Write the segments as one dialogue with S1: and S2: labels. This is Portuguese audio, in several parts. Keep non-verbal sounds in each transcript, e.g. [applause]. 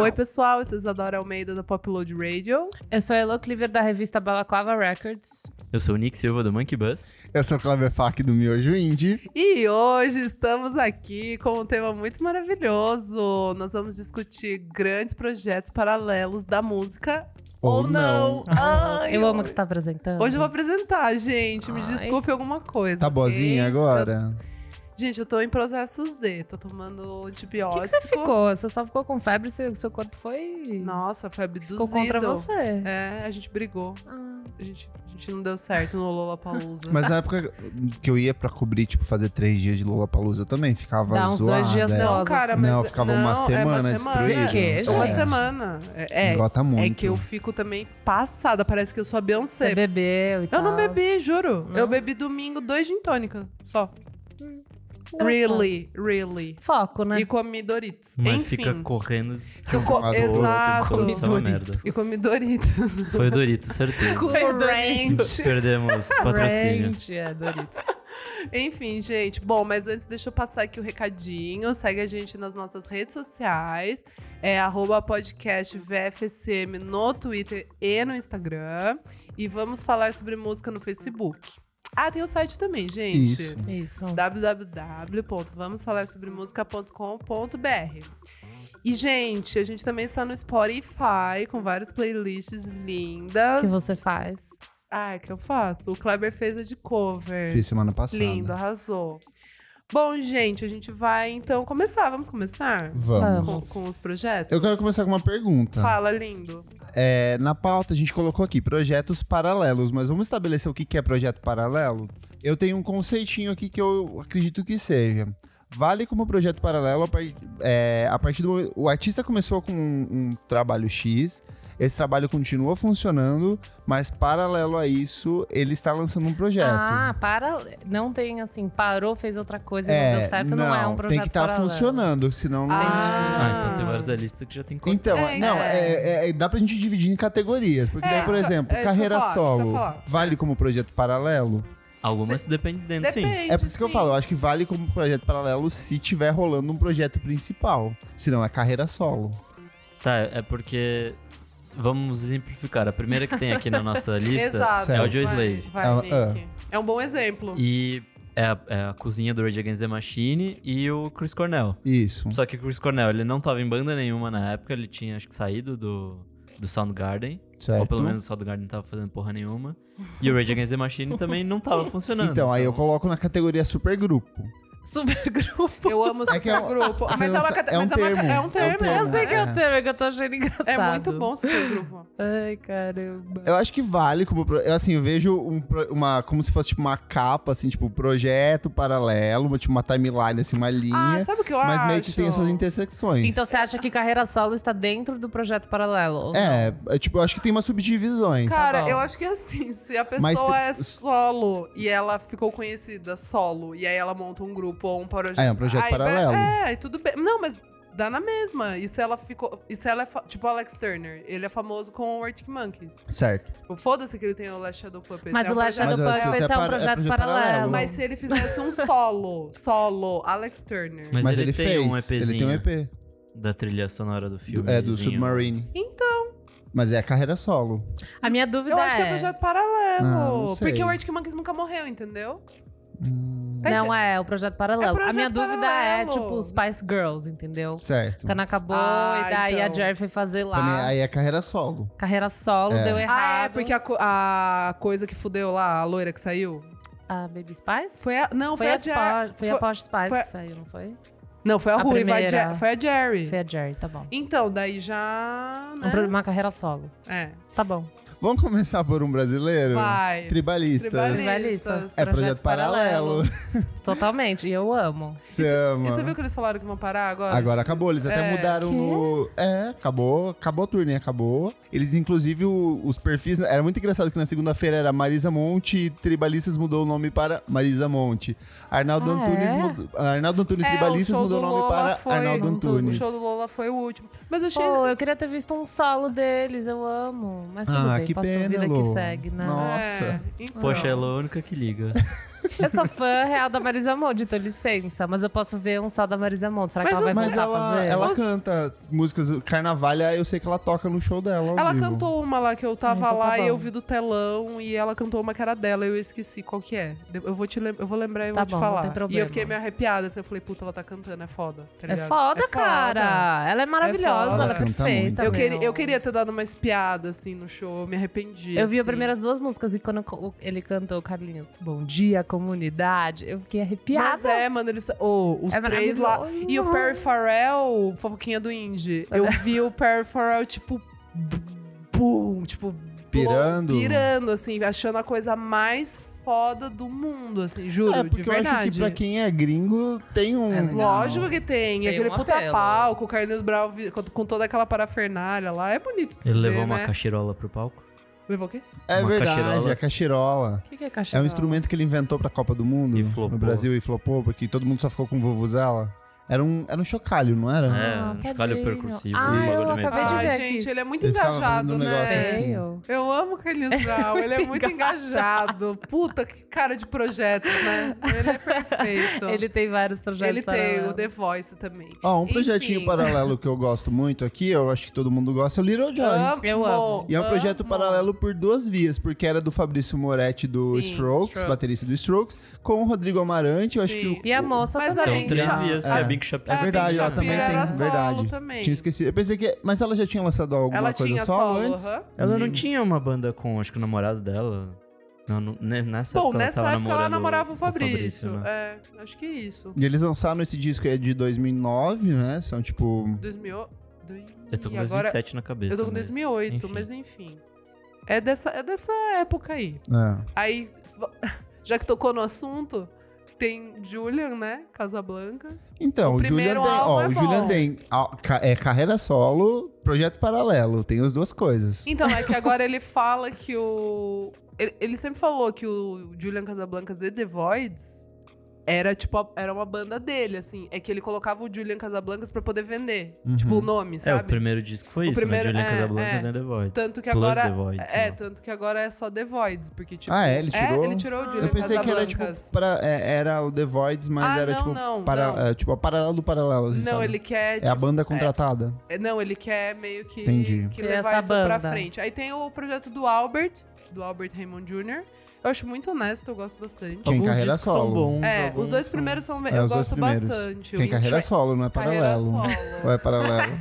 S1: Oi, pessoal, vocês adoram Almeida da Popload Radio.
S2: Eu sou a Elo Cleaver da revista Balaclava Records.
S3: Eu sou o Nick Silva do Monkey Bus.
S4: Eu sou o Clavefac do Miojo Indie.
S1: E hoje estamos aqui com um tema muito maravilhoso. Nós vamos discutir grandes projetos paralelos da música ou, não. Ai,
S2: eu amo que você tá apresentando.
S1: Hoje eu vou apresentar, gente. Me
S2: Ai.
S1: desculpe alguma coisa.
S4: Tá
S1: ok?
S4: boazinha agora?
S1: Eu- gente, eu tô em processos D. Tô tomando
S2: O que,
S1: antibiótico.
S2: que você ficou? Você só ficou com febre, seu, seu corpo foi.
S1: Nossa, foi abduzido.
S2: ficou contra você.
S1: É, a gente brigou.
S2: Ah.
S1: A gente, a gente não deu certo no Lollapalooza.
S4: Mas na época que eu ia pra cobrir, tipo, fazer três dias de Lollapalooza, eu também ficava
S2: Dá uns
S4: zoada.
S2: dois dias,
S4: é.
S2: não.
S1: Não, cara, mas...
S4: Não, eu ficava uma semana
S1: é uma semana.
S4: destruído.
S2: Sim, que,
S1: Uma
S2: gente.
S1: semana. É, é,
S4: Esgota
S1: é
S4: muito.
S1: que eu fico também passada. Parece que eu sou a
S2: Você
S1: Beyoncé.
S2: bebeu e
S1: Eu
S2: tal.
S1: não bebi, juro.
S2: Não?
S1: Eu bebi domingo dois gin tônica só.
S2: Engraçado.
S1: Really, really.
S2: Foco, né?
S1: E comi Doritos.
S3: Mas
S1: Enfim.
S3: fica correndo
S1: que eu
S4: de um lado
S1: co...
S4: ao outro,
S1: Exato.
S3: Outro, isso é uma merda.
S1: E comi Doritos.
S3: Foi o Doritos, certeza.
S1: [laughs] Com ranch.
S3: Perdemos patrocínio.
S2: Ranch, é, Doritos.
S1: Enfim, gente. Bom, mas antes deixa eu passar aqui o recadinho. Segue a gente nas nossas redes sociais. É arroba podcast VFSM no Twitter e no Instagram. E vamos falar sobre música no Facebook. Ah, tem o site também, gente.
S4: Isso.
S2: Isso.
S1: www.vamosfalarsobremusica.com.br E, gente, a gente também está no Spotify com várias playlists lindas.
S2: que você faz.
S1: Ah, que eu faço. O Kleber fez a de cover.
S4: Fiz semana passada.
S1: Lindo, arrasou. Bom, gente, a gente vai então começar. Vamos começar
S4: Vamos.
S1: com, com os projetos?
S4: Eu quero começar com uma pergunta.
S1: Fala, lindo.
S4: É, na pauta a gente colocou aqui projetos paralelos, mas vamos estabelecer o que que é projeto paralelo? Eu tenho um conceitinho aqui que eu acredito que seja. Vale como projeto paralelo a, par- é, a partir do. O artista começou com um, um trabalho X, esse trabalho continua funcionando, mas paralelo a isso, ele está lançando um projeto.
S2: Ah, para. Não tem assim, parou, fez outra coisa e não deu certo. Não, é um projeto
S4: Tem que estar
S2: paralelo.
S4: funcionando, senão não.
S3: Ah, então tem vários da lista que já tem corte.
S4: Então,
S1: É,
S4: não,
S1: então.
S4: é, é- é- dá pra gente dividir em categorias. Porque
S1: É,
S4: daí, por
S1: isso que-
S4: exemplo,
S1: é isso que eu
S4: carreira
S1: ia falar, isso que eu ia
S4: solo
S1: falar.
S4: vale como projeto paralelo?
S3: Algumas dependendo, sim.
S1: Depende,
S4: é por isso que eu
S1: sim.
S4: falo, eu acho que vale como projeto paralelo se tiver rolando um projeto principal. Senão é carreira solo.
S3: Tá, é porque. Vamos exemplificar. A primeira que tem aqui
S1: [laughs]
S3: na nossa lista
S1: Exato.
S3: é o
S4: Certo.
S3: Joe Slave.
S1: Vai,
S4: Ah,
S1: vai, Nick. É um bom exemplo.
S3: E é a, é a cozinha do Rage Against the Machine e o Chris Cornell.
S4: Isso.
S3: Só que o Chris Cornell, ele não tava em banda nenhuma na época, ele tinha acho que saído do, do Soundgarden.
S4: Certo.
S3: Ou pelo menos o Soundgarden não tava fazendo porra nenhuma. E o Rage Against the
S4: [laughs]
S3: Machine também não tava funcionando.
S4: Então, aí eu coloco na categoria supergrupo.
S2: Supergrupo.
S1: Eu amo
S4: É que é um-
S1: supergrupo.
S4: você
S1: mas
S4: não
S1: é uma
S4: sabe-
S1: cate-
S4: é um
S1: mas é uma ca-
S4: termo.
S1: é um termo.
S4: termo.
S2: Eu sei que é
S4: É.
S2: o termo, é que eu tô achando engraçado.
S1: É muito bom o supergrupo.
S2: Ai, caramba.
S4: Eu acho que vale como. pro- Eu, assim, eu vejo um pro- uma. Como se fosse tipo, uma capa, assim, tipo, projeto paralelo, uma, tipo uma timeline, assim, uma
S1: Ah,
S4: linha.
S1: sabe o que eu acho?
S4: mas meio que tem as suas intersecções.
S2: Então você acha que carreira solo está dentro do projeto paralelo? ou
S4: É, é, tipo, eu acho que tem umas subdivisões.
S1: Cara,
S2: bom.
S1: eu acho que é assim, se a
S4: Mas
S1: pessoa
S4: te-
S1: é solo e ela ficou conhecida solo, e aí ela monta um grupo ou um projeto.
S4: Ah, é um projeto
S1: aí,
S4: paralelo.
S1: É, aí tudo bem. Não, mas dá na mesma. E se ela ficou. E se ela é. fa- Tipo o Alex Turner, ele é famoso com o Arctic Monkeys.
S4: Certo.
S1: Tipo, Foda-se que ele tem o Last Shadow Puppets.
S2: Mas
S1: é um
S2: o Last
S1: projeto
S2: Shadow
S4: Mas é-
S2: Puppets é, um
S4: é
S2: projeto
S4: projeto
S2: paralelo.
S4: paralelo.
S1: Mas se ele fizesse um solo, [laughs] solo, Alex Turner.
S3: Mas, ele, tem
S4: fez.
S3: um EPzinho
S4: Ele tem um EP.
S3: da trilha sonora do
S4: do-
S3: filme.
S4: é do Submarine.
S1: Então,
S4: Mas é a carreira solo.
S2: A minha dúvida
S1: eu acho que é
S2: é.
S1: projeto paralelo.
S4: Ah, não sei.
S1: porque o Arctic Monkeys nunca morreu, entendeu?
S4: Hum,
S1: Tá
S2: Não
S1: entendendo?
S2: é, o projeto paralelo.
S1: É projeto
S2: a minha dúvida é,
S1: paralelo.
S2: tipo, os Spice Girls, entendeu?
S4: certo.
S2: Quando acabou,
S1: Ah,
S2: e daí
S1: então.
S2: a Jerry foi fazer
S4: Pra mim,
S2: lá.
S4: aí é carreira solo.
S2: Carreira solo,
S4: É.
S2: deu errado.
S1: Ah, é, porque a, co- a coisa que fudeu lá, a loira que saiu.
S2: A Ah, Baby Spice?
S1: Foi a. Não, foi, a Jerry.
S2: Spo- foi a
S1: foi-
S2: Posh Spice
S1: foi a-
S2: que saiu, não foi?
S1: Não, foi a,
S2: a
S1: Ruiva, a
S2: primeira.
S1: Jer- foi a Jerry.
S2: Foi a Jerry, tá bom.
S1: Então, daí já.
S2: Um
S1: Né?
S2: pro- uma carreira solo.
S1: É.
S2: Tá bom.
S4: Vamos começar por um brasileiro?
S1: Vai.
S4: Tribalistas.
S1: Tribalistas.
S2: Tribalistas.
S4: É projeto paralelo.
S2: Totalmente. E eu amo.
S4: [laughs] Você ama.
S1: E você viu que eles falaram que vão parar agora?
S4: Agora acabou, eles até
S1: É.
S4: mudaram
S2: Quê?
S4: o. É, acabou. Acabou a turnê, acabou. Eles, inclusive, o- os perfis. Era muito engraçado que na segunda-feira era Marisa Monte e Tribalistas mudou o nome para Marisa Monte. Arnaldo
S2: Ah,
S4: Antunes,
S2: é?
S4: mudou, Arnaldo
S1: É,
S4: Antunes Tribalistas mudou o nome para Arnaldo
S1: O
S4: Antunes.
S1: show do Lola foi o último. Mas eu achei.
S2: Pô, eu queria ter visto um solo deles, eu amo. Mas tudo
S4: Ah,
S2: bem,
S4: que
S2: passou a
S4: pena,
S2: vida
S4: Lô.
S2: que segue, né?
S4: Nossa.
S1: É, então.
S3: Poxa, ela é a única
S1: [laughs]
S3: que liga.
S2: Eu sou fã real da Marisa Monte, então licença. Mas eu posso ver um só da Marisa Monte. Será que
S1: Mas
S2: ela vai
S1: as-
S4: Mas
S2: voltar a
S4: ela,
S2: fazer?
S4: ela canta músicas. Carnavalha, eu sei que ela toca no show dela. ao
S1: Ela
S4: vivo.
S1: cantou uma lá que eu tava
S2: Então tá
S1: lá e
S2: bom.
S1: eu vi do telão e ela cantou uma cara dela e eu esqueci qual que é. De- Eu vou, te lem- eu vou lembrar e eu
S2: Tá
S1: vou te
S2: bom, não
S1: falar.
S2: tem
S1: e eu
S2: problema.
S1: fiquei meio arrepiada, assim, eu falei, puta, ela tá cantando, é foda. tá
S2: É
S1: ligado?
S2: foda, cara. Ela é maravilhosa,
S1: foda.
S2: ela é
S4: Canta muito.
S2: perfeita.
S1: Eu
S2: meu.
S1: queria, eu queria ter dado uma espiada, assim, no show, eu me arrependi.
S2: Eu vi as
S1: assim.
S2: primeiras duas músicas e quando co- ele cantou Carlinhos, Bom Dia, Comunidade, eu fiquei arrepiada.
S1: Mas é, mano, eles. ô, os
S2: É
S1: três lá.
S2: maravilhoso.
S1: E o Perry Farrell, fofoquinha do Indy.
S2: [laughs]
S1: Eu vi o Perry Farrell, tipo. Pum, tipo.
S4: Pirando.
S1: Pirando, assim, achando a coisa mais foda do mundo, assim, juro,
S4: É,
S1: de
S4: porque eu acho que
S1: verdade.
S4: pra quem é gringo tem um.
S1: Lógico que tem.
S2: Tem
S1: aquele
S2: um
S1: puta
S2: apelo.
S1: palco, o Carlinhos Brau vi- com, com toda aquela parafernália lá. É bonito de se
S3: Ele
S1: ver,
S3: levou
S1: né?
S3: uma cachirola pro palco.
S1: Levou o quê?
S4: É
S3: Uma
S4: verdade,
S3: cachirola.
S4: a cachirola.
S2: O que, que é
S4: É
S2: cachorro?
S4: um instrumento que ele inventou pra Copa do Mundo.
S3: E flopou.
S4: No Brasil e flopou, porque todo mundo só ficou com vovuzela. Era um, era um chocalho, não
S1: Ah,
S4: era?
S3: É, um chocalho
S2: tadinho.
S3: percussivo.
S2: Ah,
S3: um
S4: eu
S3: bagulho meio
S2: acabei de
S3: bizarro.
S1: Ai,
S2: ver
S1: gente,
S2: aqui. É.
S1: ele é muito
S4: Ele ficava
S1: engajado,
S4: fazendo um
S1: né?
S4: negócio assim.
S2: Feio.
S1: Eu amo o Carlinhos Brown, ele é muito engajado. Puta, que cara de projeto, né? Ele é perfeito.
S2: [laughs] Ele tem vários projetos
S1: Ele tem
S2: paralelos.
S1: o The Voice também.
S4: Ó, um projetinho
S1: Enfim,
S4: paralelo que eu gosto muito aqui, eu acho que todo mundo gosta, é o Little Joy.
S1: Amo,
S2: Eu amo.
S4: E é um projeto
S1: amo.
S4: paralelo por duas vias, porque era do Fabrício Moretti do
S1: Sim,
S4: Strokes,
S1: Strokes.
S4: baterista do Strokes, com o Rodrigo Amarante, eu acho
S1: Sim.
S4: que o-
S2: E a moça
S1: Mas
S2: também.
S1: além
S3: Então, três
S1: Já.
S3: dias, que
S4: É.
S3: é Big Shapiro.
S1: É, Big
S4: verdade, ela
S1: Shapiro
S4: também tem,
S1: era solo
S4: verdade.
S1: também.
S4: Tinha esquecido. Eu pensei que, mas ela já tinha lançado alguma
S1: Ela
S4: coisa
S1: tinha
S4: só
S1: solo,
S4: antes?
S1: aham.
S3: Ela não
S1: Sim.
S3: tinha uma banda com, acho que o namorado dela. Não, não- ne- nessa
S1: Bom,
S3: época
S1: nessa
S3: ela tava
S1: época ela
S3: namorando
S1: namorava o Fabrício.
S3: né?
S1: É, acho que é isso.
S4: E eles lançaram esse disco aí é de 2009, né? São tipo
S1: 2000. dois-
S3: Eu tô com
S1: e agora-
S3: 2007 na cabeça.
S1: Eu tô com
S3: mas-
S1: 2008,
S3: enfim.
S1: mas enfim. É dessa, é dessa época aí.
S4: É.
S1: Aí, [laughs] já que tocou no assunto, tem Julian, né? Casablancas.
S4: Então,
S1: O
S4: o, Julian
S1: primeiro
S4: tem,
S1: álbum
S4: ó,
S1: é
S4: o
S1: bom.
S4: Julian tem a- ca- é carreira solo, projeto paralelo, tem as duas coisas.
S1: Então, é que agora ele fala que o. Ele, ele sempre falou que o Julian Casablancas e The Voids era tipo a- era uma banda dele, assim. É que ele colocava o Julian Casablancas pra poder vender.
S4: Uhum.
S1: Tipo, o nome,
S3: É, o
S1: sabe?
S3: primeiro disco foi
S1: O
S3: isso,
S1: primeiro-
S3: né? Julian
S1: é,
S3: Casablancas
S1: é.
S3: and The Voids.
S1: Tanto que
S3: Plus
S1: agora.
S3: The Voids,
S1: é,
S3: né?
S1: tanto que agora é só The Voids, porque tipo.
S4: Ah, é? Ele tirou?
S1: É, ele tirou o Julian
S4: Eu pensei que era
S1: Casablancas.
S4: tipo pra- é, era o The Voids, mas
S1: Ah,
S4: era
S1: não,
S4: tipo
S1: não,
S4: para,
S1: não.
S4: é, tipo a paralelo do paralelo, assim,
S1: Não,
S4: sabe?
S1: ele quer.
S4: é a banda contratada.
S1: É, Não, ele quer meio que,
S4: Entendi.
S1: que
S2: Ter
S1: levar
S2: essa
S1: isso pra
S2: banda.
S1: frente. Aí tem o projeto do Albert, do Albert Raymond Jr. Eu acho muito honesto, eu gosto bastante.
S4: Quem
S3: Alguns
S4: carreira
S3: discos são
S4: solo.
S3: bons, né?
S1: É,
S3: alguns
S1: os dois
S3: são-
S1: primeiros são. eu
S4: É, os dois
S1: gosto
S4: primeiros.
S1: bastante.
S4: Tem
S1: O
S4: carreira
S1: Intra-
S4: solo, não é
S1: Carreira
S4: paralelo.
S1: solo.
S4: Ou [laughs]
S1: [laughs]
S4: é paralelo?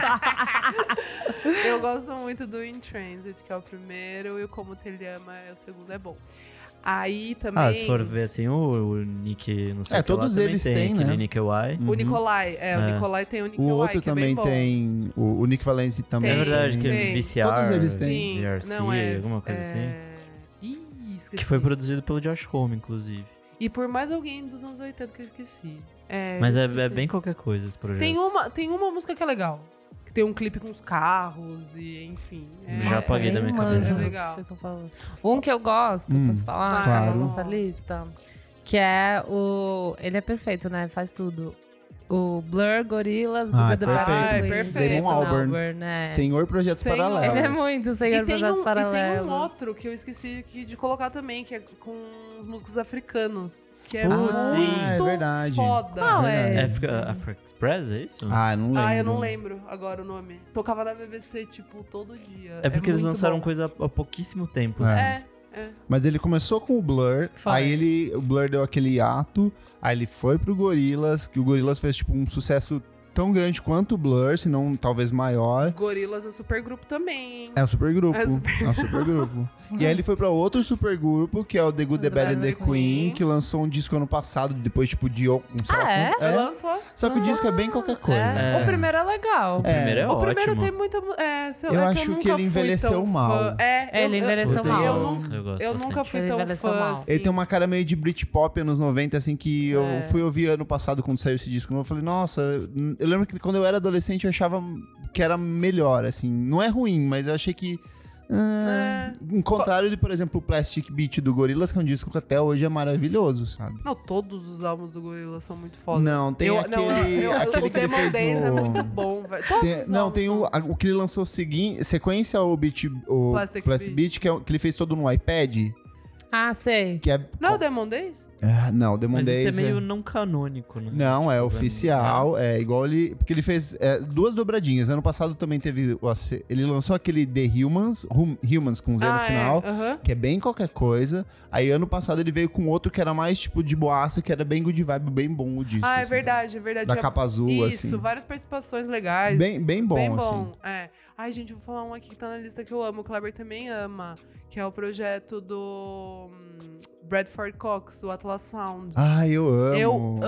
S1: Eu gosto muito do In Transit, que é o primeiro, e o Como Te Ele Ama é o segundo, é bom. Aí também.
S3: Ah, se for ver assim, o, o Nick, não sei
S4: É,
S3: o que lá
S4: todos
S3: também
S4: eles
S3: tem,
S4: têm,
S3: aquele
S4: né?
S3: Nick Y.
S1: O Nicolai, é, o
S3: É.
S1: Nicolai tem o
S4: o
S1: Nicolai,
S4: outro
S1: que é bem
S4: também
S1: bom.
S4: tem. O, o Nick Valence também.
S3: É verdade,
S1: Tem,
S3: que
S1: tem.
S3: é VCR,
S4: Todos eles têm.
S1: Sim,
S3: VRC,
S1: não é.
S3: alguma coisa assim.
S1: é... Ih, esqueci.
S3: Que foi produzido pelo Josh Home, inclusive.
S1: E por mais alguém dos anos 80 que eu esqueci. É,
S3: Mas
S1: eu
S3: é,
S1: esqueci.
S3: é bem né? qualquer coisa esse projeto.
S1: Tem um uma, tem uma música que é legal. Que tem um clipe com os carros e enfim. É,
S3: Já apaguei
S2: eu
S3: da
S2: nem
S3: minha
S2: manjo
S1: cabeça.
S2: do que
S1: Legal.
S2: vocês estão falando. Um que eu gosto,
S4: Hum,
S2: posso falar,
S1: claro.
S2: da nossa lista, que é o... Ele é perfeito, né? Ele faz tudo. O Blur Gorilas do
S4: Ah,
S2: The Bad
S1: perfeito.
S2: Bad Queen.
S1: Ah, é perfeito.
S4: Damon Albarn.
S2: Albarn, né?
S4: Senhor Projeto
S1: É. Senhor-
S4: Paralelo.
S2: Ele é muito senhor
S1: E tem,
S2: projeto
S1: um, e
S2: paralelo.
S1: tem um outro que eu esqueci que- de colocar também, que é com os músicos africanos. Que é
S3: Putz,
S1: muito
S3: sim.
S4: Ah, é verdade.
S1: foda.
S2: Qual é?
S4: Verdade.
S3: É
S2: esse?
S3: Africa,
S1: né?
S3: Africa Express, é isso?
S4: Ah, não lembro.
S1: Ah, eu não lembro agora o nome. Tocava na BBC, tipo, todo dia.
S3: é porque eles
S1: muito
S3: lançaram
S1: bom.
S3: coisa há há pouquíssimo tempo.
S4: É.
S3: assim.
S1: É, é.
S4: Mas ele começou com o Blur,
S2: Fala
S4: aí
S2: aí.
S4: ele, o Blur deu aquele ato, aí ele foi pro Gorilas, que o Gorilas fez tipo um sucesso tão grande quanto o Blur, se não talvez maior.
S1: Gorilas é super grupo também. hein?
S4: É um supergrupo.
S1: É
S4: É,
S1: um super-
S4: um
S1: [laughs]
S4: supergrupo. e aí ele foi pra outro supergrupo, que é o The Good, The Bad and The Queen, que lançou um disco ano passado, depois tipo de um século.
S2: é?
S1: Lançou.
S4: Só que o disco é bem
S1: Ah,
S4: qualquer coisa.
S2: É. O primeiro é legal.
S3: O primeiro é,
S1: o primeiro
S3: ótimo.
S1: tem muita. mu- É, sei
S4: Eu
S1: lá,
S4: acho
S1: eu
S4: que
S1: nunca
S4: ele
S1: fui
S4: envelheceu
S1: tão fã.
S4: mal.
S1: É,
S2: É, ele
S1: eu- eu-
S2: envelheceu
S1: eu
S3: mal.
S1: nunca-
S3: Eu gosto
S1: Eu nunca
S3: bastante.
S1: fui
S2: Ele
S1: tão
S2: envelheceu
S1: fã.
S2: mal.
S1: assim.
S4: Ele tem uma cara meio de Britpop anos 90, assim, que eu
S2: É.
S4: fui ouvir ano passado quando saiu esse disco novo. Eu falei, nossa, eu- eu lembro que quando eu era adolescente eu achava que era melhor, assim. Não é ruim, mas eu achei que
S1: É.
S4: Em contrário de, por exemplo, o Plastic Beach do Gorillaz, que é um disco que até hoje é maravilhoso, sabe?
S1: Não, todos os álbuns do Gorillaz são muito foda.
S4: Não, tem
S1: Eu-
S4: aquele,
S1: não, eu- eu-
S4: aquele
S1: o
S4: que ele
S1: Demon
S4: fez
S1: Days
S4: no...
S1: é muito bom, velho. Todos
S4: Tem-
S1: os
S4: não,
S1: álbuns
S4: tem o,
S1: são-
S4: a- o que ele lançou seguinte, sequência ao Beat, o
S1: Plastic
S4: Plastic,
S1: Beach.
S4: Beach, que, é o- que ele fez todo no iPad,
S2: Ah, sei.
S4: que é...
S1: Não é o Demon Days?
S4: Ah, não, Demon
S3: Mas
S4: Days
S3: isso é meio não canônico, né?
S4: Não, é
S3: Tipo,
S4: oficial,
S1: né?
S4: é igual ele. Porque ele fez é, duas dobradinhas. Ano passado também teve. o ace- Ele lançou aquele The Humans, Hum- Humans com Z no
S1: é,
S4: final,
S1: aham.
S4: que é bem qualquer coisa. Aí ano passado ele veio com outro que era mais tipo de boaça, que era bem good vibe, bem bom o disco.
S1: Ah, é
S4: assim,
S1: verdade, é verdade.
S4: Da
S1: Já-
S4: capa azul,
S1: Isso,
S4: assim.
S1: várias participações legais.
S4: Bem, bem bom,
S1: Bem
S4: assim.
S1: bom, é. Ai, gente, vou falar um aqui que tá na lista que eu amo. O Kleber também ama, que é o projeto do hum, Bradford Cox, o Atlas Sound.
S4: Ah, eu amo.
S1: Eu amo.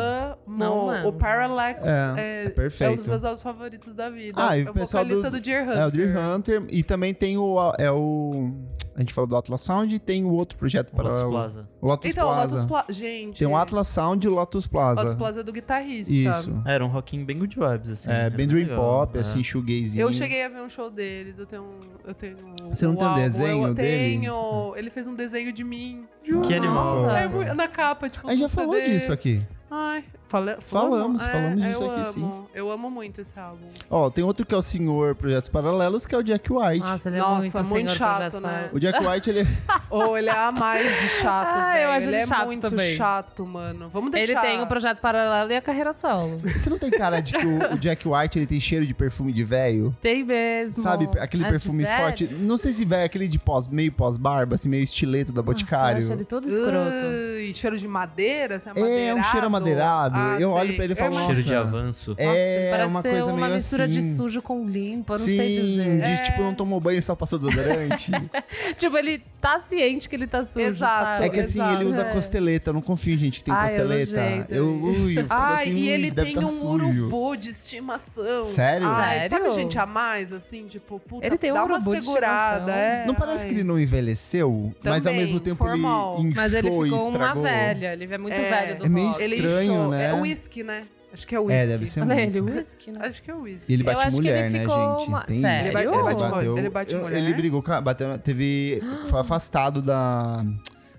S2: Não, mano.
S1: o Parallax
S4: É,
S1: é,
S4: é
S1: é
S4: perfeito.
S1: um dos meus álbuns favoritos da vida.
S4: Ah, e
S1: é
S4: o
S1: o
S4: pessoal do-
S1: vocalista do, Deer Hunter.
S4: É o Dream Hunter. E também tem o. É o. A gente falou do Atlas Sound e tem É o outro projeto para
S3: Lotus Plaza.
S4: Lotus
S1: Então, o
S4: Plaza.
S1: Lotus Plaza. Gente.
S4: Tem o Atlas Sound e o Lotus Plaza.
S1: Lotus Plaza é do
S2: tá.
S1: guitarrista.
S4: Isso.
S3: É, era um rockinho bem good vibes, assim.
S4: É,
S3: era
S4: bem dream
S3: legal,
S4: pop,
S2: né?
S3: é.
S4: assim, shoegazinho.
S1: Eu cheguei a ver um show deles, eu tenho. Eu tenho
S4: Você não
S1: o
S4: tem um
S1: álbum,
S4: desenho
S1: eu
S4: dele?
S1: tenho. Ele fez um desenho de mim.
S3: Que animal.
S1: Nossa,
S4: Nossa.
S1: é mu- na capa, tipo.
S4: A gente já
S1: no
S4: falou
S1: CD.
S4: disso aqui.
S1: Ai, fala-
S4: Falamos,
S1: É,
S4: falamos disso
S1: eu
S4: aqui,
S1: amo. Eu amo muito esse álbum.
S4: Ó, tem outro que é o senhor Projetos Paralelos, que é o Jack White.
S2: Nossa, ele é
S1: Nossa,
S2: muito,
S1: muito
S2: senhor
S1: chato,
S2: projetos
S1: né?
S2: para-
S4: O Jack White, ele...
S2: [laughs]
S1: Ou ele é a mais de chato,
S2: Ah, eu
S1: velho.
S2: acho
S1: ele
S2: ele
S1: é
S2: chato
S1: muito
S2: também.
S1: chato, mano. Vamos
S2: Ele
S1: deixar.
S2: tem um o projeto paralelo e a carreira solo.
S4: Você não tem cara de que o, o Jack White, ele tem cheiro de perfume de velho?
S2: Tem mesmo.
S4: Sabe, aquele
S2: É de
S4: perfume
S2: velho.
S4: forte. Não sei se velho, aquele de pós, meio pós-barba, assim, meio estileto da
S2: Nossa,
S4: Boticário.
S2: eu acho ele todo escroto.
S1: Ui, cheiro de madeira, assim,
S4: É, é um cheiro amadeirado.
S1: Ah,
S4: Eu
S1: sei.
S4: olho pra ele e falo,
S1: imagino-
S3: Cheiro de
S4: Nossa.
S3: avanço.
S4: É,
S2: Nossa,
S4: é
S2: parece
S4: uma
S2: ser
S4: coisa
S2: uma
S4: meio
S2: mistura de
S4: assim.
S2: sujo com limpo, eu não
S4: Sim,
S2: sei dizer.
S4: de tipo, não tomou banho e só passou desodorante.
S2: [laughs] Tipo, ele tá ciente que ele tá sujo,
S1: Exato.
S2: sabe?
S4: É que assim,
S1: Exato.
S4: ele usa
S2: É.
S4: costeleta. Eu não confio em gente que tem
S2: Ah, eu
S4: costeleta.
S2: nojento,
S4: Eu,
S2: gente.
S4: ui, eu falo
S1: Ai,
S4: assim,
S1: e
S4: "Ui,
S1: ele
S4: deve
S1: tem
S4: tá
S1: um
S4: sujo."
S1: urubu de estimação.
S4: Sério?
S1: Ai,
S2: Sério?
S1: Sabe a gente a mais, assim, tipo, puta,
S2: Ele tem um
S1: dá uma
S2: urubu de
S1: segurada.
S2: estimação.
S1: é,
S4: Não parece
S1: ai.
S4: que ele não envelheceu, mas ao
S1: Também,
S4: mesmo tempo
S1: formal.
S4: ele inchou
S2: Mas ele
S4: e
S2: ficou uma
S4: estragou.
S2: velha. Ele é muito
S1: É.
S2: velho do
S4: É meio
S2: rock.
S1: Ele
S4: Estranho,
S1: inchou.
S4: né?
S1: É whisky, né? Acho que é whisky.
S4: É, deve ser
S2: um Olha ele,
S4: muito.
S2: whisky, né?
S1: Acho que é whisky.
S4: E ele
S2: Eu
S4: bate
S2: acho que
S4: mulher,
S2: ele
S4: né,
S2: ficou
S4: gente?
S2: uma-
S4: Tem
S2: Sério?
S4: isso.
S1: Ele bate- ele bate mulher? Ele bate
S4: eu-
S1: mulher?
S4: Ele brigou com a... Bateu, teve... Foi afastado da,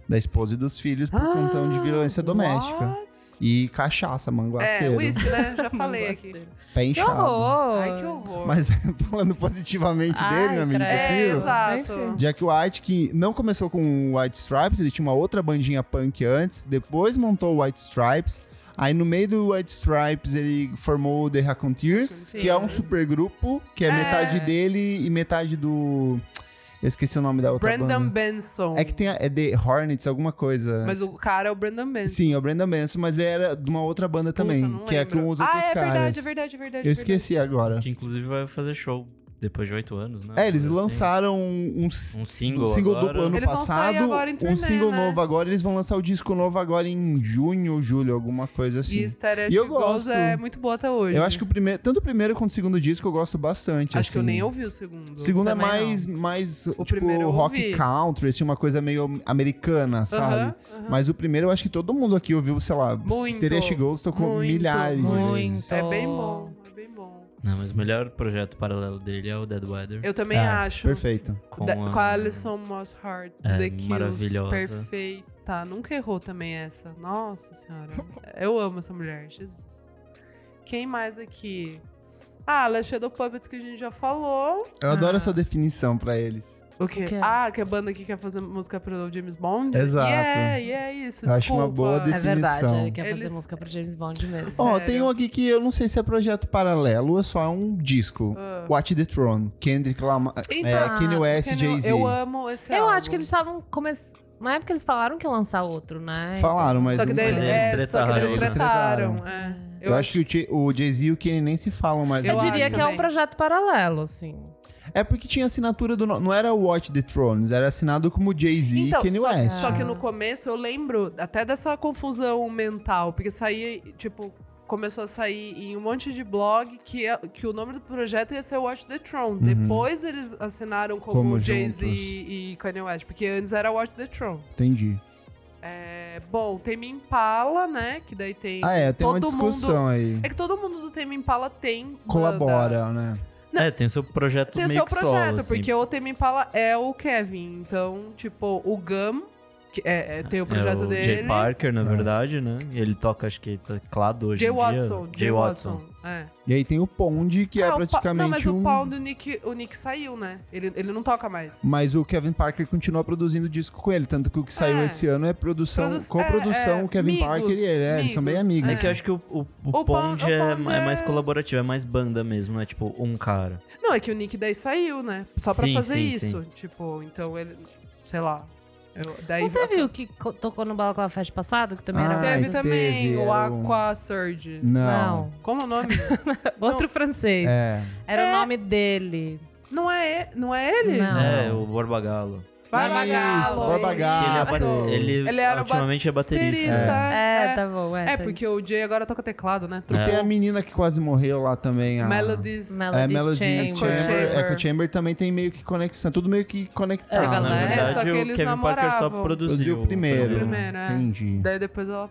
S4: da esposa e dos filhos por conta de violência doméstica.
S1: Ah, What?
S4: E
S1: É,
S4: cachaça, manguaceiro.
S1: whisky,
S2: [laughs]
S1: né? Já falei aqui.
S4: pé
S2: Hum, Que
S4: inchado.
S2: horror!
S1: Ai, que horror.
S4: Mas [laughs] falando positivamente
S2: Ai,
S4: dele, meu amigo, assim,
S2: credo.
S1: é,
S4: possível?
S1: exato.
S2: Enfim.
S4: Jack White, que não começou com o White Stripes, ele tinha uma outra bandinha punk antes, depois montou o White Stripes. Aí no meio do White Stripes ele formou o The Raconteurs, que é um supergrupo, que é,
S1: É.
S4: metade dele e metade do. Eu esqueci o nome da outra
S1: Brandon
S4: tá banda.
S1: Benson.
S4: É que tem a, é The Hornets, alguma coisa.
S1: Mas o cara é o Brandon Benson.
S4: Sim, é o Brandon Benson, mas ele era de uma outra banda
S1: Puta,
S4: também,
S1: não
S4: que é
S1: lembro.
S4: com os outros
S1: Ah, é
S4: caras.
S1: verdade, é verdade, é verdade.
S4: Eu
S1: é
S4: esqueci agora.
S3: Que inclusive vai fazer show depois de oito anos, né?
S4: É, eles
S3: Assim.
S4: lançaram um, s-
S3: Um single agora.
S4: duplo ano
S1: Eles vão
S4: passado,
S1: sair agora em turnê,
S4: um single
S1: né?
S4: novo agora, eles vão lançar o disco novo agora em junho ou julho, alguma coisa
S1: verdade. E
S4: assim.
S1: Stereo
S4: E eu
S1: She Goes
S4: gosto.
S1: é muito boa até hoje.
S4: Eu acho que o primeiro, tanto o primeiro quanto o segundo disco eu gosto bastante.
S1: Acho que eu
S4: assim.
S1: nem ouvi o segundo.
S4: O segundo é
S2: Também
S4: mais, mais tipo,
S1: primeiro eu
S4: rock
S1: ouvi.
S4: country, assim, uma coisa meio americana, sabe?
S1: Aham, aham.
S4: Mas o primeiro eu acho que todo mundo aqui ouviu, sei lá,
S1: Muito,
S4: Stereo She Goes tocou
S1: muito,
S4: milhares de
S2: Muito.
S4: vezes.
S1: É bem bom, é bem bom.
S3: Não, mas o melhor projeto paralelo dele é o Dead Weather.
S1: Eu também
S4: É,
S1: acho.
S4: Perfeito.
S1: Da- Com, a Alison Moss Hart,
S3: É,
S1: The Kills,
S3: maravilhosa.
S1: perfeita. Nunca errou também essa. Nossa
S4: [laughs]
S1: senhora. Eu amo essa mulher, Jesus. Quem mais aqui? Ah, Last Shadow Puppets, que a gente já falou.
S4: Eu
S2: Ah.
S4: adoro a sua definição pra eles.
S1: O quê?
S2: O quê?
S1: Ah, que a banda que quer fazer música pro James Bond?
S4: Exato.
S1: E é, e é isso,
S4: Eu acho
S1: desculpa.
S4: uma boa
S2: É verdade,
S4: definição.
S2: ele quer fazer
S1: Eles-
S2: música pro James Bond mesmo.
S4: Ó,
S1: Sério.
S4: tem um aqui que eu não sei se é projeto paralelo ou é só um disco.
S1: Ah.
S4: Watch the Throne, Kendrick Lamar,
S1: Então,
S4: é, Kanye West,
S1: Porque não-
S4: Jay-Z.
S1: Eu amo esse
S2: Eu
S1: álbum.
S2: acho que eles estavam começando. Na época eles falaram que ia lançar outro, né?
S4: Falaram, mas...
S1: Só que daí
S3: Mas
S1: eles,
S3: eles
S1: é, só que daí eles tretaram.
S4: tretaram.
S1: é.
S4: Eu, acho que o Jay- o Jay-Z e o Kanye nem se falam mais.
S1: Eu
S2: Eu,
S4: hoje em
S2: diria
S1: acho
S4: dia.
S2: que é um
S1: também.
S2: projeto paralelo, assim.
S4: É porque tinha assinatura do... no- Não era Watch the Throne, era assinado como Jay-Z
S1: Então,
S4: e Kanye
S1: só,
S4: West.
S1: só que
S2: Ah.
S1: no começo eu lembro até dessa confusão mental, porque saía, tipo, começou a sair em um monte de blog que, é- que o nome do projeto ia ser Watch the Throne. Depois eles assinaram como,
S4: Uhum. Como
S1: Jay-Z
S4: juntos.
S1: e Kanye West, porque antes era Watch the Throne.
S4: Entendi.
S1: É, bom, Tame Impala, né? Que daí tem.
S4: Ah, é, tem uma
S1: todo
S4: discussão
S1: Mundo,
S4: aí.
S1: é que todo mundo do Tame Impala tem. banda.
S4: Colabora, né?
S3: É, tem o seu projeto
S1: Tem o
S3: meio
S1: seu
S3: que solo,
S1: projeto,
S3: assim.
S1: porque o Temi Impala é o Kevin. Então, tipo, o Gum que é- é- tem o projeto
S3: é, o
S1: dele.
S3: Jay Parker, na
S4: É.
S3: verdade, né? E ele toca, acho que teclado hoje
S1: Jay
S3: em dia.
S1: Watson. Jay Watson. É.
S4: E aí tem o Pond, que
S1: Ah,
S4: é
S1: o Pa-
S4: praticamente
S1: Não, mas
S4: um...
S1: o pau do Nick, o Nick saiu, né? Ele, ele não toca mais.
S4: Mas o Kevin Parker continua produzindo disco com ele, tanto que o que saiu
S1: É.
S4: esse ano é produção,
S1: Produ-
S4: coprodução,
S1: é, é,
S4: o Kevin
S1: amigos,
S4: Parker e ele, é, eles são bem
S1: amigos,
S4: amigos.
S3: É que eu acho que o, o, o
S1: O Pond-
S3: Pond
S1: o
S3: é,
S1: Pond
S3: é mais
S1: é-
S3: colaborativo, é mais banda mesmo, né? Tipo, um cara.
S1: Não, é que o Nick daí saiu, né? Só pra
S3: Sim,
S1: fazer
S3: sim,
S1: isso. Tipo, então ele. Sei lá. Eu- daí
S2: Não teve o que co- tocou no Balaclava Fest passado, que também
S4: Ah,
S2: era
S1: Teve
S4: teve,
S1: também
S4: era
S1: o
S4: o-
S1: Aqua Surge.
S4: Não.
S2: Não.
S1: Como é o nome?
S2: Outro francês.
S4: É.
S2: Era
S1: É.
S2: o nome dele.
S1: não, é, e- não é ele?
S2: Não.
S3: É, o Borba Galo.
S1: Barba
S4: Isso,
S1: Galo.
S4: Barba Galo.
S1: Isso.
S3: Ele, é ba- ele,
S1: Ah, Ele era
S3: ultimamente é baterista.
S1: Baterista,
S3: né?
S2: É,
S1: é.
S2: tá bom. É,
S1: É,
S2: tá-
S1: porque o Jay agora toca teclado, né?
S4: E
S3: É.
S4: tem a menina que quase morreu lá também. A...
S1: Melodies.
S2: Melodies.
S4: É, Melody Chamber.
S1: Chamber. Chamber.
S4: Echo Chamber também tem meio que conexão, tudo meio que
S3: É,
S4: conectado.
S2: Ah,
S3: na
S2: galera.
S3: verdade,
S1: É, só que
S3: o
S1: eles
S3: Kevin Parker só
S1: namoravam.
S3: produziu.
S4: o primeiro.
S1: O primeiro, é.
S4: Entendi.
S1: Daí depois ela.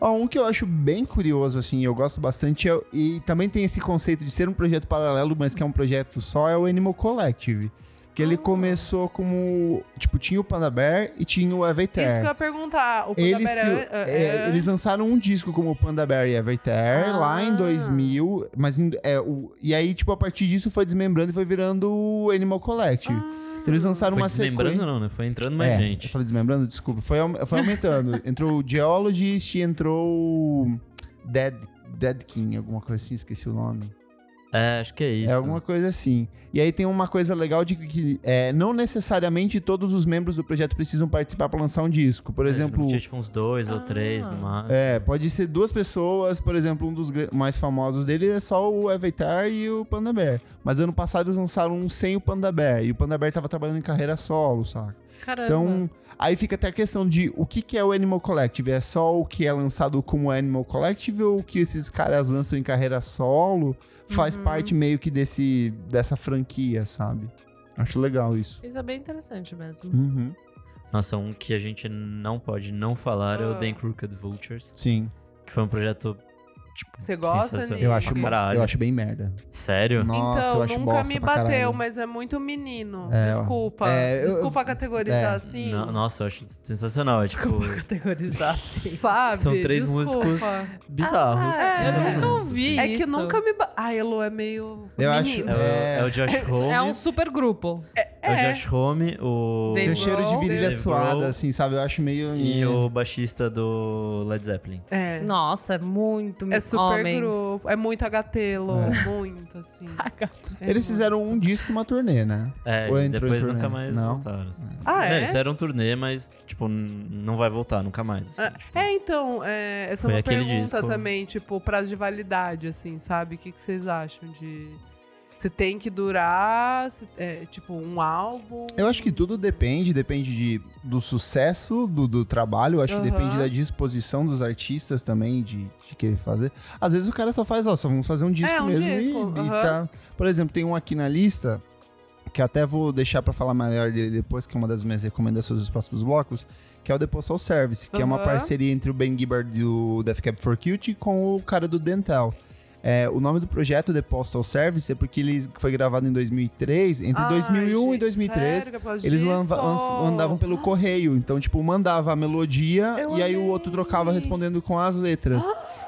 S4: Ó, um que eu acho bem curioso, assim, eu gosto bastante, é o- e também tem esse conceito de ser um projeto paralelo, mas que é um projeto só, é o Animal Collective. Que
S1: Ah.
S4: ele começou como. Tipo, tinha o Panda Bear e tinha o Evater.
S1: Isso que eu ia perguntar. O
S4: É. Eles, se-
S1: Pudabera- é-
S4: é, eles lançaram um disco como Panda Bear e Everter
S1: Ah.
S4: lá em 2000, mas em- é, o- e aí tipo a partir disso foi desmembrando e foi virando o Animal Collective.
S1: Ah.
S4: Então eles lançaram
S3: Foi
S4: uma
S3: desmembrando
S4: sequência.
S3: não, né? Foi entrando mais
S4: é, Eu
S3: gente.
S4: falei desmembrando, desculpa. Foi, au-
S3: [laughs]
S4: foi aumentando. entrou o Geologist, entrou o Dead Dead King, alguma coisa assim, esqueci o nome.
S3: É, acho que é isso.
S4: É alguma coisa assim. E aí tem uma coisa legal de que é, não necessariamente todos os membros do projeto precisam participar para lançar um disco. Por
S3: É,
S4: exemplo,
S3: Tinha tipo uns dois
S1: Ah.
S3: ou três no máximo.
S4: É, pode ser duas pessoas, por exemplo, um dos gra- mais famosos dele é só o Avatar e o Panda Bear. Mas ano passado eles lançaram um sem o Panda Bear, e o Panda Bear tava trabalhando em carreira solo, saca?
S2: Caramba.
S4: Então, aí fica até a questão de o que, que é o Animal Collective? É só o que é lançado como Animal Collective ou o que esses caras lançam em carreira solo? Faz
S1: Uhum.
S4: parte meio que desse, dessa franquia, sabe? Acho legal isso.
S2: Isso é bem interessante [laughs] mesmo.
S4: Uhum.
S3: Nossa, um que a gente não pode não falar é
S1: Ah.
S3: o Dan Crooked Vultures,
S4: Sim,
S3: que foi um projeto, tipo,
S1: Você gosta,
S3: sensacional.
S1: Nick?
S4: eu acho,
S3: Pra
S4: mo-
S3: caralho.
S4: eu acho bem merda.
S3: Sério?
S4: Nossa,
S1: então,
S4: eu acho
S1: nunca
S4: bosta
S1: me
S4: pra
S1: bateu,
S4: caralho.
S1: mas é muito menino.
S4: É,
S1: Desculpa.
S4: é, eu-
S1: Desculpa categorizar
S4: é.
S1: assim.
S3: No- Nossa, eu acho sensacional. É, tipo,
S2: Categorizar assim.
S1: Sabe?
S3: São três
S1: Desculpa.
S3: músicos. bizarros.
S1: é,
S2: eu nunca
S1: É.
S2: ouvi
S1: É
S2: isso.
S1: que nunca me. Ba... Ah, Elo é meio.
S4: Eu acho-
S1: menino.
S3: É o,
S4: É.
S3: é o Josh Home.
S2: É um super grupo.
S3: é o Josh Home, o.
S2: Dave-
S4: Tem cheiro de
S1: Grohl,
S4: virilha
S3: Dave
S4: suada,
S3: Grohl.
S4: assim, sabe? Eu acho meio.
S3: E o baixista do Led Zeppelin.
S1: É.
S2: Nossa, é muito
S3: Hum,
S1: É super
S2: homens.
S1: grupo. É muito agatelo.
S4: É.
S1: Muito,
S3: [laughs]
S1: assim. É
S4: Eles
S1: muito.
S4: fizeram um disco e uma turnê, né?
S3: É,
S4: Ou
S3: e
S4: entrou em
S3: depois
S4: turnê.
S3: nunca mais
S4: Não.
S3: voltaram. assim.
S1: Ah,
S3: Não,
S1: é?
S3: eles fizeram um turnê, mas, tipo, n- não vai voltar nunca mais. assim, tipo.
S1: É, então, é, essa é
S3: Foi
S1: uma
S3: aquele
S1: pergunta
S3: disco.
S1: também, tipo, prazo de validade, assim, sabe? O que, que vocês acham de. Se tem que durar, se- é, tipo, um álbum.
S4: Eu acho que tudo depende, depende de, do sucesso do, do trabalho, eu acho que
S1: Aham.
S4: depende da disposição dos artistas também, de, de querer fazer. Às vezes o cara só faz, ó, só vamos fazer um disco
S1: um
S4: mesmo e-
S1: disco,
S4: e,
S1: aham.
S4: tá. Por exemplo, tem um aqui na lista, que até vou deixar pra falar melhor dele depois, que é uma das minhas recomendações dos próximos blocos, que é o The Postal Service, que é uma
S1: Aham.
S4: parceria entre o Ben Gibbard do Death Cab for Cutie com o cara do Dental. É, o nome do projeto The Postal Service é porque ele foi gravado em 2003, entre
S1: Ai,
S4: 2001 e
S1: gente,
S4: 2003,
S1: sério que eu posso
S4: eles
S1: disso?
S4: lanva- um lanç- andavam pelo correio, então, tipo, mandava a melodia
S1: Eu
S4: e aí o
S1: amei. Ah.
S4: outro trocava respondendo com as letras.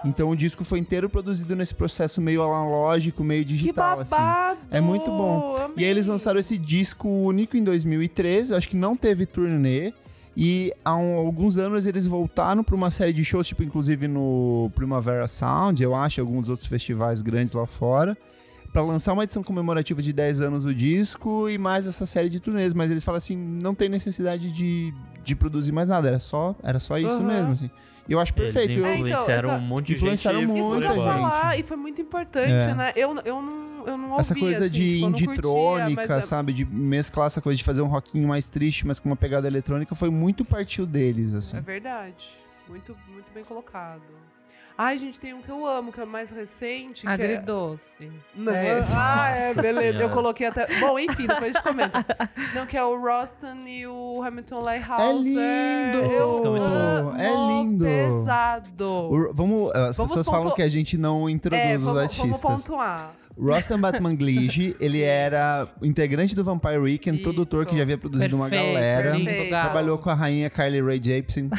S4: Então o disco foi inteiro produzido nesse processo meio analógico, meio
S1: Que
S4: digital, assim.
S1: babado!
S4: É muito bom. E aí eles lançaram esse disco único em 2013, eu acho que não teve turnê. E há um- alguns anos eles voltaram para uma série de shows, tipo, inclusive no Primavera Sound, eu acho, e alguns outros festivais grandes lá fora, para lançar uma edição comemorativa de 10 anos do disco e mais essa série de turnês. Mas eles falam assim, não tem necessidade de, de produzir mais nada, era só, era só isso
S1: Aham.
S4: mesmo, assim. E eu acho perfeito.
S1: É, então,
S4: eu-
S3: Eles influenciaram
S1: exato.
S3: um monte de
S4: Influenciaram
S3: gente.
S1: Isso
S4: muito,
S1: que
S3: por
S1: eu ia
S3: embora.
S4: gente.
S1: falar, e foi muito importante,
S4: É.
S1: né? Eu, eu não, eu não ouvi,
S4: essa coisa
S1: assim,
S4: de
S1: tipo, eu não curtia,
S4: inditrônica,
S1: mas é-
S4: sabe? De mesclar essa coisa de fazer um rockinho mais triste, mas com uma pegada eletrônica, foi muito partiu deles, assim.
S1: É verdade. Muito, muito bem colocado. Ai, gente, tem um que eu amo, que é o mais recente. que é-
S2: Agridoce.
S1: Não.
S2: É esse.
S1: ah, é,
S3: Nossa
S1: beleza. Eu
S3: Senhora.
S1: coloquei até. Bom, enfim, depois a gente comenta. Não, que é o Roston e o Hamilton
S4: É
S1: Lighthouse.
S4: lindo!
S3: Esse
S1: Eu
S3: disco é muito bom.
S1: amo,
S4: É lindo!
S1: Pesado.
S4: O- vamos, ah, as
S1: Vamos
S4: pessoas falam
S1: pontu-
S4: que a gente não introduz
S1: é,
S4: os
S1: vamos, vamos
S4: artistas.
S1: pontuar.
S4: Rostam Batman Glitch,
S1: [laughs]
S4: ele era integrante do Vampire Weekend,
S1: Isso.
S4: produtor que já havia produzido uma
S2: Perfeito,
S4: galera.
S1: perfeito.
S2: lindo, gato.
S4: Trabalhou com a rainha Carly Rae Jepsen.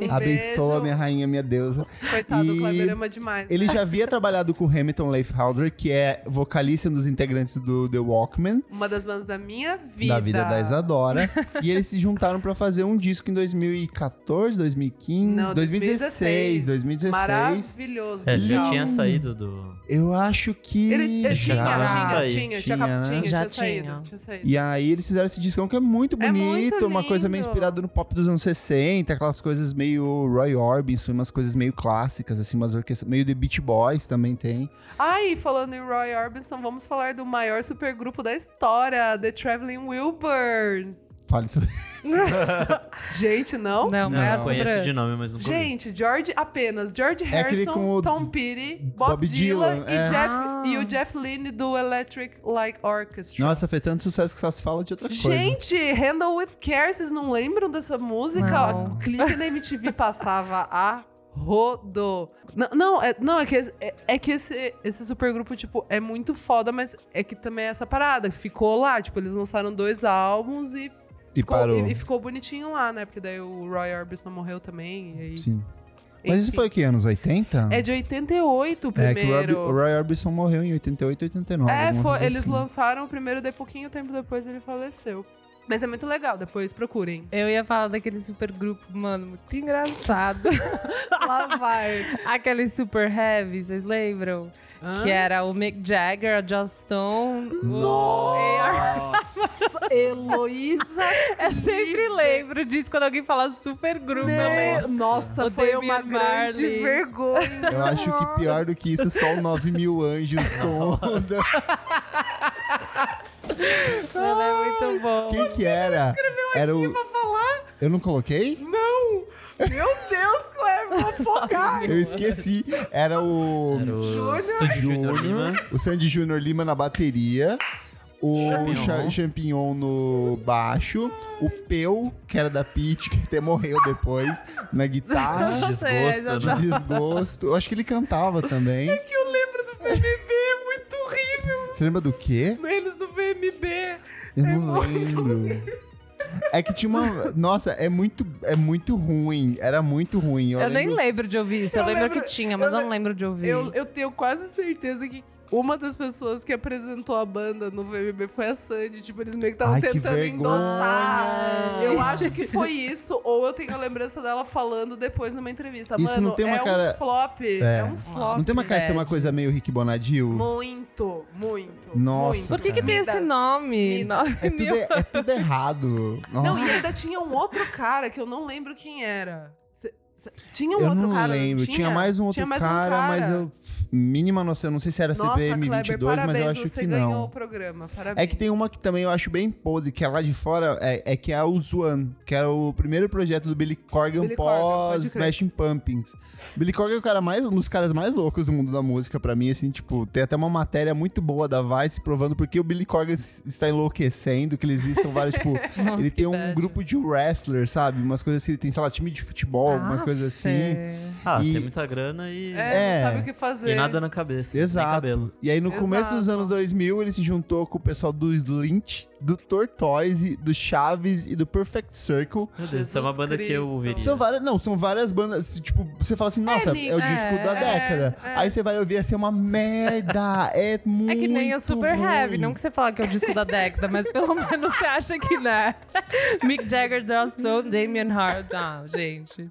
S1: Um
S4: Abençoa,
S1: beijo.
S4: minha rainha, minha deusa.
S1: Coitado,
S4: E
S1: o Kleber ama demais. né?
S4: Ele já havia trabalhado com Hamilton Leifhauser, que é vocalista dos integrantes do The Walkman,
S1: Uma das bandas da minha vida.
S4: da vida da
S1: [laughs]
S4: Isadora. e eles se juntaram pra fazer um disco em 2014, 2015,
S1: Não,
S4: 2016, 2016.
S1: Maravilhoso.
S3: É, ele já
S1: legal.
S3: tinha sado do.
S4: Eu acho que.
S1: Ele, ele tinha,
S4: já.
S3: Já
S1: tinha,
S3: saí.
S1: tinha, tinha,
S4: Tinha,
S1: tinha,
S4: né?
S2: Já
S1: tinha saído.
S2: tinha.
S1: Tinha saído.
S4: E aí eles fizeram esse discão que é muito
S1: É
S4: bonito,
S1: muito
S4: uma coisa meio
S1: lindo.
S4: inspirada no pop dos anos 60, aquelas coisas meio Roy Orbison, umas coisas meio clássicas, assim, umas orquestras, meio The Beach Boys também tem.
S1: Ai, falando em Roy Orbison, vamos falar do maior supergrupo da história, The Traveling Wilburys.
S4: Fale sobre
S1: Gente, não?
S2: [laughs] Não,
S4: Não,
S2: não é
S4: Super-
S3: Conheço de nome, mas nunca ouvi.
S1: Gente, George apenas, George
S4: É aquele
S1: Harrison,
S4: com o
S1: Tom Petty, Bob,
S4: Bob
S1: Dylan,
S4: Dylan,
S1: e,
S4: é.
S1: Jeff,
S2: Ah.
S1: e o Jeff Lynne do Electric Light Orchestra.
S4: Nossa, foi tanto sucesso que só se fala de outra coisa.
S1: Gente, Handle With Care, vocês não lembram dessa música?
S2: Não.
S1: Ó, Clique na
S4: [laughs]
S1: MTV passava a rodo. Não, não, é, não, é que, esse- é, é que esse, esse supergrupo, tipo, é muito foda, mas é que também é essa parada. que Ficou lá, tipo, eles lançaram dois álbuns e,
S4: E
S1: ficou,
S4: parou.
S1: e- e ficou bonitinho lá, né? Porque daí o Roy Orbison morreu também. E aí,
S4: Sim. Mas isso
S1: enfim.
S4: foi que, anos 80?
S1: É de 88 o
S4: É, que o Rob-
S1: primeiro.
S4: o Roy Orbison morreu em 88, 89.
S1: É,
S4: alguma
S1: foi-
S4: coisa
S1: eles
S4: assim.
S1: lançaram o primeiro, daí pouquinho tempo depois ele faleceu. Mas é muito legal, depois procurem.
S2: Eu ia falar daquele super grupo, mano, muito engraçado.
S1: [laughs] Lá vai.
S2: Aquele super heavy, vocês lembram?
S1: Hã?
S2: Que era o Mick Jagger, a Joss Stone. o-
S1: Heloísa.
S2: Eu sempre lembro disso quando alguém fala super grupo. eu lembro.
S1: Né? Nossa,
S2: O
S1: foi
S2: Damian
S1: uma grande
S2: Marley.
S1: vergonha.
S4: Eu acho que pior do que isso, é só o 9 mil anjos com...
S2: Ela é muito bom.
S4: Quem que era? Era o... Eu não coloquei?
S1: Não! Meu Deus, Cleber, fofocar!
S4: Eu esqueci. Era o...
S3: Era o
S1: Júnior.
S3: Sandy Júnior Lima.
S4: Júnior, o Sandy Júnior Lima na bateria, o
S3: Champignon.
S4: Cha- Champignon no baixo, o Peu, que era da Pete, que até morreu depois, na guitarra.
S3: [laughs]
S2: Não sei,
S3: Desgosto,
S4: De
S3: né?
S4: desgosto. Eu acho que ele cantava também.
S1: que eu lembro do VMB, é muito horrível.
S4: Você lembra do quê?
S1: Eles do VMB.
S4: Eu
S1: É
S4: não
S1: muito
S4: lembro. É que tinha uma. Nossa, é muito, é muito ruim. Era muito ruim. Eu,
S2: Eu nem
S4: lembro-
S2: lembro de ouvir isso. Eu,
S1: Eu
S2: lembro,
S1: lembro-
S2: que tinha, mas
S1: eu
S2: eu não lembro de ouvir.
S1: Eu, eu tenho quase certeza que uma das pessoas que apresentou a banda no VMB foi a Sandy. Tipo, eles meio que estavam
S4: Ai, que
S1: tentando
S4: vergonha.
S1: endossar. Eu acho que foi isso. Ou eu tenho a lembrança dela falando depois numa entrevista.
S4: Isso
S1: Mano,
S4: não tem uma
S1: é
S4: cara-
S1: um flop. É, um flop.
S4: Não tem uma cara de ser uma
S2: Verdade.
S4: coisa meio Rick Bonadil?
S1: Muito, muito.
S4: Nossa,
S1: muito.
S2: Por que, que tem esse
S1: Midas.
S2: nome?
S1: Midas.
S2: Nove
S4: É tudo,
S2: mil.
S4: é tudo errado.
S1: Não,
S4: Nossa.
S1: e ainda tinha um outro cara que eu não lembro quem era. Cê- cê- tinha um
S4: eu
S1: outro
S4: não
S1: cara,
S4: lembro.
S1: não
S4: tinha? mais um outro
S1: Tinha mais um
S4: cara, mas eu. Mínima noção, eu não sei se era
S1: Nossa,
S4: CPM22,
S1: Kleber,
S4: mas eu
S1: parabéns,
S4: acho
S1: você
S4: que
S1: ganhou
S4: não.
S1: o programa, parabéns.
S4: É que tem uma que também eu acho bem podre, que é lá de fora, é, é que é o Zwan, que era o primeiro projeto do Billy Corgan
S1: Billy Corgan,
S4: pós
S1: pode crer.
S4: Smashing Pumpkins. Billy Corgan é o cara mais, um dos caras mais loucos do mundo da música, pra mim, assim, tipo, tem até uma matéria muito boa da Vice provando porque o Billy Corgan s- está enlouquecendo, que eles estão vários, tipo,
S2: Nossa,
S4: ele
S2: que
S4: tem um
S2: bad.
S4: grupo de wrestlers, sabe? Umas coisas assim, ele tem, sei lá, time de futebol, algumas
S2: Ah,
S4: coisas assim.
S2: sei.
S3: Ah,
S4: E-
S3: tem muita grana e.
S1: É,
S4: É.
S1: não sabe o que fazer.
S3: E nada na cabeça. Nem cabelo.
S4: Exato. E aí, no começo dos
S1: Exato.
S4: anos 2000, ele se juntou com o pessoal do Slint, do Tortoise, do Chaves e do Perfect Circle.
S3: Meu Deus, isso é uma
S1: Jesus
S3: banda que eu
S1: Cristo.
S3: ouviria.
S4: São várias, não, são várias bandas, tipo, você fala assim, nossa, é,
S1: li-
S4: o disco
S2: é,
S4: da
S2: é,
S4: década.
S1: é.
S4: Aí você vai ouvir assim, é uma merda, é muito
S2: É que nem o Super
S4: ruim.
S2: Heavy. Não que você fala que é o disco da década, mas pelo menos você acha que né? [laughs] Mick Jagger, Joss Stone, Damien Hard. Não, gente.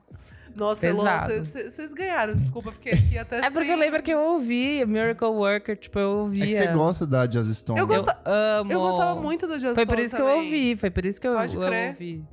S1: Nossa, Elon,
S2: Pesado.
S1: vocês ganharam, desculpa, fiquei aqui até
S2: É porque
S1: sem-
S2: eu lembro que eu ouvi Miracle Worker, tipo, eu
S4: É
S2: ouvia.
S4: que você gosta da Jazz Stone.
S1: Eu
S2: Eu
S1: gosta-
S2: amo.
S1: Eu gostava muito do Just
S2: Foi por isso que eu ouvi, foi por isso que eu,
S1: Pode
S2: eu
S1: crer.
S2: ouvi.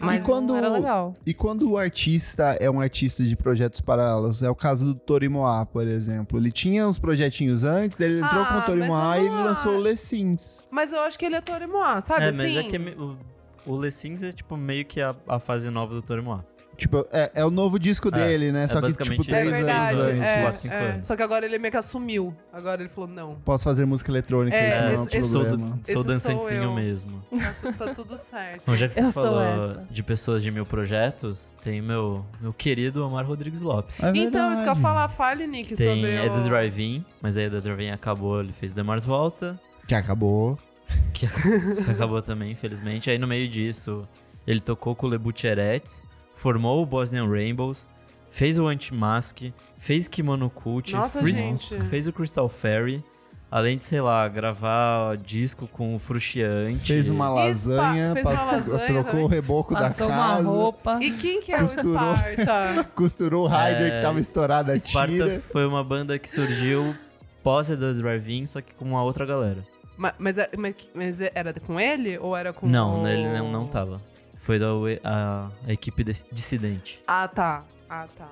S2: Mas
S4: quando-
S2: não era legal.
S4: E quando o artista é um artista de projetos paralelos, é o caso do Torimoá, por exemplo. Ele tinha uns projetinhos antes, daí ele entrou
S1: Ah,
S4: com o Torimoá
S1: mas
S4: e
S1: eu
S4: ele
S1: não
S4: lançou o
S1: acho.
S4: Lessins.
S1: Mas eu acho que ele é Torimoá, sabe
S3: É, mas
S1: assim?
S3: é que é me- o, o Les Sims é tipo meio que a, a fase nova do Torimoá.
S4: Tipo, é, é o novo disco dele, né? Só que, tipo,
S1: É
S3: basicamente
S4: três
S3: isso.
S1: verdade.
S4: anos antes.
S1: é,
S3: quatro, cinco
S1: é.
S3: anos.
S1: Só que agora ele meio que assumiu. Agora ele falou, não,
S4: Posso fazer música eletrônica,
S1: É,
S4: isso não é um
S1: esse- esse-
S3: Sou,
S4: problema.
S3: do- sou
S1: Esse sou
S3: dançantezinho
S1: eu.
S3: mesmo.
S1: tá, tu- tá tudo certo.
S3: Bom, já que você
S2: Eu sou essa.
S3: falou de pessoas de mil projetos, tem meu, meu querido Omar Rodrigues Lopes.
S4: É
S1: Então, isso que eu ia
S4: verdade.
S1: falar, fale, Nick,
S3: tem
S1: sobre o...
S3: é do Drive-In, mas aí do Drive-In acabou, ele fez The Mars Volta,
S4: Que acabou.
S3: que acabou também, infelizmente. Aí no meio disso, ele tocou com o Le Butcheret, formou o Bosnian Rainbows, fez o Anti-Mask, fez Kimono Cult,
S1: Nossa,
S3: fez,
S1: gente.
S3: fez o Crystal Fairy, além de, sei lá, gravar disco com o Frustiante.
S4: Fez uma lasanha,
S1: fez uma
S4: passou-
S1: lasanha
S4: trocou
S1: também.
S4: o reboco
S2: Passou
S4: da
S2: uma
S4: casa,
S2: roupa.
S1: E quem que é o
S4: Costurou.
S1: Sparta?
S4: costurou o Raider
S3: É,
S4: que tava estourado a
S3: Sparta
S4: tira.
S3: foi uma banda que surgiu pós The Drive-In, só que com uma outra galera.
S1: Ma- mas, é- mas, mas é- era com ele ou era com
S3: Não,
S1: o...
S3: ele não, tá. não tava. Foi da UE- a, a equipe dis- dissidente.
S1: Ah, tá. Ah, tá.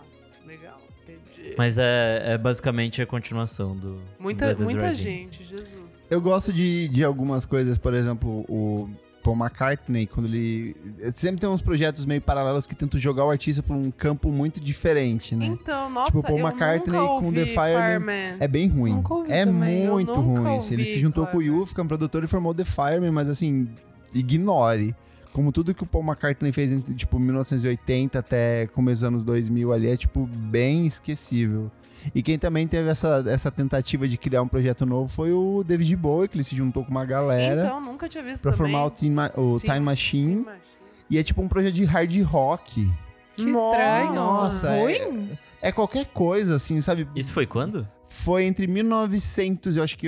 S1: Legal, entendi.
S3: Mas é, é basicamente a continuação do.
S1: muita
S3: do The
S1: muita
S3: Drive-In.
S1: gente, Jesus.
S4: Eu gosto de, de algumas coisas, por exemplo, o Paul McCartney, quando ele... Sempre tem uns projetos meio paralelos que tentam jogar o artista pra um campo muito diferente, né?
S1: Então, nossa,
S4: Tipo, Paul
S1: eu
S4: McCartney
S1: nunca
S4: com
S1: ouvi
S4: The
S1: Fireman.
S4: É bem ruim.
S1: Nunca ouvi
S4: É
S1: também, eu
S4: muito
S1: nunca
S4: ruim. assim. ele
S1: ouvi,
S4: se juntou com o
S1: Kleber.
S4: Yu, um produtor, e formou The Fireman, mas assim, ignore. Como tudo que o Paul McCartney fez entre, tipo, 1980 até começo dos anos 2000 ali, é, tipo, bem esquecível. E quem também teve essa, essa tentativa de criar um projeto novo foi o David Bowie, que ele se juntou com uma galera
S1: Então, nunca tinha visto
S4: pra
S1: também.
S4: formar o, Teen Ma- o
S1: Teen-
S4: Time Machine.
S1: Sim, mas-
S4: E é, tipo, um projeto de hard rock.
S2: Que estranho.
S4: Nossa, é-
S2: Ruim?
S4: É qualquer coisa, assim, sabe?
S3: Isso foi quando?
S4: Foi entre 1900, eu acho que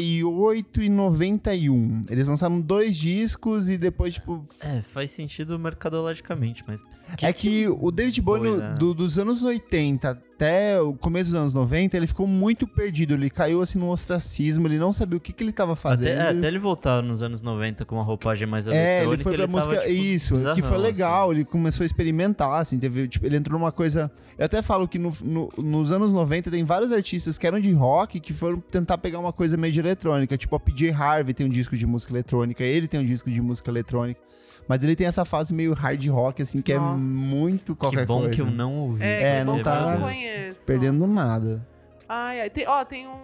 S4: 88 e 91. Eles lançaram dois discos e depois, tipo.
S3: É, faz sentido mercadologicamente, mas.
S4: é que, o David Bowie,
S3: Bowie,
S4: no-
S3: né?
S4: do- dos anos 80 até o começo dos anos 90, ele ficou muito perdido. Ele caiu, assim, num ostracismo. Ele não sabia o que, que ele tava fazendo.
S3: Até, é, até ele voltar nos anos 90 com uma roupagem mais
S4: É,
S3: eletrônica,
S4: ele foi pra
S3: tava,
S4: música.
S3: tipo,
S4: isso, que
S3: bizarrão,
S4: foi legal.
S3: assim.
S4: Ele começou a experimentar, assim, teve. Tipo, ele entrou numa coisa. Eu até falo que no- no- nos anos 90 tem vários artistas que eram de rock que foram tentar pegar uma coisa meio de eletrônica. Tipo, a PJ Harvey tem um disco de música eletrônica, ele tem um disco de música eletrônica. Mas ele tem essa fase meio hard rock, assim, que
S1: Nossa.
S4: é muito qualquer
S3: Que bom
S4: coisa.
S3: que eu não ouvi.
S1: É,
S4: É,
S1: que
S4: não
S1: bom que
S4: tá-
S1: eu não
S3: Meu Deus.
S1: conheço.
S4: Perdendo nada.
S1: Ai, ai, tem, ó, tem um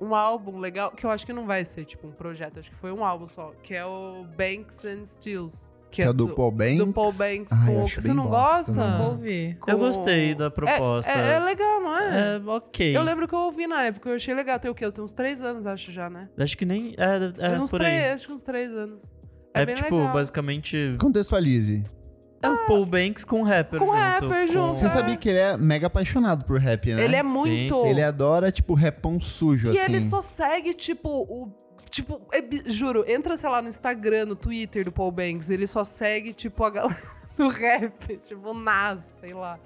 S1: um álbum legal que eu acho que não vai ser tipo um projeto, acho que foi um álbum só, que é o Banks and Steels, que,
S4: Que é o do Paul Banks.
S1: do Paul Banks
S4: Ai,
S1: com-
S4: eu acho
S1: você
S4: bem
S1: não gosta?
S4: bosta, né?
S2: Nunca ouvi.
S1: com-
S3: Eu gostei da proposta.
S1: É, é legal, não é?
S3: É, ok.
S1: Eu lembro que eu ouvi na época, eu achei legal. Tem o quê? Eu tenho uns três anos, acho já, né?
S3: Acho que nem. É, é
S1: uns
S3: por
S1: três,
S3: aí.
S1: acho que uns três anos. É,
S3: É,
S1: bem
S3: tipo,
S1: legal. Ah,
S3: basicamente.
S4: Contextualize.
S3: É o Paul Banks com rapper
S1: Com
S3: junto.
S1: rapper junto,
S4: Você
S1: É.
S4: sabia que ele é mega apaixonado por rap, né?
S1: Ele é
S3: Sim,
S1: muito.
S3: sim.
S4: Ele adora, tipo, repão sujo,
S1: E
S4: assim.
S1: ele só segue, tipo, o. Tipo, é bi- juro, entra, sei lá, no Instagram, no Twitter do Paul Banks, ele só segue, tipo, a galera [laughs] do rap, tipo, o Nas, sei lá,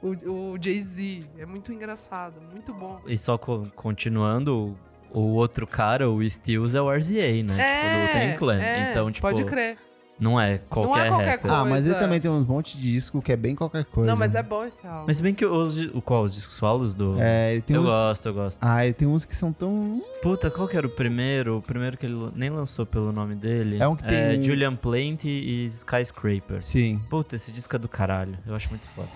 S1: o, o Jay-Z. É muito engraçado, muito bom.
S3: E só co- continuando, o o outro cara, o Steels, é o RZA, né? tipo, do Ten Clan.
S1: é,
S3: então, tipo,
S1: Pode crer.
S3: não é qualquer,
S1: Não é qualquer
S3: rapper.
S1: coisa.
S4: Ah, mas ele
S1: Coisa.
S4: também tem um monte de disco que é bem qualquer coisa.
S1: Não, mas é bom esse álbum.
S3: Mas se bem que os, o qual? Os discos solos do...
S4: É, ele tem
S3: eu
S4: uns.
S3: gosto, eu gosto.
S4: Ah, ele tem uns que são tão.
S3: Puta, qual que era o primeiro? O primeiro que ele lan- nem lançou pelo nome dele.
S4: É um que tem um-
S3: Julian Plant e Skyscraper.
S4: Sim.
S3: Puta, esse disco é do caralho. Eu acho muito foda.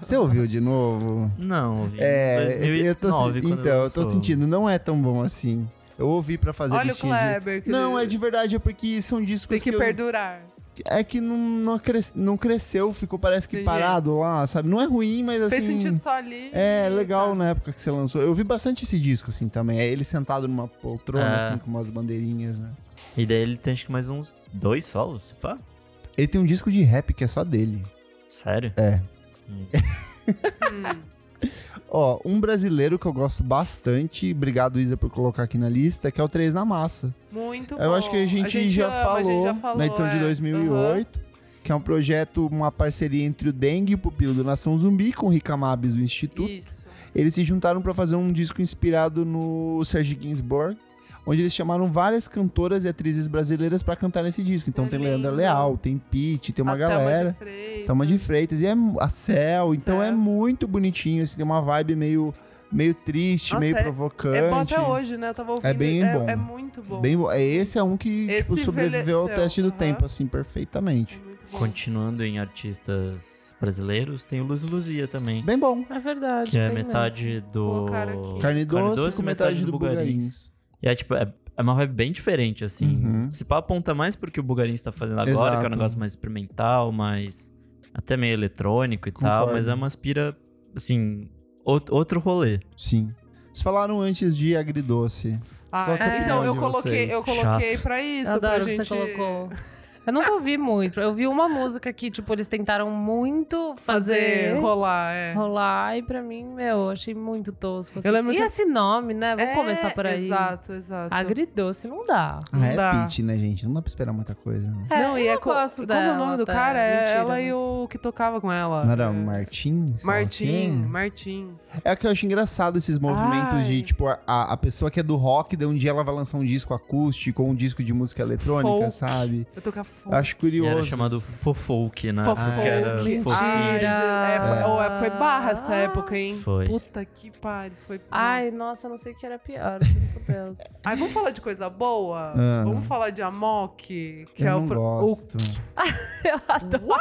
S4: Você ouviu de novo?
S3: Não, vi.
S4: É,
S3: 2009,
S4: eu tô, se-
S3: quando
S4: então, eu tô
S3: lançou.
S4: sentindo, não é tão bom assim. Eu ouvi pra fazer
S1: Olha o
S4: listinha é de-
S1: Kleber. que
S4: Não, é
S1: ele-
S4: de verdade, é porque são
S1: Tem
S4: discos
S1: que,
S4: que, eu-
S1: perdurar.
S4: é que não, não, cres- não cresceu, ficou parece que
S1: Entendi.
S4: parado lá, sabe? Não é ruim, mas assim
S1: Fez sentido só ali.
S4: É,
S1: e
S4: legal
S1: tá.
S4: na época que você lançou. Eu vi bastante esse disco, assim, também. É ele sentado numa poltrona,
S3: É.
S4: assim, com umas bandeirinhas, né?
S3: E daí ele tem acho que mais uns dois solos, se pá?
S4: Ele tem um disco de rap que é só dele.
S3: Sério?
S4: É.
S3: Hum.
S1: Hum.
S4: Ó, um brasileiro que eu gosto bastante, obrigado Isa por colocar aqui na lista, que é o 3 na Massa.
S1: Muito bom.
S4: eu acho que a gente, já,
S1: ama,
S4: falou
S1: a gente já falou.
S4: na edição de
S1: é.
S4: 2008, que é um projeto, uma parceria entre o Dengue e o Pupilo do Nação Zumbi com o Rica Mabes do
S1: Uhum.
S4: Instituto.
S1: Isso.
S4: Eles se juntaram pra fazer um disco inspirado no Serge Gainsbourg. Onde eles chamaram várias cantoras e atrizes brasileiras pra cantar nesse disco. Então
S1: Que
S4: tem Leandra
S1: lindo.
S4: Leal, tem Pete, tem uma
S1: A Thelma de
S4: galera.
S1: Freitas.
S4: Tama de Freitas e é a Cell, então é
S1: Céu.
S4: muito bonitinho, assim, tem uma vibe meio, meio triste,
S1: Nossa,
S4: meio
S1: é-
S4: provocante.
S1: É bom até hoje, né? Eu tava ouvindo.
S4: É bem
S1: é,
S4: bom.
S1: é muito bom.
S4: Bem bo- é, Esse é um que tipo,
S1: Esse
S4: sobreviveu ao
S1: envelheceu,
S4: teste do
S1: aham.
S4: tempo, assim,
S1: É
S4: perfeitamente.
S1: muito
S3: Continuando em artistas brasileiros, tem o Luz e Luzia também.
S4: Bem bom.
S2: É verdade.
S3: Que é
S2: tem mesmo.
S3: metade do.
S1: Colocaram aqui.
S4: Carne doce, com metade, do,
S3: Bugarins.
S4: bugarins.
S3: E é tipo, é, é uma vibe bem diferente, assim.
S4: Uhum.
S3: Se pá aponta mais pro que o Bugarin está fazendo agora, que é
S4: Exato.
S3: um negócio mais experimental, mais. até meio eletrônico e
S4: Concordo.
S3: tal, mas é uma aspira, assim, out- outro rolê.
S4: Sim. Vocês falaram antes de agridoce.
S1: Ah,
S4: Qual que é o
S1: então eu
S4: de
S1: coloquei,
S4: vocês?
S1: eu coloquei pra isso,
S2: Eu adoro
S1: pra
S2: que
S1: gente.
S2: você colocou. Eu nunca ouvi muito. Eu vi uma música que, tipo, eles tentaram muito
S1: Fazer
S2: fazer,
S1: rolar, é.
S2: rolar. E pra mim, meu, eu achei muito tosco. assim.
S1: Eu lembro
S2: e
S1: que-
S2: esse nome, né? Vamos
S1: É,
S2: começar por aí.
S1: Exato, exato.
S2: Agridoce não dá.
S1: Não
S4: Ah, é
S1: dá.
S4: pitch, né, gente? Não dá pra esperar muita coisa. né? Não,
S1: Não, e
S2: eu
S1: é co-
S2: gosto
S1: Como
S2: dela.
S1: é o nome do
S2: até.
S1: cara? É
S2: Mentira,
S1: ela
S2: mas-
S1: e o que tocava com ela.
S4: Não era
S1: É.
S4: Martin? sei lá
S1: Martim,
S4: quem?
S1: Martim.
S4: É que eu acho engraçado esses movimentos
S1: Ai.
S4: de, tipo, a, a pessoa que é do rock, de um dia ela vai lançar um disco acústico ou um disco de música eletrônica,
S1: Folk.
S4: sabe?
S1: Eu tocar fogo.
S4: Acho
S3: E
S4: curioso.
S3: era chamado Fofolk, né?
S1: Fofolk.
S3: Que era
S1: Ai,
S3: fofinho.
S1: gente, é, foi,
S2: É.
S1: ou é, foi barra essa época, hein?
S3: Foi.
S1: Puta que pariu, foi.
S2: Ah, Ai,
S1: nossa.
S2: nossa, eu não sei o que era pior. Meu Deus.
S1: [laughs] Ai, vamos falar de coisa boa?
S4: Ah.
S1: Vamos falar de Amok, que
S4: eu
S1: é
S4: não
S1: o, pro- o
S4: gosto.
S2: Eu adoro.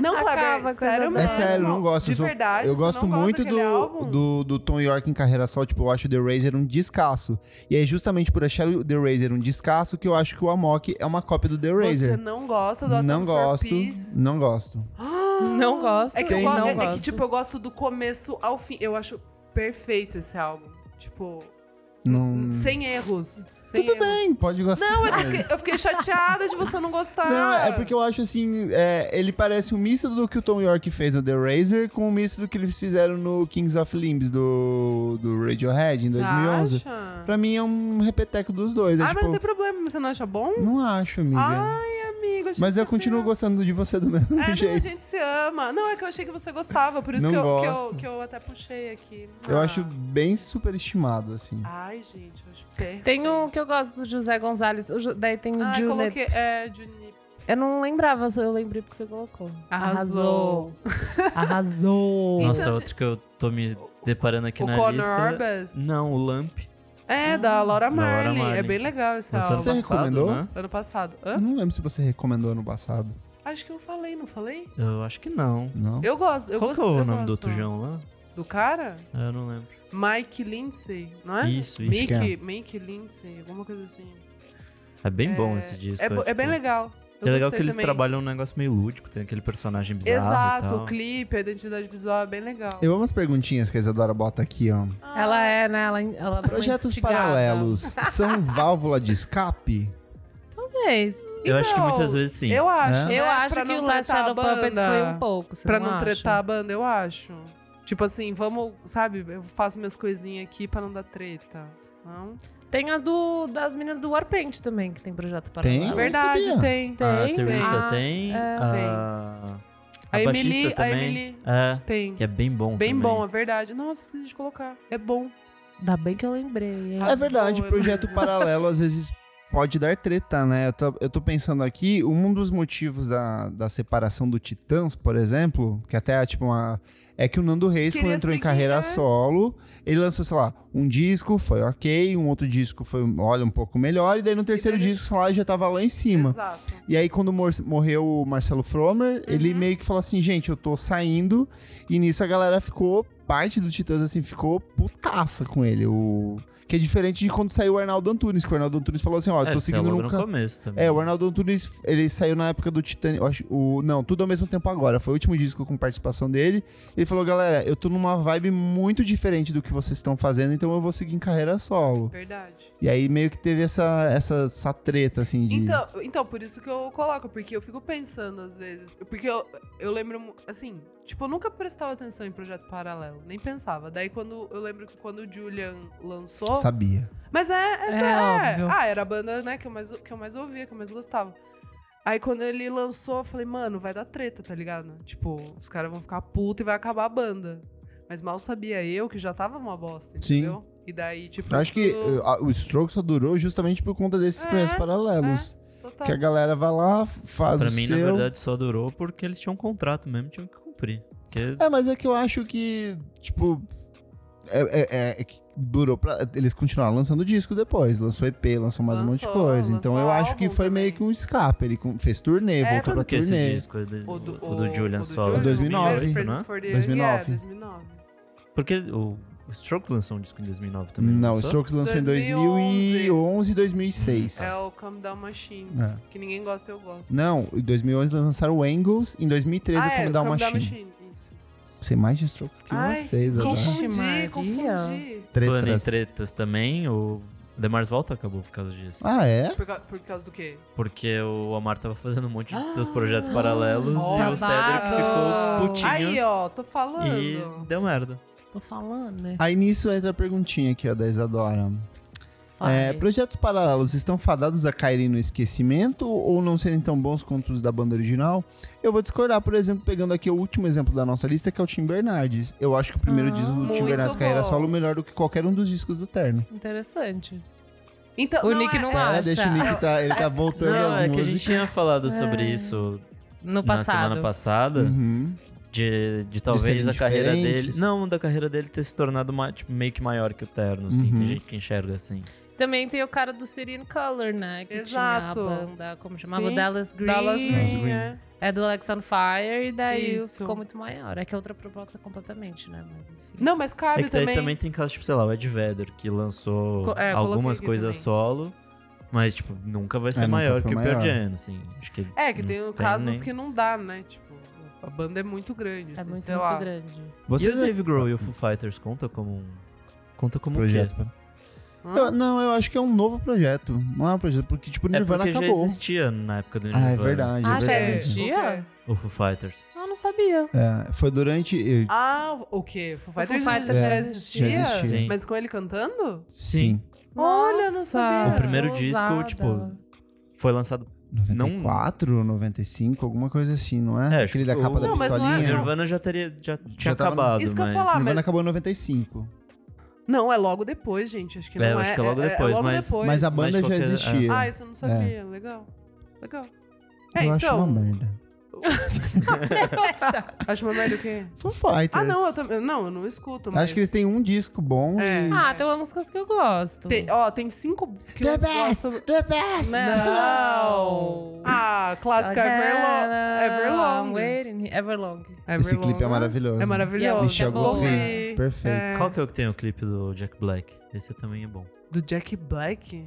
S1: Não, Kleber,
S2: Acaba a coisa
S1: sério
S2: boa.
S1: mesmo.
S4: É sério, eu não gosto.
S1: De
S4: eu sou-
S1: verdade,
S4: eu
S1: você
S4: gosto
S1: não gosta
S4: muito
S1: daquele
S4: do,
S1: álbum?
S4: do, do Tom York em carreira só. Tipo, eu acho The Razer um descasso. E é justamente por achar o The Razer um descasso que eu acho que o Amok é uma cópia do The
S1: Você
S4: Razer.
S1: não gosta do
S4: Não
S1: Atoms for
S4: gosto,
S1: Peace?
S4: não gosto.
S2: Não gosto.
S1: É que, eu
S4: Tem,
S1: gosto,
S2: não
S1: é, é que,
S2: gosto.
S1: tipo, eu gosto do começo ao fim. Eu acho perfeito esse álbum. Tipo,
S4: Não...
S1: sem erros. Sem
S4: Tudo
S1: erros.
S4: bem, pode gostar.
S1: Não, é porque eu fiquei chateada de você não gostar.
S4: Não, é porque eu acho assim, é, ele parece um misto do que o Tom York fez no The Razer com um misto do que eles fizeram no Kings of Limbs do, do Radiohead em 2011.
S1: Você acha?
S4: Pra mim é um repeteco dos dois. É,
S1: Ah, mas
S4: tipo,
S1: não tem problema, você não acha bom?
S4: não acho, amiga.
S1: Ai, amigo. achei
S4: mas
S1: que você-
S4: eu continuo gostando de você do mesmo
S1: É, não, a
S4: jeito.
S1: gente se ama. Não, é que eu achei que você gostava, por isso
S4: Não
S1: que eu, que, eu,
S4: gosto.
S1: que eu até puxei aqui.
S4: Eu
S1: Ah.
S4: acho bem superestimado, assim.
S1: Ai, gente, eu acho perfeito.
S2: Tem um que eu gosto do José Gonzalez. O Ju- Daí tem o
S1: Ah,
S2: Juniper.
S1: coloquei. É, Juni.
S2: Eu não lembrava, só eu lembrei porque você colocou.
S1: Arrasou. [laughs]
S2: Arrasou.
S3: Nossa,
S1: Então,
S3: outro que eu tô me deparando aqui
S1: o
S3: na
S1: Conor
S3: lista.
S1: Orbest.
S3: Não, o Lamp.
S1: É,
S2: Ah.
S1: da Laura Marley.
S3: Marley.
S1: É bem legal esse
S3: Lançou ano
S1: álbum.
S4: Você
S3: passado,
S4: recomendou?
S3: né?
S1: Ano passado.
S4: Eu
S1: Hã?
S4: não lembro se você recomendou ano passado,
S1: Acho que eu falei, não falei?
S3: Eu acho que não.
S4: não?
S1: Eu gosto, eu
S3: Qual
S1: gosto.
S3: que é o
S1: eu
S3: nome do
S1: gosto.
S3: outro João lá?
S1: Do cara?
S3: Eu não lembro.
S1: Mike Lindsay, não é?
S3: Isso, isso.
S4: que
S1: Mickey, Mickey Lindsay, alguma coisa assim.
S3: É bem bom esse disco.
S1: É, bo- é
S3: tipo,
S1: bem legal. Eu
S3: É legal
S1: gostei
S3: que eles
S1: também.
S3: trabalham um negócio meio lúdico, tem aquele personagem bizarro e
S1: Exato,
S3: tal.
S1: o clipe, a identidade visual é bem legal.
S4: Eu amo as perguntinhas que a Isadora bota aqui, ó.
S1: Ah,
S2: Ela é, né? Ela, ela foi
S4: Projetos
S2: instigada.
S4: paralelos são válvula de escape?
S2: Talvez.
S3: Eu acho que
S1: Então,
S3: muitas vezes sim.
S1: Eu acho.
S4: É.
S1: né?
S2: É Eu acho
S1: Pra
S2: que
S1: não
S2: o Last
S1: tretar a
S2: Shadow Puppets
S1: banda.
S2: foi um pouco. Você
S1: Pra não,
S2: acha?
S1: tretar a banda, eu acho. Tipo assim, vamos, sabe, eu faço minhas coisinhas aqui pra não dar treta. Não?
S4: Ah,
S2: Tem a do, das meninas do Warpaint também, que tem projeto
S4: Eu
S2: paralelo.
S4: não
S1: É Verdade,
S4: sabia. Tá.
S1: tem.
S2: Tem.
S3: a Teresa
S2: Ah,
S3: tem.
S2: é,
S3: a...
S1: A
S3: a baixista
S1: Emily- a
S3: também.
S1: Emily-
S3: É,
S1: Tem.
S3: que é bem bom
S1: Bem
S3: também.
S1: bom, é verdade. Nossa, esqueci de colocar. É bom.
S2: Ainda bem que eu lembrei. hein?
S1: Ah,
S4: É verdade,
S1: Boa,
S4: projeto
S1: Luísa.
S4: paralelo às vezes pode dar treta, né? Eu tô, eu tô pensando aqui, um dos motivos da, da separação do Titãs, por exemplo, que até é tipo uma. É que o Nando Reis,
S1: Queria
S4: quando entrou em
S1: seguir,
S4: carreira
S1: né?
S4: solo, ele lançou, sei lá, um disco, foi ok, um outro disco foi, olha, um pouco melhor, e daí no terceiro
S1: deles-
S4: disco, sei lá, já tava lá em cima.
S1: Exato. é
S4: E aí, quando mor- morreu o Marcelo Fromer, ele meio que falou assim, gente, eu tô saindo. E nisso a galera ficou, parte do Titãs, assim, ficou putaça com ele. O... Que é diferente de quando saiu o Arnaldo Antunes, que o Arnaldo Antunes falou assim, ó, eu
S3: É,
S4: tô
S3: isso é
S4: seguindo
S3: logo
S4: num
S3: no
S4: ca-
S3: começo também.
S4: É, o Arnaldo Antunes, ele saiu na época do Titanic, eu acho, o... não, tudo ao mesmo tempo agora, foi o último disco com participação dele. Ele falou, galera, eu tô numa vibe muito diferente do que vocês estão fazendo, então eu vou seguir em carreira solo.
S1: Verdade.
S4: E aí meio que teve essa, essa, essa treta, assim, de...
S1: Então, então, por isso que eu coloco, porque eu fico pensando às vezes. Porque eu, eu lembro, mu- assim, tipo, eu nunca prestava atenção em projeto paralelo, nem pensava. Daí quando eu lembro que quando o Julian lançou.
S4: Sabia.
S1: Mas é, essa
S2: É
S1: é,
S2: óbvio.
S1: Ah, era a banda, né, que eu, mais, que eu mais ouvia, que eu mais gostava. Aí quando ele lançou, eu falei, mano, vai dar treta, tá ligado? Tipo, os caras vão ficar putos e vai acabar a banda. Mas mal sabia eu que já tava uma bosta,
S4: Sim.
S1: entendeu? E daí, tipo,
S4: Eu acho que
S1: isso-
S4: eh, a- o Stroke só durou justamente por conta desses
S1: É, tá.
S4: projetos paralelos.
S1: Total.
S4: Que a galera vai lá, faz
S3: Pra
S4: o
S3: mim,
S4: seu...
S3: na verdade, só durou porque eles tinham um contrato mesmo, tinham que cumprir. Porque
S4: É, mas é que eu acho que, tipo... é, é- é- é que durou pra. Eles continuaram lançando disco depois. Lançou EP, lançou mais um monte de
S1: Lançou,
S4: coisa. Então
S1: lançou
S4: eu acho que
S1: álbum
S4: foi meio
S1: também.
S4: que um escape. Ele com- fez turnê,
S1: É,
S4: voltou pra
S3: Quando que é esse
S4: turnê.
S3: disco? O do,
S1: O do,
S3: o do Julian Solo.
S4: Julian. 2009,
S1: Very
S3: né?
S1: Phrases for é, the-
S4: 2009.
S1: Yeah, 2009.
S3: Porque o o Stroke lançou um disco em 2009 também.
S4: Não, o
S3: lançou?
S4: Strokes lançou em 2011 e 2006.
S1: É o Come Down Machine.
S4: É.
S1: Que ninguém gosta, eu gosto.
S4: Não, em 2011 eles lançaram o Angles, em 2013
S1: é,
S4: o Come Down
S1: Come Down
S4: Machine.
S1: Machine. Isso, isso, isso.
S4: Você mais de Strokes que
S1: Ai,
S4: vocês agora.
S2: Ixi,
S1: Confundi,
S2: Maria.
S1: confundi.
S3: Falando um em
S4: Tretas.
S3: tretas também, o The Mars Volta acabou por causa disso.
S4: Ah, é?
S1: Por, ca- por causa do quê?
S3: Porque o Amar tava fazendo um monte de seus projetos paralelos e
S2: babado.
S3: o Cedric ficou putinho
S1: Ah, tá. Aí, ó, tô
S3: e
S1: falando.
S3: deu merda.
S2: Tô falando, né?
S4: Aí nisso entra a perguntinha aqui, ó, da Isadora. É,
S2: Fale.
S4: projetos paralelos estão fadados a caírem no esquecimento ou não serem tão bons quanto os da banda original? Eu vou discordar, por exemplo, pegando aqui o último exemplo da nossa lista, que é o Tim Bernardes. Eu acho que o primeiro
S2: Ah,
S4: disco do Tim
S1: muito
S4: Bernardes Carreira
S1: bom.
S4: Solo é melhor do que qualquer um dos discos do Terno.
S2: Interessante.
S1: Então,
S2: O
S1: não
S2: Nick
S1: é-
S2: não
S1: é-
S4: Cara,
S2: acha.
S4: deixa o Nick tá, ele tá voltando
S3: Não,
S4: às
S3: é que a
S4: músicas.
S3: gente tinha falado sobre isso
S2: No
S3: na
S2: passado.
S3: semana passada.
S4: Uhum.
S3: De, de talvez
S4: serem
S3: a carreira
S4: diferentes.
S3: dele. Não, da carreira dele ter se tornado ma- tipo, meio que maior que o terno, assim.
S4: Uhum.
S3: Tem gente que enxerga assim.
S2: Também tem o cara do Serene Color, né? Que
S1: Exato.
S2: tinha a banda, como chamava?
S1: Sim.
S2: Dallas Green.
S1: Dallas
S4: Dallas
S1: Green,
S4: Green.
S1: é.
S2: É do Alex on Fire e daí
S1: Isso.
S2: ficou muito maior. É que é outra proposta completamente, né? Mas enfim.
S1: Não, mas
S3: é
S1: cabe
S3: que daí
S1: também.
S3: também tem casos, tipo, sei lá, o Ed Vedder, que lançou
S1: Co- é, eu coloquei
S3: algumas
S1: aqui
S3: coisas
S1: também.
S3: solo, mas, tipo, nunca vai ser
S4: É, nunca
S3: maior
S4: foi
S3: que o
S4: maior.
S3: Pearl Jam, assim. Acho que
S1: É, que
S3: não
S1: tem casos
S3: nem.
S1: que não dá, né? Tipo, a banda é muito grande,
S2: É
S1: assim,
S2: muito,
S1: sei
S2: muito
S1: lá.
S2: grande.
S3: E o
S4: Vocês
S3: Dave Grohl e o Foo Fighters conta como um... Conta como
S4: projeto.
S3: um
S4: para-
S1: Hã?
S4: Eu- não, eu acho que é um novo projeto. Não é um projeto, porque tipo, o
S3: quê? É
S4: Nirvana
S3: porque já
S4: acabou.
S3: existia na época do Nirvana.
S4: Ah, é verdade.
S2: Ah,
S4: é
S2: já
S4: verdade.
S2: existe. existia?
S1: quê?
S3: O Foo Fighters.
S2: Eu Ah, não sabia.
S4: É, foi durante. eu-
S1: Ah, o quê? Foo Fighters,
S2: Foo Fighters
S1: já,
S4: já
S1: existia?
S4: já existia.
S3: Sim.
S1: Mas com ele cantando?
S3: Sim.
S1: Olha, não
S2: Nossa,
S1: sabia.
S3: O primeiro
S2: ousada.
S3: disco, tipo, foi lançado...
S4: 94, 95, alguma coisa assim, não é?
S3: É,
S4: Aquele
S3: acho
S4: da
S3: que
S4: capa
S3: o-
S4: da
S1: Não, mas não
S4: pistolinha. Ah,
S1: é-
S3: O
S1: não.
S3: Nirvana já teria... Já tinha
S4: tava no-
S3: acabado,
S1: Isso que eu ia
S3: mas...
S1: falar,
S4: O Nirvana
S1: mas-
S4: acabou em 95.
S1: Não, é logo depois, gente. Acho que não
S3: É,
S1: é.
S3: eu acho que é logo depois,
S1: logo
S3: mas-
S1: depois.
S4: Mas a
S3: Mas
S4: banda já
S3: qualquer-
S4: existia.
S1: Ah, isso eu não sabia. Legal. Legal. É,
S4: eu acho
S1: então.
S4: uma merda.
S1: acho uma merda o quê?
S4: Foo Fighters.
S1: Ah, não, eu também. Não, eu não escuto, mas.
S4: Acho que eles têm um disco bom
S1: É.
S2: [laughs]
S4: e...
S2: Ah, tem umas músicas que eu gosto.
S1: Tem- ó, tem cinco que
S4: The
S1: eu
S4: best!
S1: gosto.
S4: The best!
S1: Não! Ah, clássica Everlong.
S2: I'm
S1: Everlong.
S2: waiting, Everlong.
S4: Esse
S1: Everlong.
S4: clipe é maravilhoso.
S1: É maravilhoso.
S4: Michel
S2: É bom,
S4: Gondry,
S1: né?
S4: perfeito.
S1: É.
S3: Qual que é o que tem o clipe do Jack Black? Esse também é bom.
S1: Do Jack Black?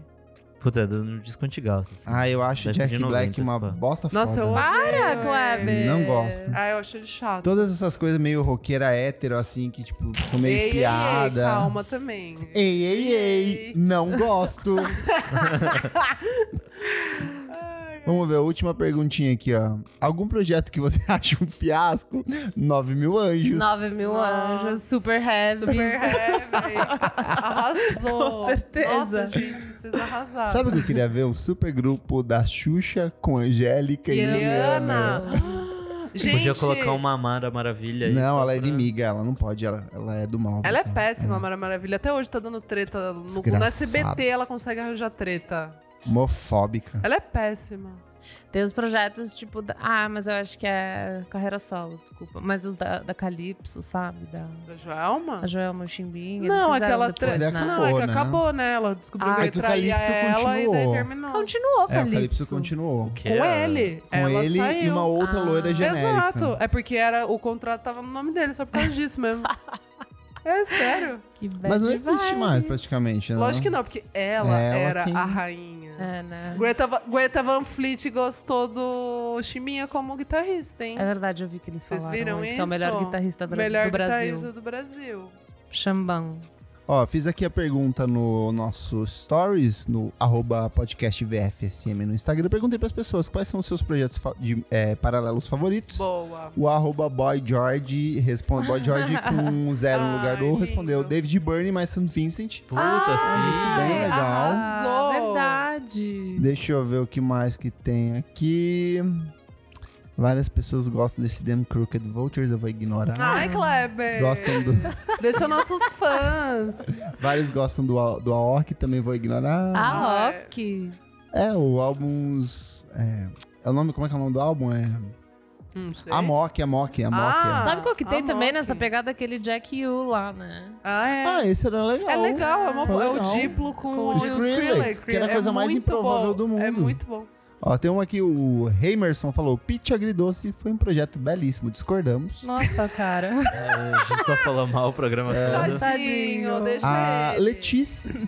S3: Puta, é do no disco antigaço, assim.
S4: Ah, eu acho
S3: Deve
S4: Jack
S3: de 90
S4: Black uma
S3: esse pá.
S4: bosta
S1: Nossa, eu
S4: foda.
S1: odeio.
S2: Para,
S1: ele.
S2: Kleber!
S4: Não gosto.
S1: Ah, eu acho ele chato.
S4: Todas essas coisas meio roqueira hétero, assim, que tipo, são meio
S1: Ei, ei, ei,
S4: piada.
S1: calma também.
S4: Ei, ei, ei,
S1: Ei. [laughs]
S4: não gosto. Vamos ver a última perguntinha aqui, ó. Algum projeto que você [laughs] acha um fiasco? 9 mil anjos.
S2: 9 mil
S1: Nossa.
S2: anjos, super heavy.
S1: É Super heavy. Arrasou.
S2: [laughs] Com certeza.
S1: Nossa, gente, vocês arrasaram.
S4: Sabe o que eu queria ver? Um super grupo da Xuxa com Angélica e
S1: é-
S4: Eliana.
S1: Eliana. Gente,
S3: Podia colocar uma Amara Maravilha aí.
S4: Não,
S3: só
S4: ela é
S3: pra-
S4: inimiga, ela não pode, ela, ela é do mal.
S1: né? ela é péssima, Mara Maravilha. Até hoje tá dando treta. No, no
S4: Desgraçada.
S1: SBT ela consegue arranjar treta.
S4: Homofóbica.
S1: Ela é péssima.
S2: Tem os projetos, tipo, da- ah, mas eu acho que é carreira solo, desculpa. Mas os da, da Calypso, sabe? Da
S1: Da Joelma?
S2: a Joelma Chimbinha.
S1: Não,
S2: eles fizeram
S1: aquela
S2: depois,
S4: treta-
S2: né?
S1: Não, é que
S4: Acabou, né?
S1: acabou, né? Ela descobriu
S2: Ah,
S1: que
S4: é
S1: ele
S4: que o
S1: traía
S4: Calypso
S1: ela e daí
S4: continuou.
S1: terminou.
S2: Continuou,
S4: É, o
S2: Calypso.
S4: Calypso continuou.
S3: Que
S1: Com
S3: é-
S1: ele.
S4: Com
S1: ela
S4: ele
S1: saiu.
S4: e uma outra
S2: Ah.
S4: loira genérica.
S1: Exato. É porque era, o contrato tava no nome dele, só por causa disso
S2: [laughs]
S1: mesmo. É sério.
S2: Que bad
S4: Mas não existe
S2: vibe.
S4: mais, praticamente, né?
S1: Lógico que não, porque ela,
S4: Ela
S1: era
S4: quem-
S1: a rainha.
S2: É, né?
S1: Greta, Va- Greta Van Fleet gostou do Chiminha como guitarrista, hein?
S2: É verdade, eu vi que eles
S1: Vocês
S2: falaram
S1: viram
S2: isso, que é o melhor
S1: isso?
S2: guitarrista bra-
S1: Melhor
S2: do Brasil.
S1: guitarrista do Brasil.
S2: Xambão.
S4: Ó, fiz aqui a pergunta no nosso stories, no arroba podcast VFSM no Instagram. Eu perguntei pras pessoas quais são os seus projetos fa- de, é, paralelos favoritos.
S1: Boa.
S4: O arroba Boy George responde.
S1: [laughs]
S4: Boy George com um zero no lugar
S1: Ai,
S4: do
S1: lindo.
S4: respondeu David Byrne mais St. Vincent.
S3: Puta,
S1: Ah,
S4: bem
S1: Ai,
S4: legal.
S1: Arrasou.
S2: Ah, verdade.
S4: Deixa eu ver o que mais que tem aqui. Várias pessoas gostam desse Damn Crooked Vultures, eu vou ignorar.
S1: Ai, Kleber.
S4: Gostam do-
S1: Deixa nossos fãs.
S4: Vários gostam do, A- do Aork, também vou
S2: Ah,
S4: ignorar.
S2: A
S1: é.
S2: Ok.
S4: É, o álbuns. É, é o nome, como é que é o nome do álbum? É.
S1: Não Hum, sei.
S4: A Mock, a Mock, a Mock. é.
S1: Ah,
S2: Sabe qual que tem também
S1: Amok.
S2: nessa pegada? Aquele Jack Yu lá, né?
S1: Ah, é.
S4: Ah, esse era legal.
S1: É legal, é, uma-
S4: Foi
S1: é o
S4: legal.
S1: Diplo com,
S4: Com o
S1: o Skrillex.
S4: Skrillex, que era a
S1: é
S4: coisa mais
S1: muito
S4: improvável
S1: bom.
S4: do mundo.
S1: É muito bom.
S4: Ó, tem um aqui, o Heimerson falou, Pitch Agridoce foi um projeto belíssimo, discordamos.
S2: Nossa, cara.
S3: É, a gente só falou mal o programa
S4: É.
S1: Tadinho,
S3: todo.
S2: Tadinho.
S1: deixa
S4: A
S1: ele. [laughs]
S4: Letícia,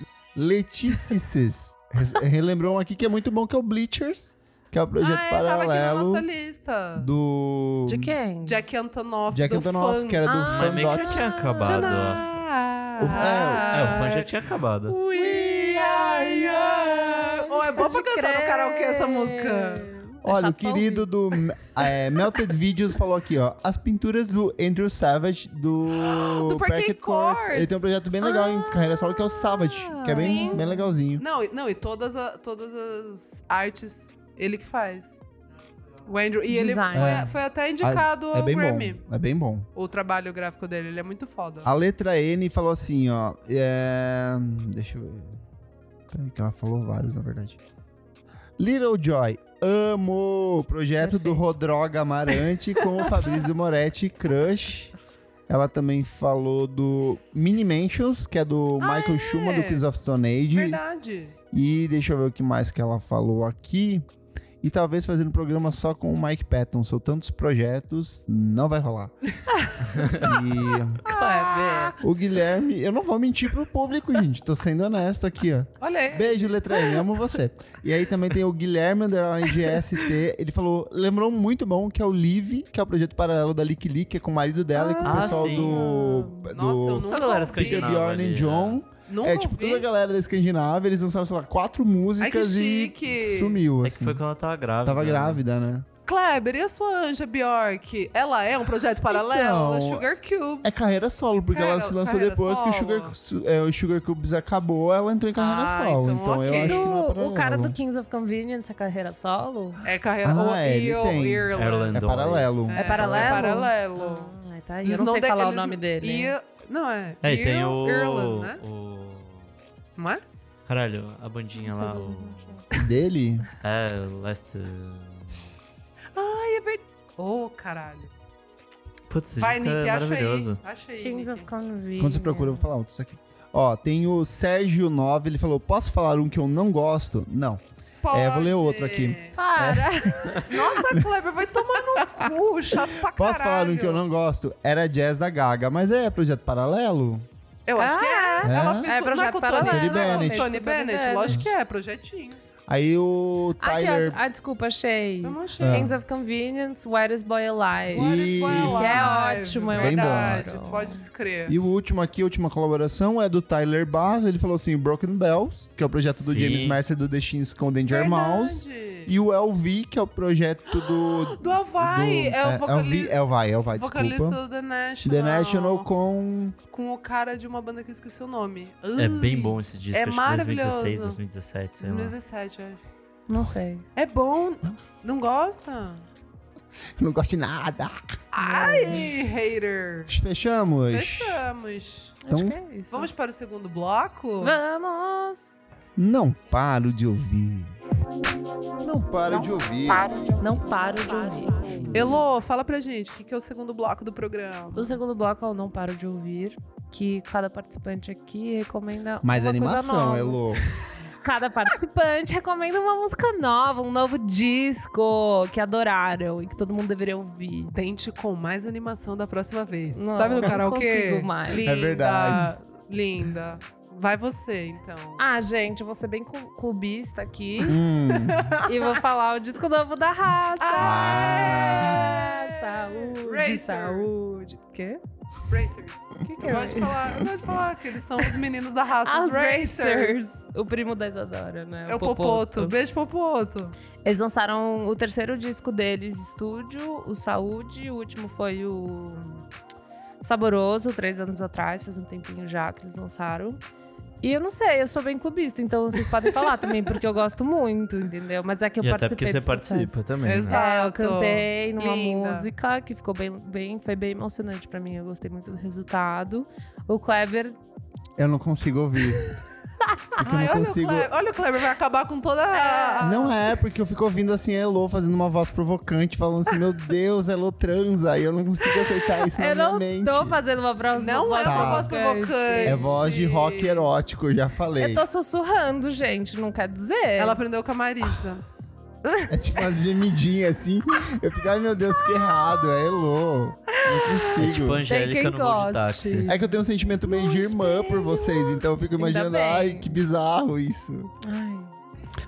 S4: Letices relembrou um aqui que é muito bom, que é o Bleachers, que é o projeto
S1: ah, é, tava aqui na
S4: paralelo
S1: nossa lista.
S4: do
S2: [laughs] De quem?
S1: Jack Antonoff
S4: Jack
S1: do
S4: Antonoff,
S1: fã.
S4: que era do
S2: Ah,
S4: Fandot.
S3: Mas meio que já tinha acabado. ó.
S1: Tcharam.
S4: O- é,
S3: É, o fã já tinha acabado.
S1: We are young. Ou é bom pra
S2: Pode
S1: cantar no
S2: crer.
S1: karaokê essa múca.
S2: É
S4: Olha,
S2: chato
S4: o querido do é, Melted Videos falou aqui, ó. As pinturas do Andrew Savage do,
S1: [gasps] Do Parquet Courts. Ah,
S4: Ele tem um projeto bem legal em carreira solo que é o Savage, que é bem,
S1: Sim.
S4: bem legalzinho.
S1: Não, e- não, e todas, a- todas as artes ele que faz. O Andrew. E ele
S2: Design.
S1: foi,
S4: É.
S1: foi até indicado
S4: é
S1: ao
S4: bem
S1: Grammy.
S4: bom, é bem bom.
S1: O trabalho gráfico dele, ele é muito foda.
S4: A letra N falou assim, ó. É... Deixa eu ver. Peraí, que ela falou vários, na verdade. Little Joy, amo! Projeto do Rodroga Amarante com o Fabrício Moretti, Crush. Ela também falou do Mini Mansions, que é do Michael Schumann, do Kings of Stone Age.
S1: Ah, Verdade.
S4: E deixa eu ver o que mais que ela falou aqui. E talvez fazendo um programa só com o Mike Patton. São tantos projetos, não vai rolar. e
S2: Kleber.
S4: o Guilherme, eu não vou mentir pro público, gente. Tô sendo honesto aqui, ó.
S1: Olha aí.
S4: Beijo, letra N, amo você. E aí também tem o Guilherme underline GST. Ele falou, lembrou muito bom que é o Live, que é o projeto paralelo da Lick Lick, que é com o marido dela e com o
S3: Ah,
S4: pessoal
S3: sim.
S4: do. do
S1: Nossa, eu nunca
S3: Só a galera
S1: ouvi.
S3: escandinava.
S4: Bjorn
S3: ali, né?
S4: and John.
S1: Nunca
S4: É tipo
S1: ouvi.
S4: toda a galera da Escandinávia, eles lançaram, sei lá, quatro músicas e
S1: chique.
S4: sumiu.
S3: É que
S4: assim.
S3: foi quando ela tava grávida.
S4: Tava
S3: né?
S4: grávida, né?
S1: Kleber, e a sua Anja Bjork? Ela é um projeto paralelo?
S4: Então,
S1: Sugar Cubes.
S4: É carreira solo, porque ela
S1: Carreira-
S4: se lançou
S1: carreira
S4: depois que o Sugar,
S1: solo.
S4: Su- é, o Sugar Cubes acabou, ela entrou em carreira
S1: Ah,
S4: solo. Então,
S1: então
S4: eu
S1: ok.
S4: acho que não é
S2: O-
S4: paralelo.
S2: O cara do Kings of Convenience, a carreira solo?
S1: É carreira.
S4: Ah,
S1: ou
S4: é, ele
S1: Ill-
S4: tem.
S1: Ireland.
S3: Ireland.
S4: É paralelo.
S2: É paralelo?
S1: É paralelo.
S2: Ah, tá. E
S1: Eles
S2: eu não, sei
S1: de-
S2: falar o
S1: eles-
S2: nome dele.
S1: I- Não é.
S3: É, e tem
S1: Ill-
S3: o.
S1: Ireland, né?
S3: o-
S1: Não é?
S3: Caralho, a bandinha
S2: Não sei
S3: lá.
S2: do
S3: O...
S4: Dele?
S3: É, Last. uh,
S1: Ai, é verdade. Ô, caralho.
S3: Putz, esse
S1: Vai,
S3: disco
S1: Nick,
S3: é
S1: acha aí.
S3: maravilhoso.
S1: Acha aí.
S2: Kings of
S1: Nick.
S2: Convenience.
S4: Quando você procura, eu vou falar outro isso aqui. Ó, tem o Sérgio 9, ele falou: posso falar um que eu não gosto? Não.
S1: Pode.
S4: É, vou ler outro aqui. É,
S2: Para!
S1: Nossa, Kleber, vai tomar no cu, chato pra caralho.
S4: Posso falar um que eu não gosto? Era jazz da Gaga, mas é projeto paralelo?
S1: Eu acho que é.
S4: É?
S1: Ela fez
S2: É
S1: com, não é
S2: projeto
S1: com o Tony,
S2: paralelo.
S4: Tony
S1: não é com o
S4: Bennett.
S1: Tony Bennett.
S2: Bennett.
S1: Lógico que é, projetinho.
S4: Aí o
S2: Aqui,
S4: Tyler. É.
S2: ó, ah, desculpa, achei.
S1: Eu não achei.
S2: Kings of Convenience, Whitest Boy Alive.
S1: What is going
S4: Isso.
S1: on?
S2: Que é ótimo, é
S4: Bem bom.
S1: verdade.
S2: legal.
S1: Pode se crer.
S4: E o último aqui, a última colaboração, é do Tyler Bass. Ele falou assim: Broken Bells, que é o projeto do
S3: Sim.
S4: James Mercer do The Shins com Danger
S1: Verdade.
S4: Mouse. E o LV, que é o projeto do.
S1: [gasps] Do Havaí,
S4: do-
S1: é o vocali-
S4: LV, Elvai, Elvai,
S1: vocalista
S4: é desculpa.
S1: do The National.
S4: The National com.
S1: Com o cara de uma banda que eu esqueci o nome.
S3: É
S1: Ui,
S3: bem bom esse disco,
S1: É
S3: acho que
S1: maravilhoso.
S3: 2016, 2017, sei lá.
S1: 2017, eu acho.
S2: Não sei.
S1: É bom. Não gosta?
S4: Não gosto de nada.
S1: Ai, hater.
S4: Fechamos.
S1: Fechamos.
S4: Então-
S2: Acho que é isso.
S1: Vamos para o segundo bloco?
S2: Vamos!
S4: Não paro de ouvir. Não paro de ouvir.
S2: Não paro de ouvir.
S1: Elô, fala pra gente, o que, que é o segundo bloco do programa?
S2: O segundo bloco é o Não Paro de Ouvir, que cada participante aqui recomenda
S4: Mais
S2: uma coisa
S4: animação,
S2: nova.
S4: é Elo.
S2: Cada participante [laughs] recomenda uma música nova, um novo disco que adoraram e que todo mundo deveria ouvir.
S1: Tente com mais animação da próxima vez.
S2: Não,
S1: Sabe no
S2: não
S1: karaokê?
S2: consigo mais. É
S1: Linda,
S4: verdade.
S1: Linda. Vai você, então.
S2: Ah, gente, eu vou ser bem clu- clubista aqui
S4: Hum.
S2: e
S4: [laughs]
S2: vou falar o disco novo da raça.
S4: Ah.
S2: É, saúde,
S1: Racers.
S2: saúde. Quê?
S1: Racers.
S2: Que que é
S1: Pode
S2: isso?
S1: falar, pode falar que eles são os meninos da raça,
S2: As
S1: os Racers.
S2: Racers. O primo da Isadora, né?
S1: É o Popoto. Beijo, Popoto.
S2: Eles lançaram o terceiro disco deles, estúdio, o Saúde. O último foi o Saboroso, três anos atrás, faz um tempinho já que eles lançaram. E eu não sei, eu sou bem clubista, então vocês podem falar também, porque eu gosto muito, entendeu? Mas é que eu
S3: E até porque
S2: participei
S3: você
S2: desse processo.
S3: participa também. né?
S1: Exato.
S2: É, eu cantei numa
S1: Linda.
S2: música que ficou bem, bem, foi bem emocionante pra mim. Eu gostei muito do resultado. O Kleber
S1: [laughs]
S4: Eu não consigo ouvir. Porque
S1: Ai,
S4: É eu não
S1: olha,
S4: consigo.
S1: o Kleber, olha o Kleber, vai acabar com toda a... a-
S4: Não é, porque eu fico ouvindo assim, a Elô fazendo uma voz provocante, falando assim, meu Deus, Elô transa, e eu não consigo aceitar isso
S2: Eu
S4: na
S2: não
S4: minha
S2: tô
S4: mente.
S2: fazendo uma voz
S1: Tá Não é uma voz provocante.
S4: É voz de rock erótico, eu já
S2: Eu
S4: falei.
S2: tô sussurrando, gente, não quer dizer.
S1: Ela aprendeu com a Marisa.
S4: É tipo umas gemidinhas assim. Eu fico, ai meu Deus, que errado, é Elô. Não
S3: É
S4: consigo.
S3: tipo Angélica
S2: quem
S3: no voo
S2: goste.
S3: de táxi.
S4: É que eu tenho um sentimento meio de irmã por vocês, então eu fico
S2: Ainda
S4: imaginando,
S2: bem.
S4: ai, que bizarro isso.
S2: Ai,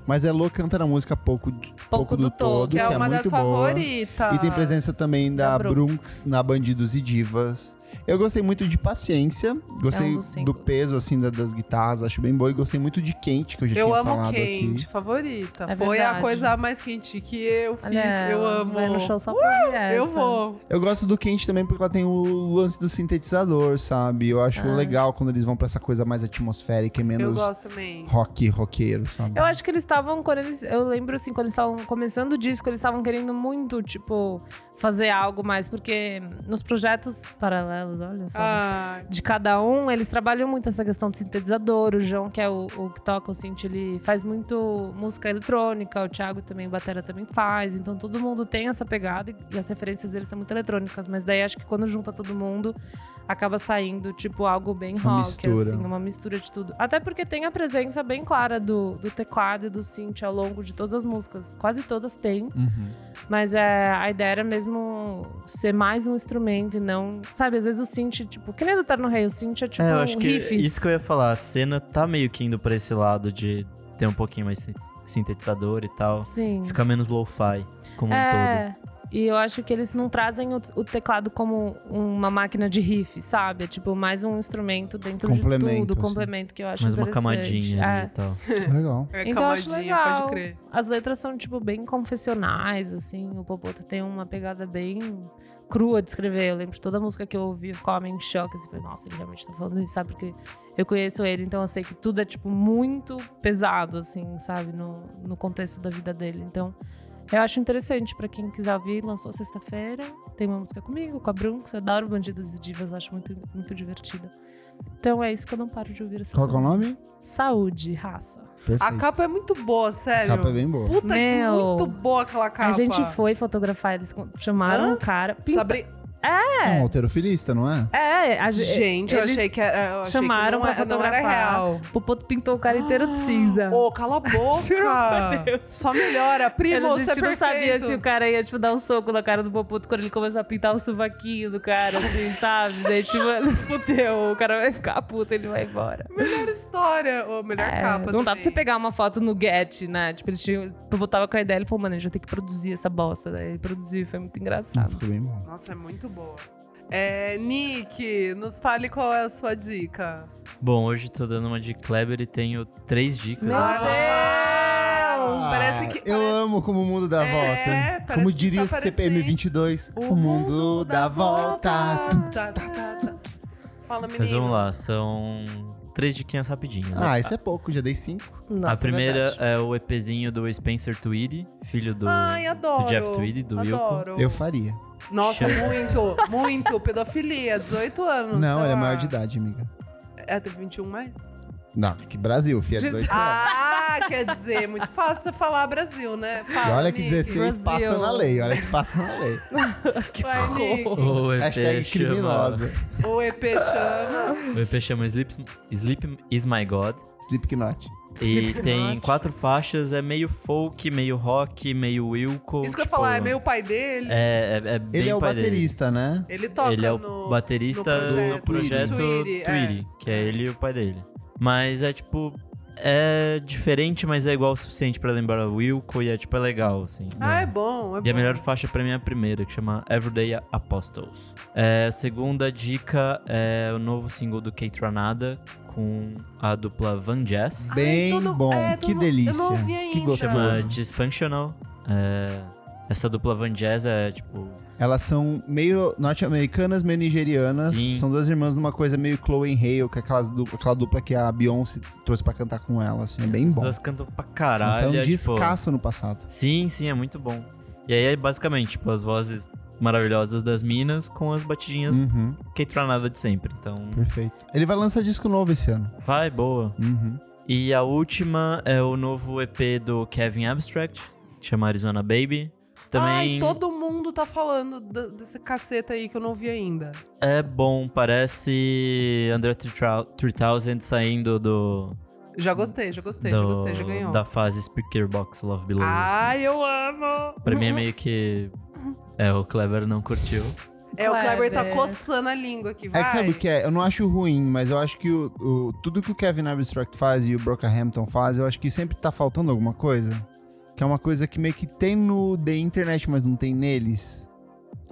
S4: Mas Elô canta na música pouco, pouco,
S2: pouco
S4: do,
S2: do
S4: todo,
S2: Todo,
S1: Que é
S4: que é
S1: uma das
S4: muito boa.
S1: favoritas.
S4: E tem presença também da,
S2: Da
S4: Brunx.
S2: Brunx.
S4: na Bandidos e Divas. Eu gostei muito de Paciência, gostei
S2: É um dos
S4: do
S2: singles.
S4: peso assim da- das guitarras, acho bem boa e gostei muito de Quente, que eu já
S1: Eu
S4: tinha
S1: amo
S4: falado
S1: quente,
S4: aqui.
S1: favorita.
S2: É
S1: Foi a
S2: verdade.
S1: coisa mais quente que eu fiz.
S2: olha
S1: eu
S2: ela,
S1: amo. Uh,
S2: Vai no show só pra ouvir essa.
S1: Eu vou.
S4: Eu gosto do Quente também porque ela tem o lance do sintetizador, sabe? Eu acho
S2: Ah.
S4: legal quando eles vão pra essa coisa mais atmosférica e
S1: Eu
S4: menos
S1: gosto também.
S4: rock roqueiro, sabe?
S2: Eu acho que eles estavam, quando eles. Eu lembro assim, quando eles estavam começando o disco, eles estavam querendo muito, tipo, fazer algo mais, porque nos projetos paralelos, olha só.
S1: Ai,
S2: De cada um, eles trabalham muito essa questão do sintetizador. O João, que é o, o que toca o synth, ele faz muito música eletrônica. O Thiago também, batera também faz. Então todo mundo tem essa pegada e, e as referências deles são muito eletrônicas. Mas daí acho que quando junta todo mundo, acaba saindo, tipo, algo bem
S4: Uma
S2: rock,
S4: mistura.
S2: assim, uma mistura de tudo. Até porque tem a presença bem clara do, do teclado e do synth ao longo de todas as músicas. Quase todas têm.
S4: Uhum.
S2: Mas é, a ideia era mesmo ser mais um instrumento e não. Sabe, às vezes o synth, tipo, que nem do Terno Rei, o synth é tipo
S3: é, eu acho que
S2: riffs.
S3: isso que eu ia falar. A cena tá meio que indo pra esse lado de ter um pouquinho mais sin- sintetizador e tal.
S2: Sim.
S3: Fica menos lo-fi como um todo.
S2: é, e eu acho que eles não trazem o, o teclado como uma máquina de riff, sabe? É tipo mais um instrumento dentro de
S4: Complemento,
S2: tudo,
S4: assim.
S2: complemento que eu acho
S3: Mais uma
S2: interessante.
S3: camadinha ali
S2: É.
S3: e tal.
S4: Legal.
S1: é
S2: Então eu acho
S1: camadinha,
S2: legal.
S1: pode crer.
S2: As letras são, tipo, bem confessionais, assim. O Popoto tem uma pegada bem crua de escrever. Eu lembro de toda música que eu ouvi, eu ficava meio em choque. Assim, falei, nossa, ele realmente tá falando isso, sabe? Porque eu conheço ele, então eu sei que tudo é, tipo, muito pesado, assim, sabe? No, no contexto da vida dele. Então, eu acho interessante pra quem quiser ouvir. Lançou sexta-feira. Tem uma música comigo, com a Brunx. Eu adoro Bandidos e Divas, acho muito, muito divertida. Então é isso que eu não paro de ouvir essa
S4: Qual que é o
S2: semana.
S4: nome?
S2: Saúde, raça.
S4: Perfeito.
S1: A capa é muito boa,
S4: A
S1: sério.
S4: capa é bem boa.
S1: Puta que
S2: Meu.
S1: muito boa aquela capa.
S2: A gente foi fotografar, eles chamaram
S1: Hã?
S2: um cara. Pin-
S1: Sabri...
S4: É um alterofilista, não é?
S2: É, a ge-
S1: Gente, eu
S2: eles-
S1: achei que era. Eu achei
S2: chamaram
S1: que não,
S2: pra
S1: é- não era
S2: fotografar.
S1: real.
S2: Popoto pintou o cara inteiro de cinza.
S1: Ô, cala a [laughs]
S2: Juro por
S1: boca!
S2: Deus.
S1: Só melhora. Primo,
S2: Ele, a gente
S1: você é
S2: não sabia se o
S1: perfeito.
S2: cara ia, tipo, dar um soco na cara do Popoto quando ele começou a pintar o sovaquinho do cara, assim, sabe? Daí, tipo, ele [laughs] fudeu, o cara vai ficar puto, ele vai embora.
S1: Melhor história. Ô, melhor
S2: É,
S1: capa.
S2: não dá pra
S1: também.
S2: você pegar uma foto no Get, né? Tipo, eles tinham... Eu botava com a ideia, ele falou, mano, a gente vai ter que produzir essa bosta. Daí ele produziu, foi muito engraçado.
S4: Ficou bem bom.
S1: Nossa, é muito boa. É, Nick, nos fale qual é a sua dica.
S3: Bom, hoje tô dando uma de Kleber e tenho três dicas.
S2: Meu
S1: Ah,
S2: Deus!
S1: Parece que.
S4: Ah, Eu
S1: parece-
S4: amo como o mundo dá a
S1: É,
S4: volta.
S1: parece
S4: Como
S1: que
S4: diria o
S1: tá
S4: CPM 22, o mundo dá voltas.
S1: Tá, tá, tá. Fala, menino.
S3: Mas vamos lá, são três diquinhas rapidinhas.
S4: Ah, isso é pouco, já dei cinco.
S2: Nossa,
S3: a primeira
S4: [laughs]
S2: verdade.
S3: é o EPzinho do Spencer Tweedy, filho do,
S1: Ai, adoro.
S3: do Jeff Tweedy, do Wilco.
S1: adoro.
S4: Eu faria.
S1: Nossa,
S3: Chama.
S1: muito, muito. Pedofilia, 18 anos.
S4: Não,
S1: sei
S4: ele é
S1: lá.
S4: maior de idade, amiga.
S1: É, tem 21 mais?
S4: Não, que Brasil, fia
S2: Diz-
S4: 18 anos.
S1: Ah, quer dizer, muito fácil você falar Brasil, né?
S4: E
S1: Fala,
S4: olha que
S1: Nick.
S4: 16
S2: Brasil.
S4: passa na lei, olha que passa
S3: [laughs]
S4: na lei.
S1: Vai, Nick.
S3: O EP
S4: Hashtag
S3: chama-
S4: criminosa.
S1: O EP chama.
S3: O EP chama Sleep, Sleep Is My God.
S4: Slipknot.
S3: E tem
S2: Slipknot.
S3: quatro faixas, é meio folk, meio rock, meio Wilco.
S1: Isso que eu ia
S3: tipo,
S1: falar, é meio pai dele.
S3: É, é, é bem
S4: Ele é o
S3: pai dele.
S4: baterista, né?
S1: Ele toca
S3: ele é o
S1: no.
S3: baterista
S1: no
S3: do
S1: projeto.
S3: projeto
S1: Tweety,
S3: Tweety,
S1: é.
S3: que é ele e o pai dele. Mas é tipo. É diferente, mas é igual o suficiente pra lembrar o Wilco e é tipo, é legal, assim.
S1: Ah, é bom, é bom.
S3: E a melhor faixa pra mim é a primeira, que chama Everyday Apostles. É, a segunda dica é o novo single do Kate Ranada com a dupla Van Jazz.
S1: Ai,
S4: Bem
S1: tudo-
S4: bom,
S1: é,
S4: que
S1: tudo-
S4: delícia.
S1: eu não ouvi ainda.
S4: Que gostoso.
S3: Chama Dysfunctional. É, essa dupla Van Jazz é tipo.
S4: Elas são meio norte-americanas, meio nigerianas.
S3: Sim.
S4: São duas irmãs numa coisa meio Chloe and Hale, que é aquelas du- aquela dupla que a Beyoncé trouxe pra cantar com ela, assim. É bem
S3: as
S4: bom.
S3: duas cantam pra
S4: Lançaram
S3: caralho.
S4: um
S3: é, tipo,
S4: descasso no passado.
S3: Sim, sim, é muito bom. E aí é basicamente, tipo, as vozes maravilhosas das minas com as batidinhas
S4: Uhum, Hum.
S3: que Kate Ranada de sempre. Então,
S4: perfeito. Ele vai lançar disco novo esse ano.
S3: vai, boa.
S4: Uhum.
S3: E a última é o novo EP do Kevin Abstract, que chama Arizona Baby. Também
S1: Ai, todo mundo tá falando da- desse caceta aí que eu não vi ainda.
S3: é bom, parece Under 3000 saindo do,
S1: Já gostei, já gostei, já
S3: do-
S1: gostei, já ganhou.
S3: da fase Speakerbox Love Below. assim.
S1: Ai, eu amo!
S3: Pra mim é meio que. É, o Kleber não curtiu.
S1: É, o Kleber tá
S2: Kleber.
S1: coçando a língua aqui, vai.
S4: É que sabe o que é? Eu não acho ruim, mas eu acho que o, o- tudo que o Kevin Abstract faz e o Brockhampton faz, eu acho que sempre tá faltando alguma coisa. Que é uma coisa que meio que tem no The Internet, mas não tem neles.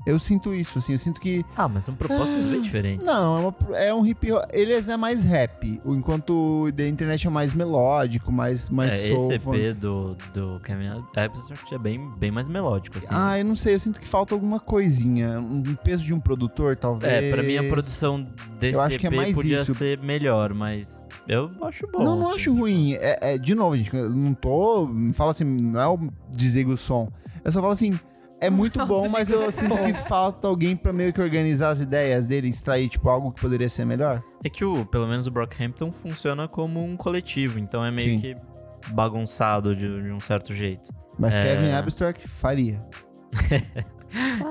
S4: Eu sinto isso, assim. Eu sinto que.
S3: Ah, mas são propostas bem diferentes.
S4: Não, é, uma- é um hip hop. Eles é mais rap. o- Enquanto o The Internet é mais melódico, mais, mais
S3: é,
S4: soul.
S3: esse EP do, do Kevin Abstract é bem, bem mais melódico, assim.
S4: Ah, eu não sei. Eu sinto que falta alguma coisinha. Um peso de um produtor, talvez.
S3: É, pra mim a produção desse
S4: Eu acho que é
S3: EP
S4: mais
S3: podia
S4: isso.
S3: ser melhor, mas eu acho bom.
S4: não, não
S3: assim.
S4: acho ruim. É, é- de novo, gente, eu não tô. Não fala assim, não é o desliga o som. Eu só falo assim, é muito bom, mas eu sinto que falta alguém pra meio que organizar as ideias dele, extrair, tipo, algo que poderia ser melhor.
S3: É que o, pelo menos o Brockhampton funciona como um coletivo, então é meio
S4: Sim.
S3: que bagunçado de, de um certo jeito.
S4: Mas
S3: É.
S4: Kevin Abstract faria.
S3: e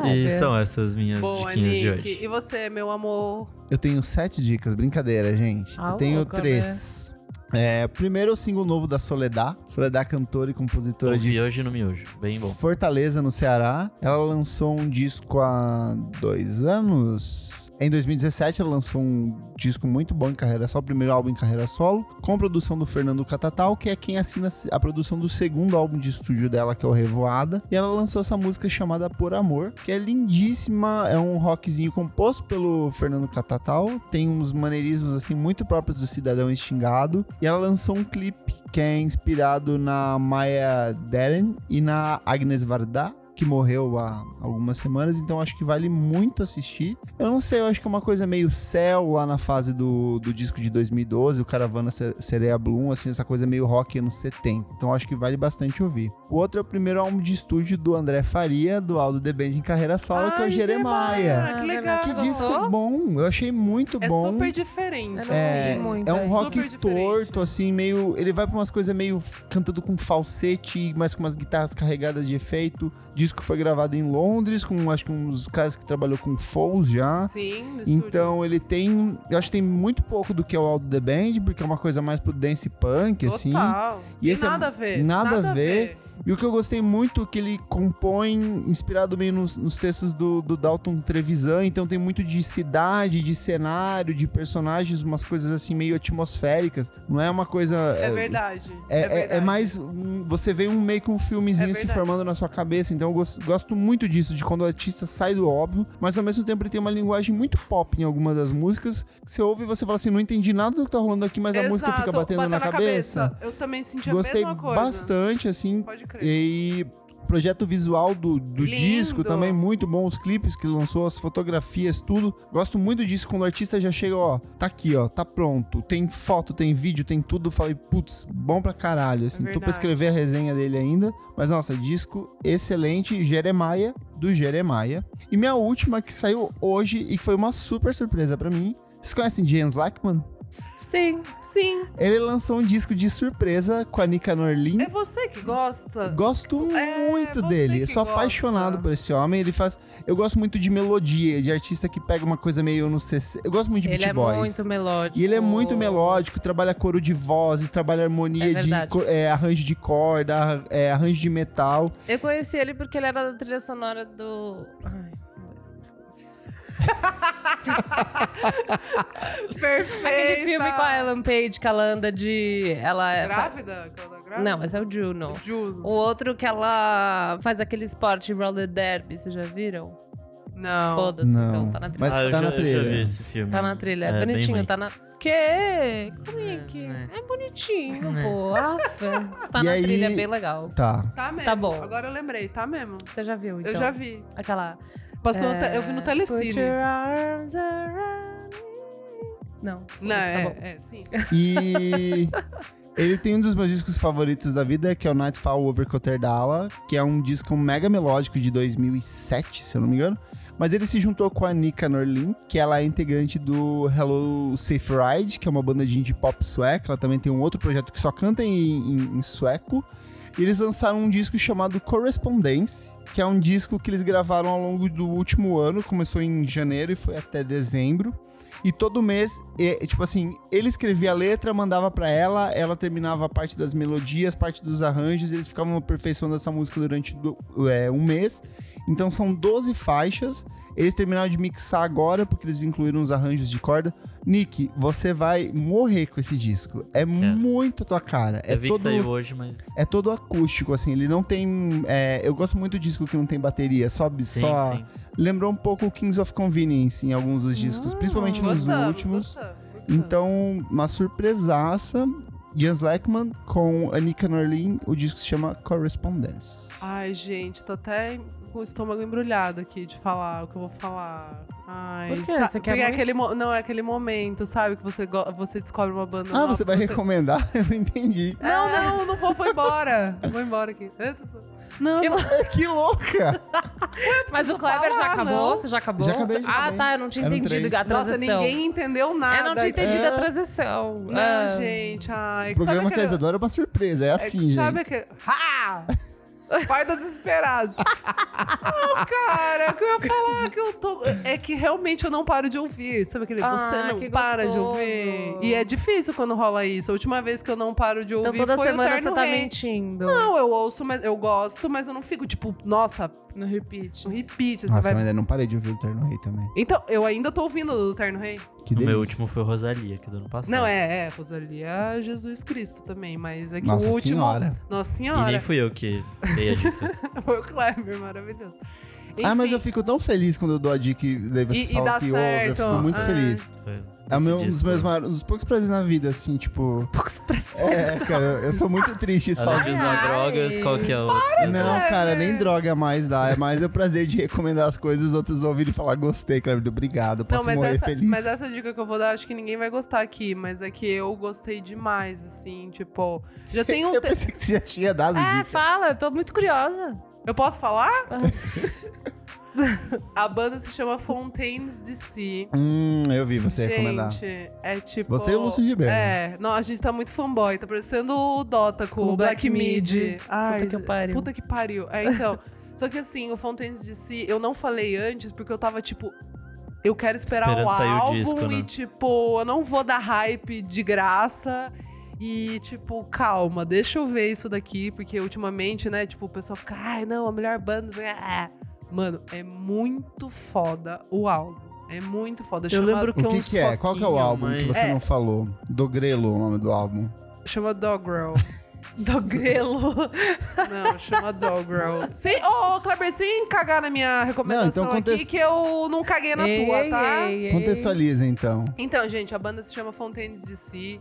S2: Kleber.
S3: são essas minhas
S1: Boa,
S3: diquinhas de
S1: Nick.
S3: hoje.
S1: E você, meu amor?
S4: Eu tenho sete dicas, brincadeira, gente.
S2: Ah,
S4: eu tenho
S2: louca,
S4: três. É, primeiro, o single novo da Soledad. Soledad, é cantora e compositora
S3: Ouvi
S4: de
S3: hoje no miojo, bem bom.
S4: Fortaleza, no Ceará. Ela lançou um disco há dois anos. Em 2017, ela lançou um disco muito bom em carreira solo, o primeiro álbum em carreira solo, com produção do Fernando Catatal, que é quem assina a produção do segundo álbum de estúdio dela, que é o Revoada. E ela lançou essa música chamada Por Amor, que é lindíssima, é um rockzinho composto pelo Fernando Catatal, tem uns maneirismos assim muito próprios do Cidadão Extingado. E ela lançou um clipe que é inspirado na Maya Deren e na Agnes Varda, que morreu há algumas semanas, então acho que vale muito assistir. Eu não sei, eu acho que é uma coisa meio céu lá na fase do, do disco de 2012, o Caravana Se- Sereia Bloom, assim, essa coisa meio rock anos 70, então acho que vale bastante ouvir. O outro é o primeiro álbum de estúdio do André Faria, do Aldo The Band em carreira solo, que é o
S1: Ai,
S4: Jeremiah.
S1: Ah, que
S2: Ah,
S1: legal.
S4: Que
S2: verdade.
S4: disco
S2: Gostou?
S4: bom, eu achei muito
S1: É
S4: bom.
S1: super diferente.
S2: Eu não
S1: assim.
S4: É,
S2: sei muito.
S4: é um
S2: ainda.
S4: rock
S1: Super diferente.
S4: torto, assim, meio. Ele vai pra umas coisas meio f- cantando com falsete, mas com umas guitarras carregadas de efeito. Disco foi gravado em Londres, com acho que uns caras que trabalhou com Foles já.
S1: Sim, no estúdio.
S4: né? Então ele tem. Eu acho que tem muito pouco do que é o Aldo The Band, porque é uma coisa mais pro dance punk, assim.
S1: Total.
S4: E
S1: Tem
S4: esse é-
S1: nada a ver.
S4: nada a ver. E o que eu gostei muito é que ele compõe, inspirado meio nos, nos textos do, do Dalton Trevisan, então tem muito de cidade, de cenário, de personagens, umas coisas assim meio atmosféricas. Não é uma coisa.
S1: É
S4: eh,
S1: verdade.
S4: é, é-
S1: verdade.
S4: é mais. um- você vê um meio que um filmezinho
S1: É
S4: se
S1: verdade.
S4: formando na sua cabeça. Então eu gosto, gosto muito disso, de quando o artista sai do óbvio, mas ao mesmo tempo ele tem uma linguagem muito pop em algumas das músicas. Que você ouve e você fala assim: não entendi nada do que tá rolando aqui, mas a música
S1: Exato,
S4: fica batendo
S1: bateu
S4: na, cabeça.
S1: Eu também senti
S4: Gostei
S1: a mesma coisa.
S4: bastante, assim.
S1: Pode crer.
S4: E projeto visual do, do
S1: Lindo.
S4: disco também, muito bom. Os clipes que ele lançou, as fotografias, tudo. Gosto muito disso quando o artista já chega, ó, tá aqui, ó, tá pronto. Tem foto, tem vídeo, tem tudo. Falei, putz, bom pra caralho. Assim, tô pra
S1: É Verdade.
S4: escrever a resenha dele ainda. Mas, nossa, disco excelente. Jeremiah, do Jeremiah. E minha última que saiu hoje e que foi uma super surpresa pra mim. Vocês conhecem James Lackman?
S2: Sim.
S1: Sim,
S4: Ele lançou um disco de surpresa com a Nicanor Lin.
S1: é você que gosta.
S4: Gosto
S1: É,
S4: muito
S1: você
S4: dele.
S1: que
S4: Eu sou
S1: gosta.
S4: apaixonado por esse homem. Ele faz. Eu gosto muito de melodia, de artista que pega uma coisa meio no CC. Eu gosto muito de
S2: Ele
S4: beat
S2: é
S4: boys.
S2: muito melódico.
S4: E ele é muito melódico, trabalha coro de vozes, trabalha harmonia
S2: É
S4: de
S2: verdade.
S4: co- é, arranjo de corda, arra- é, arranjo de metal.
S2: Eu conheci ele porque ele era da trilha sonora do. Ai.
S1: Perfeito.
S2: Aquele filme com a Ellen Page, que ela anda de. Ela é-
S1: Grávida? Que ela tá grávida?
S2: Não, esse é o Juno.
S1: Juno.
S2: O outro que ela faz aquele esporte roller derby, vocês já viram?
S1: Não.
S2: Foda-se,
S4: Não.
S2: então tá na trilha.
S4: Mas
S3: ah, eu
S4: tá
S3: já,
S4: na
S3: eu já
S4: trilha.
S3: vi esse filme.
S2: Tá na trilha,
S3: É,
S2: é,
S3: bem ruim.
S2: bonitinho, tá na. Que? Clique.
S1: né?
S3: É,
S2: É bonitinho, pô. Aff, tá
S4: E
S2: na
S4: aí-
S2: trilha, é bem legal.
S4: Tá.
S1: Tá mesmo.
S2: Tá bom.
S1: Agora eu lembrei, tá mesmo.
S2: Você já viu, então?
S1: Eu já vi.
S2: Aquela.
S1: Passou no te-
S2: é,
S1: Eu vi no
S2: Put
S1: Telecine.
S2: your arms around me. Não,
S1: Não,
S2: foda-se, tá
S1: é,
S2: bom.
S1: é, sim. sim.
S4: E ele tem um dos meus discos favoritos da vida, que é o Nightfall Over Coterdala, que é um disco mega melódico de 2007, se eu não me engano. Mas ele se juntou com a Nika Norlin, que ela é integrante do Hello Safe Ride, que é uma banda de indie pop sueca. Ela também tem um outro projeto que só canta em, em- em sueco. E eles lançaram um disco chamado Correspondence, que é um disco que eles gravaram ao longo do último ano. Começou em janeiro e foi até dezembro. E todo mês, e- tipo assim, ele escrevia a letra, mandava pra ela, ela terminava a parte das melodias, parte dos arranjos, e eles ficavam aperfeiçoando essa música durante do- é, um mês. Então são 12 faixas. Eles terminaram de mixar agora, porque eles incluíram os arranjos de corda. Nick, você vai morrer com esse disco. É, muito a tua cara. É
S3: Eu vi
S4: todo...
S3: que saiu hoje, mas.
S4: É todo acústico, assim, ele não tem. é, eu gosto muito de disco que não tem bateria, sobe
S3: Sim,
S4: só.
S3: sim.
S4: Lembrou um pouco o Kings of Convenience em alguns dos discos, principalmente nos
S1: Hum, Gostamos,
S4: últimos.
S1: gostamos, gostamos.
S4: Então, uma surpresaça. Jens Leckman com Anika Norlin, o disco se chama Correspondence.
S1: Ai, gente, tô até com o estômago embrulhado aqui de falar o que eu vou falar. Ai,
S2: Por quê?
S1: sa-
S2: Você
S1: porque
S2: quer
S1: é
S2: muito?
S1: aquele mo- não é aquele momento, sabe, que você go- você descobre uma banda
S4: Ah,
S1: nova,
S4: você vai recomendar? [laughs] Eu não entendi.
S1: Não, não, não vou, foi embora. vou embora aqui. Eita, só- Não,
S2: Eu-
S4: É, que louca!
S2: Mas
S1: preciso
S2: o Kleber já
S1: falar,
S2: acabou?
S1: não.
S2: Você já acabou?
S4: Já acabei, já
S2: ah,
S4: acabei.
S2: tá, eu não tinha
S4: Eram
S2: entendido
S4: três.
S2: a
S1: nossa,
S2: transição.
S1: ninguém entendeu
S2: Eu
S1: nada.
S2: não tinha entendido
S4: É.
S2: a transição.
S1: Não,
S2: Ah.
S1: gente, ai,
S4: O programa
S1: sabe
S4: que
S1: aquele-
S4: eles adoram é uma surpresa, é
S1: É que
S4: assim,
S1: sabe
S4: gente.
S1: aquele. Ha! Pai dos
S2: [laughs]
S1: desesperados. não, cara, o que eu ia falar que eu tô. É que realmente eu não paro de ouvir. Sabe aquele.
S2: Ah,
S1: você
S2: que
S1: não para de
S2: gostoso.
S1: ouvir. E é difícil quando rola isso. A última vez que eu não paro de ouvir
S2: Então toda
S1: foi o
S2: semana
S1: Terno
S2: você tá
S1: Rei.
S2: mentindo.
S1: Não, eu ouço, mas eu gosto, mas eu não fico, tipo, nossa,
S2: No repeat.
S1: um repeat. Você
S4: Nossa,
S1: vai...
S4: eu ainda não parei de ouvir o Terno Rei também.
S1: Então, eu ainda tô ouvindo do Terno Rei.
S4: Que
S3: O
S4: delícia.
S3: meu último foi Rosalia, que do ano passado.
S1: Não, é, é, Rosalia Jesus Cristo também, mas é que
S4: Nossa
S1: o último.
S4: Senhora.
S1: Nossa
S3: E nem
S1: Senhora.
S3: fui eu que dei a dica.
S1: Foi [laughs] o Kleber, maravilhoso.
S4: Ah, mas
S1: Enfim.
S4: eu fico tão feliz quando eu dou a dica e daí você
S1: E- e
S4: fala
S1: dá
S4: que ouve. Eu fico
S1: certo.
S4: muito
S1: Ah.
S4: feliz.
S3: Foi
S4: É o
S3: esse
S4: meu, um dos
S3: disco.
S4: meus maiores, um dos poucos prazeres na vida, assim,
S1: [laughs]
S4: tipo.
S1: poucos prazeres.
S4: É, cara, eu sou muito triste
S3: Além
S4: só.
S3: de
S2: Ai,
S3: usar
S2: ai.
S3: drogas, qual que é o outro?
S4: Não,
S3: Exato.
S4: cara, nem
S1: Kleber.
S4: droga mais dá. É mais o prazer de recomendar as coisas, os outros ouvirem e falar, gostei, Cleber, obrigado. Posso
S1: Não, mas
S4: morrer
S1: essa,
S4: feliz.
S1: mas essa dica que eu vou dar, acho que ninguém vai gostar aqui, mas é que eu gostei demais, assim, tipo,
S4: [laughs]
S1: já tem um.
S4: Eu
S1: te- Ah,
S4: pensei que você já tinha dado
S2: É,
S4: dica.
S2: fala, eu tô muito curiosa.
S1: Eu posso
S4: [laughs]
S1: falar? A banda se chama Fontaines DC.
S4: Hum, eu vi você recomendar.
S1: Gente, é tipo.
S4: Você e o Lúcio Ribeiro.
S1: É, não, a gente tá muito fanboy, tá parecendo o Dota com
S2: Com
S1: o Black,
S2: Black
S1: Mid.
S2: Mid.
S1: Ai,
S2: Puta que pariu.
S1: Puta que pariu. É, então. [laughs] só que assim, o Fontaines DC, eu não falei antes porque eu tava tipo. Eu quero esperar
S3: Esperando
S1: o
S3: sair o
S1: álbum
S3: disco, né?
S1: e, tipo, eu não vou dar hype de graça. E, tipo, calma, deixa eu ver isso daqui, porque ultimamente, né, tipo, o pessoal fica, ai, não, a melhor banda. Ah. Mano, é muito foda o álbum. É muito foda.
S2: Eu
S1: Chama-
S2: lembro
S4: O que,
S3: uns
S4: que é? Qual que é o
S3: pouquinho,
S4: álbum que
S3: mas-
S4: você
S1: É.
S4: não falou? Do Grelo, o nome do álbum.
S1: Chama Dogrel.
S2: Do grelo.
S1: Não, chama Dogrel. Sem, ô, ô, Kleber, sem cagar na minha recomendação
S4: Não, então
S1: aqui,
S4: contexto-
S1: que eu não caguei na
S2: Ei,
S1: tua,
S2: ei,
S1: tá?
S2: ei, Ah, ei.
S4: Contextualiza, então.
S1: Então, gente, a banda se chama Fontaines DC.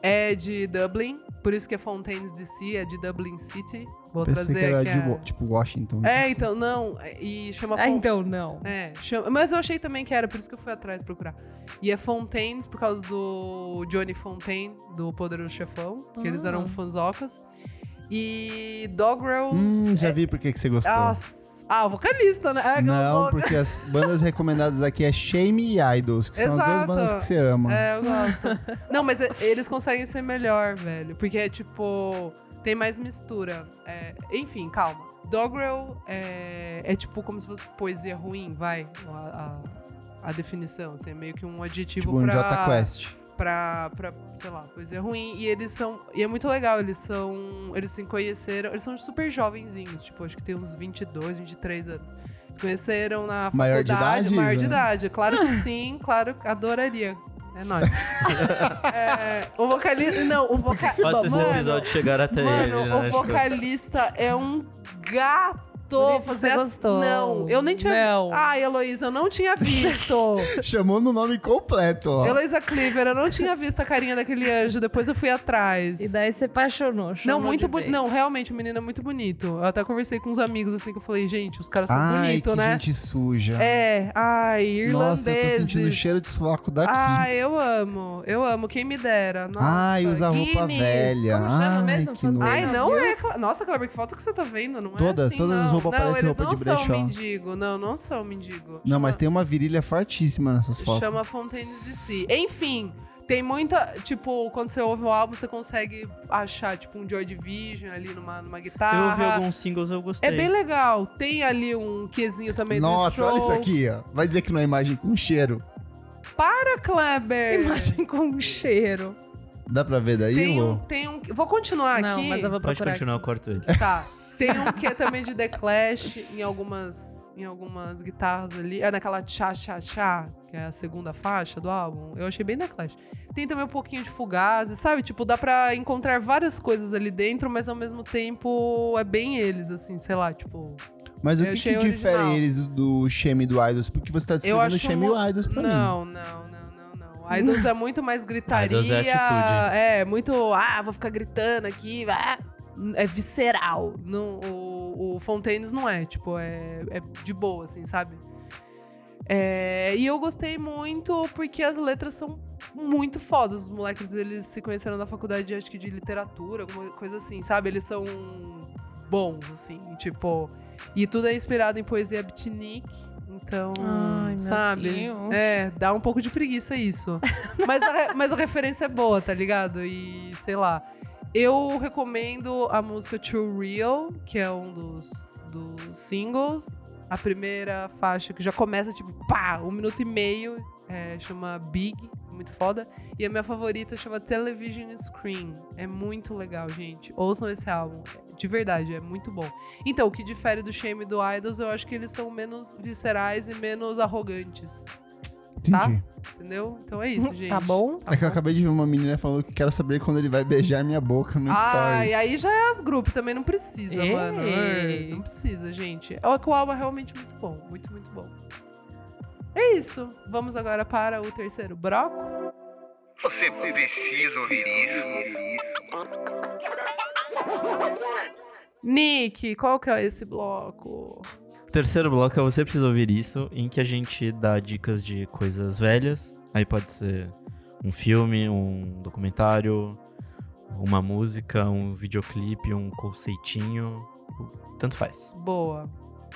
S1: É de Dublin, por isso que é Fontaines DC, é de Dublin City. Vou
S4: Pensei que
S1: trazer
S4: era
S1: aqui.
S4: de,
S1: a-
S4: Wa- tipo, Washington.
S1: É,
S4: assim.
S1: então, não. é- E chama
S2: Ah,
S1: Fon-
S2: então não.
S1: É, chama- mas eu achei também que era, por isso que eu fui atrás procurar. E é Fontaines por causa do Johnny Fontaine, do Poderoso Chefão, que eles
S2: Ah.
S1: eram fanzocas. E Dogrel.
S4: Hum, já vi por que que você gostou.
S1: Nossa. Ah, o vocalista, né? É, aquelas
S4: Não,
S1: loucas.
S4: porque as bandas recomendadas aqui é Shame e Idols, que são as duas
S1: Exato.
S4: bandas que você ama.
S1: É, eu gosto. [laughs] Não, mas é- eles conseguem ser melhor, velho. Porque é tipo. Tem mais mistura. É, enfim, calma. Dogrel é, é tipo como se fosse poesia ruim, vai. A, a- a definição. Assim, é meio que um adjetivo
S4: tipo, um
S1: pra.
S4: Jota
S1: [laughs]
S4: Quest.
S1: pra, pra, sei lá, coisa ruim. E eles são. E é muito legal, eles são. Eles se conheceram. Eles são super jovenzinhos, tipo, acho que tem uns 22, 23 anos. Se conheceram na
S4: Maior de
S1: faculdade,
S4: idade,
S1: maior de
S4: Isa?
S1: idade. Claro que sim, claro, adoraria. É nóis. É, o vocalista. Não, o vocalista.
S3: Faça esse episódio chegar até ele. né?
S1: Mano, o
S3: Acho que-
S1: vocalista é um
S2: Por
S1: gato.
S2: isso você
S1: a-
S2: gostou.
S1: é- Não, eu nem tinha. Ah,
S2: Não.
S1: Ai, Heloísa, eu não tinha visto.
S4: Chamou no nome completo, ó.
S1: Heloísa Cleaver, eu não tinha visto a carinha daquele anjo, depois eu fui atrás.
S2: E daí você apaixonou.
S1: não,
S2: chorou
S1: muito
S2: de
S1: bonito.
S2: vez. [laughs]
S1: Não, realmente, o menino é muito bonito. Eu até conversei com uns amigos assim que eu falei, gente, os caras são
S4: Ai,
S1: bonitos,
S4: que
S1: né?
S4: gente suja.
S1: É, ai, irlandeses.
S4: Nossa, eu tô sentindo o cheiro de sovaco daqui.
S1: Ai, eu amo, eu amo, quem me dera. Nossa,
S4: Ai, usa roupa
S1: Guinness.
S4: velha.
S2: Como chama
S4: Ai,
S2: mesmo?
S4: que nojo.
S1: Ai,
S2: Não,
S1: não
S2: viu?
S1: é. cla- Nossa, Kleber, que foto que você tá vendo, não é
S4: Todas,
S1: assim,
S4: todas as
S1: não.
S4: roupa
S1: não,
S4: parece
S1: eles
S4: roupa
S1: não
S4: de
S1: são
S4: brechó.
S1: mendigo. Não, não são mendigo.
S4: Não, mas tem uma virilha fortíssima nessas fotos.
S1: Chama Fontaines de Si. Enfim, tem muita. Tipo, quando você ouve o álbum, você consegue achar, tipo, um Joy Division ali numa, numa guitarra.
S3: Eu ouvi alguns singles, eu gostei.
S1: É bem legal. Tem ali um quesinho também
S4: Nossa,
S1: do
S4: olha isso
S1: Strokes.
S4: aqui, ó. Vai dizer que não é imagem com cheiro.
S1: Para, Kleber!
S2: Imagem com um cheiro.
S4: Dá pra ver daí,
S1: Tem um,
S4: Lô?
S1: tem um. Vou continuar
S2: Não,
S1: aqui.
S2: mas eu vou
S3: Pode
S2: procurar.
S3: continuar, eu corto ele.
S1: Tá. Tem um que é também de The Clash em algumas, em algumas guitarras ali. É naquela tchá, tchá, tchá, que é a segunda faixa do álbum. Eu achei bem The Clash. Tem também um pouquinho de Fugazi, sabe? Tipo, dá pra encontrar várias coisas ali dentro, mas ao mesmo tempo é bem eles, assim, sei lá, tipo...
S4: Mas o
S1: eu
S4: que,
S1: achei
S4: que difere
S1: original.
S4: eles do, do Shame do Idols? Porque você tá descrevendo
S1: acho
S4: o Shame
S1: mu-
S4: e o Idols pra mim.
S1: Não, não, não, não, não. Idols é muito mais gritaria.
S3: Idols é atitude.
S1: é, muito, ah, vou ficar gritando aqui, ah. É visceral. Não, o, o Fontaines não é, tipo, é, é de boa, assim, sabe? É, e eu gostei muito porque as letras são muito fodas. Os moleques, eles se conheceram na faculdade, acho que de literatura, alguma coisa assim, sabe? Eles são bons, assim, tipo... E tudo é inspirado em poesia beatnik, então,
S2: Ai, meu
S1: sabe?
S2: Deus.
S1: É, dá um pouco de preguiça
S2: [laughs]
S1: isso. mas, a, re- mas a referência é boa, tá ligado? E, sei lá... Eu recomendo a música True Real, que é um dos, dos singles. A primeira faixa que já começa, tipo, pá, um minuto e meio, é, chama Big, é muito foda. E a minha favorita chama Television Screen. É muito legal, gente. Ouçam esse álbum. De verdade, é muito bom. Então, o que difere do Shame e do Idols, eu acho que eles são menos viscerais e menos arrogantes. Tá?
S4: Entendi.
S1: Entendeu? Então é isso, gente.
S2: Tá bom?
S4: é que eu acabei de ver uma menina falando que quero saber quando ele vai beijar minha boca no
S1: Ah,
S4: Stories.
S1: e aí já é as grupos, também não precisa,
S2: Ei.
S1: mano. É, Não precisa, gente. É que o álbum é realmente muito bom, muito, muito bom. É isso. Vamos agora para o terceiro bloco.
S5: Você precisa ouvir isso.
S1: Nick, qual que é esse bloco?
S3: Terceiro bloco é Você Precisa Ouvir Isso, em que a gente dá dicas de coisas velhas. Aí pode ser um filme, um documentário, uma música, um videoclipe, um conceitinho. Tanto faz.
S1: Boa.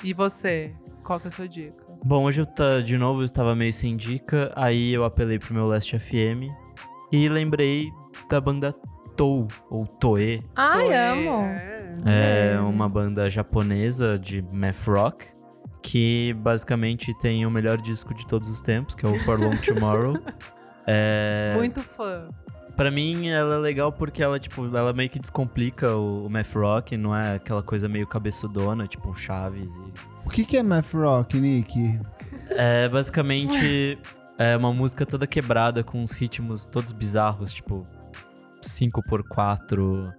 S1: E você? Qual que é a sua dica?
S3: Bom, hoje eu tá, de novo eu estava meio sem dica, aí eu apelei pro meu Last FM e lembrei da banda Tou, ou Toe.
S2: Ai,
S1: Tô, né?
S2: amo.
S1: É.
S3: É
S2: Hum.
S3: uma banda japonesa de math rock que basicamente tem o melhor disco de todos os tempos, que é o For Long Tomorrow. é,
S1: Muito fã.
S3: Pra mim, ela é legal porque ela, tipo, ela meio que descomplica o, o math rock, não é aquela coisa meio cabeçudona, tipo um Chaves e
S4: O que, que é math rock, Nick?
S3: É basicamente é uma música toda quebrada com uns ritmos todos bizarros, tipo 5x4,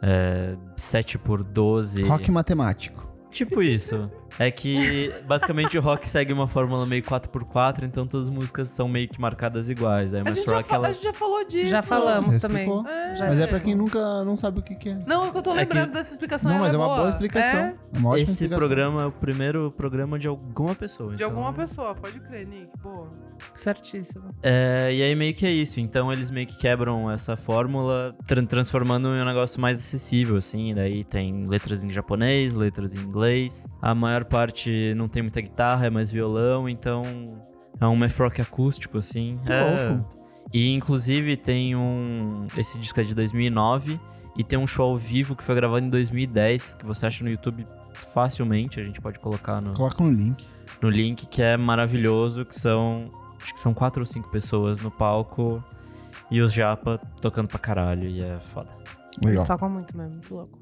S3: é, 7x12.
S4: Rock matemático.
S3: Tipo isso. É que basicamente o rock segue uma fórmula meio 4x4, então todas as músicas são meio que marcadas iguais. É Aí
S1: A
S3: mas
S1: gente, já
S3: rock
S1: fa-
S3: ela.
S1: a gente já falou disso.
S2: Já falamos
S4: Já
S2: também.
S4: explicou?
S1: É.
S2: Já
S4: Mas é pra quem nunca não sabe o que, que é.
S1: Não, eu tô
S3: que-
S1: lembrando dessa explicação.
S4: Não,
S1: ela
S4: mas é uma boa
S1: boa
S4: explicação.
S1: É,
S4: É uma ótima
S3: Esse
S4: explicação.
S3: programa é o primeiro programa de alguma pessoa.
S1: de alguma
S3: então-
S1: pessoa, pode crer, Nick. Boa.
S2: Certíssimo.
S3: É, e aí meio que é isso. Então eles meio que quebram essa fórmula, tran- transformando em um negócio mais acessível, assim. Daí tem letras em japonês, letras em inglês. A maior parte não tem muita guitarra, é mais violão, então é um math rock acústico, assim.
S4: Que
S3: É.
S4: louco.
S3: E inclusive tem um. Esse disco é de 2009 e tem um show ao vivo que foi gravado em 2010, que você acha no YouTube facilmente, a gente pode colocar no
S4: Coloca um link.
S3: no link que é maravilhoso, que são acho que são quatro ou cinco pessoas no palco e os japa tocando pra caralho e é foda.
S4: Legal.
S2: Eles tocam muito mesmo, muito louco.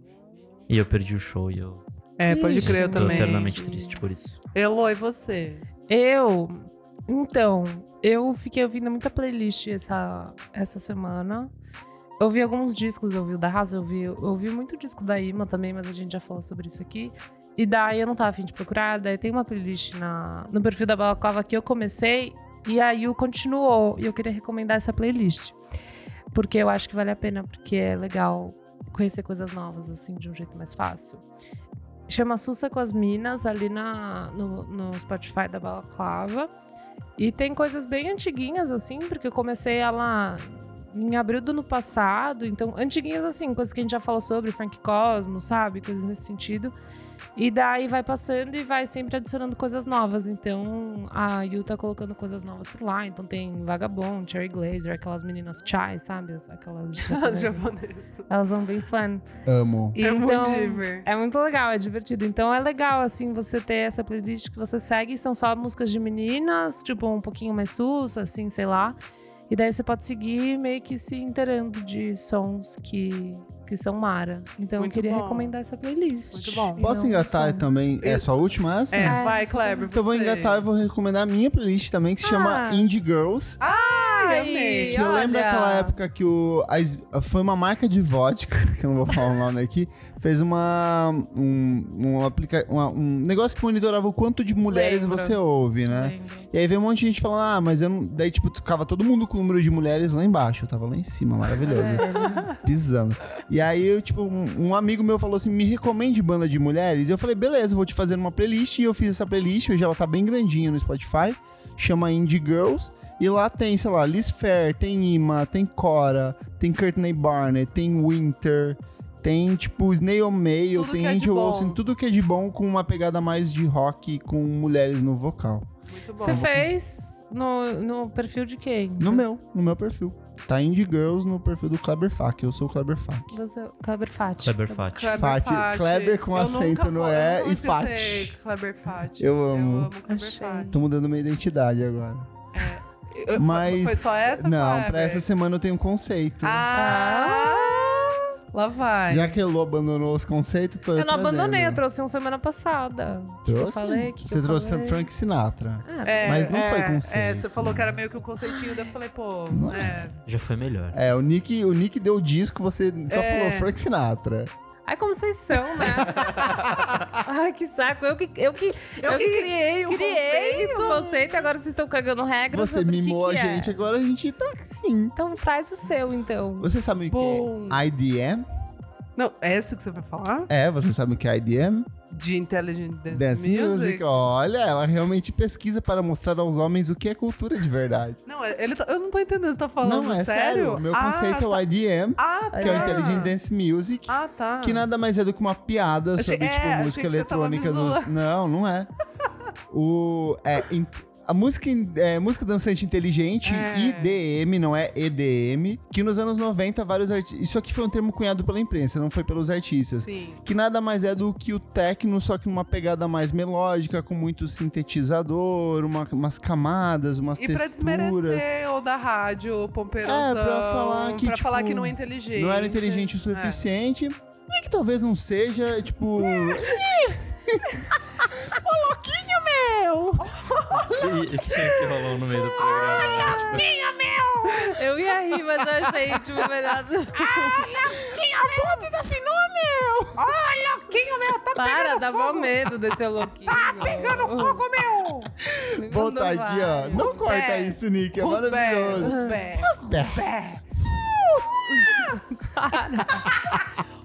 S3: E eu perdi o show e eu
S1: É, pode
S2: Ixi.
S1: crer, eu
S3: tô
S1: também.
S3: eternamente triste por isso.
S1: Elo, e você?
S2: Eu. Então, eu fiquei ouvindo muita playlist essa, essa semana. Eu ouvi alguns discos, eu ouvi o da Raza, eu ouvi, eu ouvi muito disco da Ima também, mas a gente já falou sobre isso aqui. E daí eu não tava afim de procurar, daí tem uma playlist na, no perfil da Balaclava que eu comecei e a Yu continuou. E eu queria recomendar essa playlist. Porque eu acho que vale a pena, porque é legal conhecer coisas novas, assim, de um jeito mais fácil. Chama Sussa com as Minas, ali na, no, no Spotify da Balaclava. E tem coisas bem antiguinhas, assim, porque eu comecei ela em abril do ano passado. Então, antiguinhas, assim, coisas que a gente já falou sobre, Frank Cosmo, sabe? Coisas nesse sentido. E daí vai passando e vai sempre adicionando coisas novas. Então a Yu tá colocando coisas novas por lá. Então tem Vagabond, Cherry Glazer, aquelas meninas Chai, sabe? As- Aquelas.
S1: As
S2: japonesas.
S1: japonesas.
S2: Elas são bem fun.
S4: Amo.
S1: É muito
S2: Então,
S1: diver.
S2: é muito legal, é divertido. Então é legal, assim, você ter essa playlist que você segue. São só músicas de meninas, tipo, um pouquinho mais sussa, assim, sei lá. E daí você pode seguir meio que se inteirando de sons que, que são Mara. Então
S1: Muito
S2: eu queria
S1: bom.
S2: recomendar essa playlist.
S1: Muito bom.
S2: E
S4: Posso
S2: não
S4: engatar
S2: são-
S4: também? É
S1: Eu-
S4: só a última essa?
S1: É,
S2: É,
S1: vai,
S2: você-
S1: Kleber.
S4: Então eu vou
S1: você.
S4: engatar e vou recomendar a minha playlist também, que se chama
S2: Ah.
S4: Indie Girls.
S1: Ai,
S2: Ai,
S1: amei.
S4: Que eu lembro
S2: olha.
S4: daquela época que o, a es- foi uma marca de vodka, [laughs] que eu não vou falar o nome aqui, fez uma, um, um, aplica, uma- um negócio que monitorava o quanto de mulheres
S2: Lembro.
S4: você ouve, né?
S2: Lembro.
S4: E aí veio um monte de gente falando, ah, mas eu não. Daí, tipo, ficava todo mundo com o número de mulheres lá embaixo. Eu tava lá em cima, maravilhoso. Pisando. E aí, eu, tipo, um, um amigo meu falou assim: me recomende banda de mulheres. E eu falei, beleza, vou te fazer uma playlist. E eu fiz essa playlist, hoje ela tá bem grandinha no Spotify. Chama Indie Girls. E lá tem, sei lá, Liz Fair, tem Ima, tem Cora, tem Courtney Barnett, tem Winter. Tem, tipo, Snail Mail,
S1: Tudo
S4: tem
S1: que é de
S4: Angel
S1: bom.
S4: Olsen, tudo que é de bom com uma pegada mais de rock com mulheres no vocal.
S1: Muito bom.
S2: Você fez no, no perfil de quem?
S4: No meu, no meu perfil. Tá Indie Girls no perfil do Kleber Fak. Eu sou o Kleber Fak.
S2: Você, Kleber Fati. Tá
S3: Kleber Fati.
S1: Kleber
S4: Fati.
S1: Fati.
S4: Kleber com
S1: Eu
S4: acento
S1: nunca
S4: no
S1: vou-
S4: E
S1: eu nunca
S4: e
S1: esqueci
S4: Fati.
S1: Kleber Fati.
S4: Eu amo.
S1: Eu amo Kleber
S2: Achei.
S1: Fati.
S4: Tô mudando minha identidade agora.
S1: Eu-
S4: Mas-
S1: Foi só essa,
S4: Não,
S1: Kleber?
S4: pra essa semana eu tenho um conceito.
S1: Ah! Lá vai.
S4: Já que a Elô abandonou os conceitos, tô
S2: Eu não
S4: trazendo.
S2: abandonei, eu trouxe um semana passada.
S4: Trouxe?
S2: Eu falei que
S4: Você
S2: eu
S4: trouxe
S2: falei.
S4: Frank Sinatra.
S2: Ah,
S1: É,
S4: Mas não
S1: é,
S4: foi conceito.
S1: É, você falou que era meio que um conceitinho, daí eu falei, pô,
S4: Não
S1: é.
S3: Já foi melhor.
S4: É, o Nick, o Nick deu o disco, você só
S1: É.
S4: falou Frank Sinatra.
S2: Ai, como vocês são, né? Ai, que saco. Eu que, eu que,
S1: Eu, que criei o
S2: criei o
S1: conceito.
S2: conceito, agora vocês estão cagando regras.
S4: Você
S2: sobre o que
S4: mimou
S2: que
S4: a
S2: é.
S4: gente, agora a gente tá assim.
S2: Então traz o seu, então.
S4: Você sabe o que
S1: Bom.
S4: é IDM?
S1: Não, é isso que você vai falar?
S4: É, você sabe o que é IDM?
S1: De Intelligent Dance,
S4: Dance
S1: Music?
S4: music. olha, ela realmente pesquisa para mostrar aos homens o que é cultura de verdade.
S1: Não, ele tá- eu não tô entendendo, você tá falando
S4: não, é
S1: sério?
S4: sério. Meu
S1: Ah,
S4: conceito é o IDM,
S1: Ah, tá.
S4: que é o Intelligent Dance Music,
S1: Ah, tá.
S4: que nada mais é do que uma piada
S1: Achei-
S4: sobre,
S1: é,
S4: tipo,
S1: achei
S4: música
S1: que você tava me
S4: eletrônica. nos-
S1: zoando.
S4: Não, não é. o... É, in- A música, in- é, música dançante inteligente,
S1: É.
S4: IDM, não é EDM, que nos anos 90 vários artistas... Isso aqui foi um termo cunhado pela imprensa, não foi pelos artistas.
S1: Sim.
S4: que nada mais é do que o techno, só que numa pegada mais melódica, com muito sintetizador, uma- umas camadas, umas
S1: E pra
S4: texturas.
S1: desmerecer ou da rádio, o pompeirosão,
S4: É, pra falar que,
S1: pra falar
S4: tipo,
S1: que não é inteligente.
S4: Não era inteligente o
S1: É.
S4: suficiente. E que talvez não seja, tipo.
S1: É.
S2: Eu!
S3: [laughs] E, e que tinha que rolar no meio do programa. né? Tipo,
S2: Eu ia rir, mas eu achei, tipo, melhor.
S1: Ponte da Finô, meu! Olha, louquinho meu, tá
S2: Para, dá mó medo desse louquinho. Tá pegando fogo!
S1: meu!
S4: Botar aqui, ó. Não
S1: Who's
S4: corta
S1: back?
S4: isso, Nick. É
S1: Os pés,
S4: maravilhoso.
S1: os pés.
S4: back?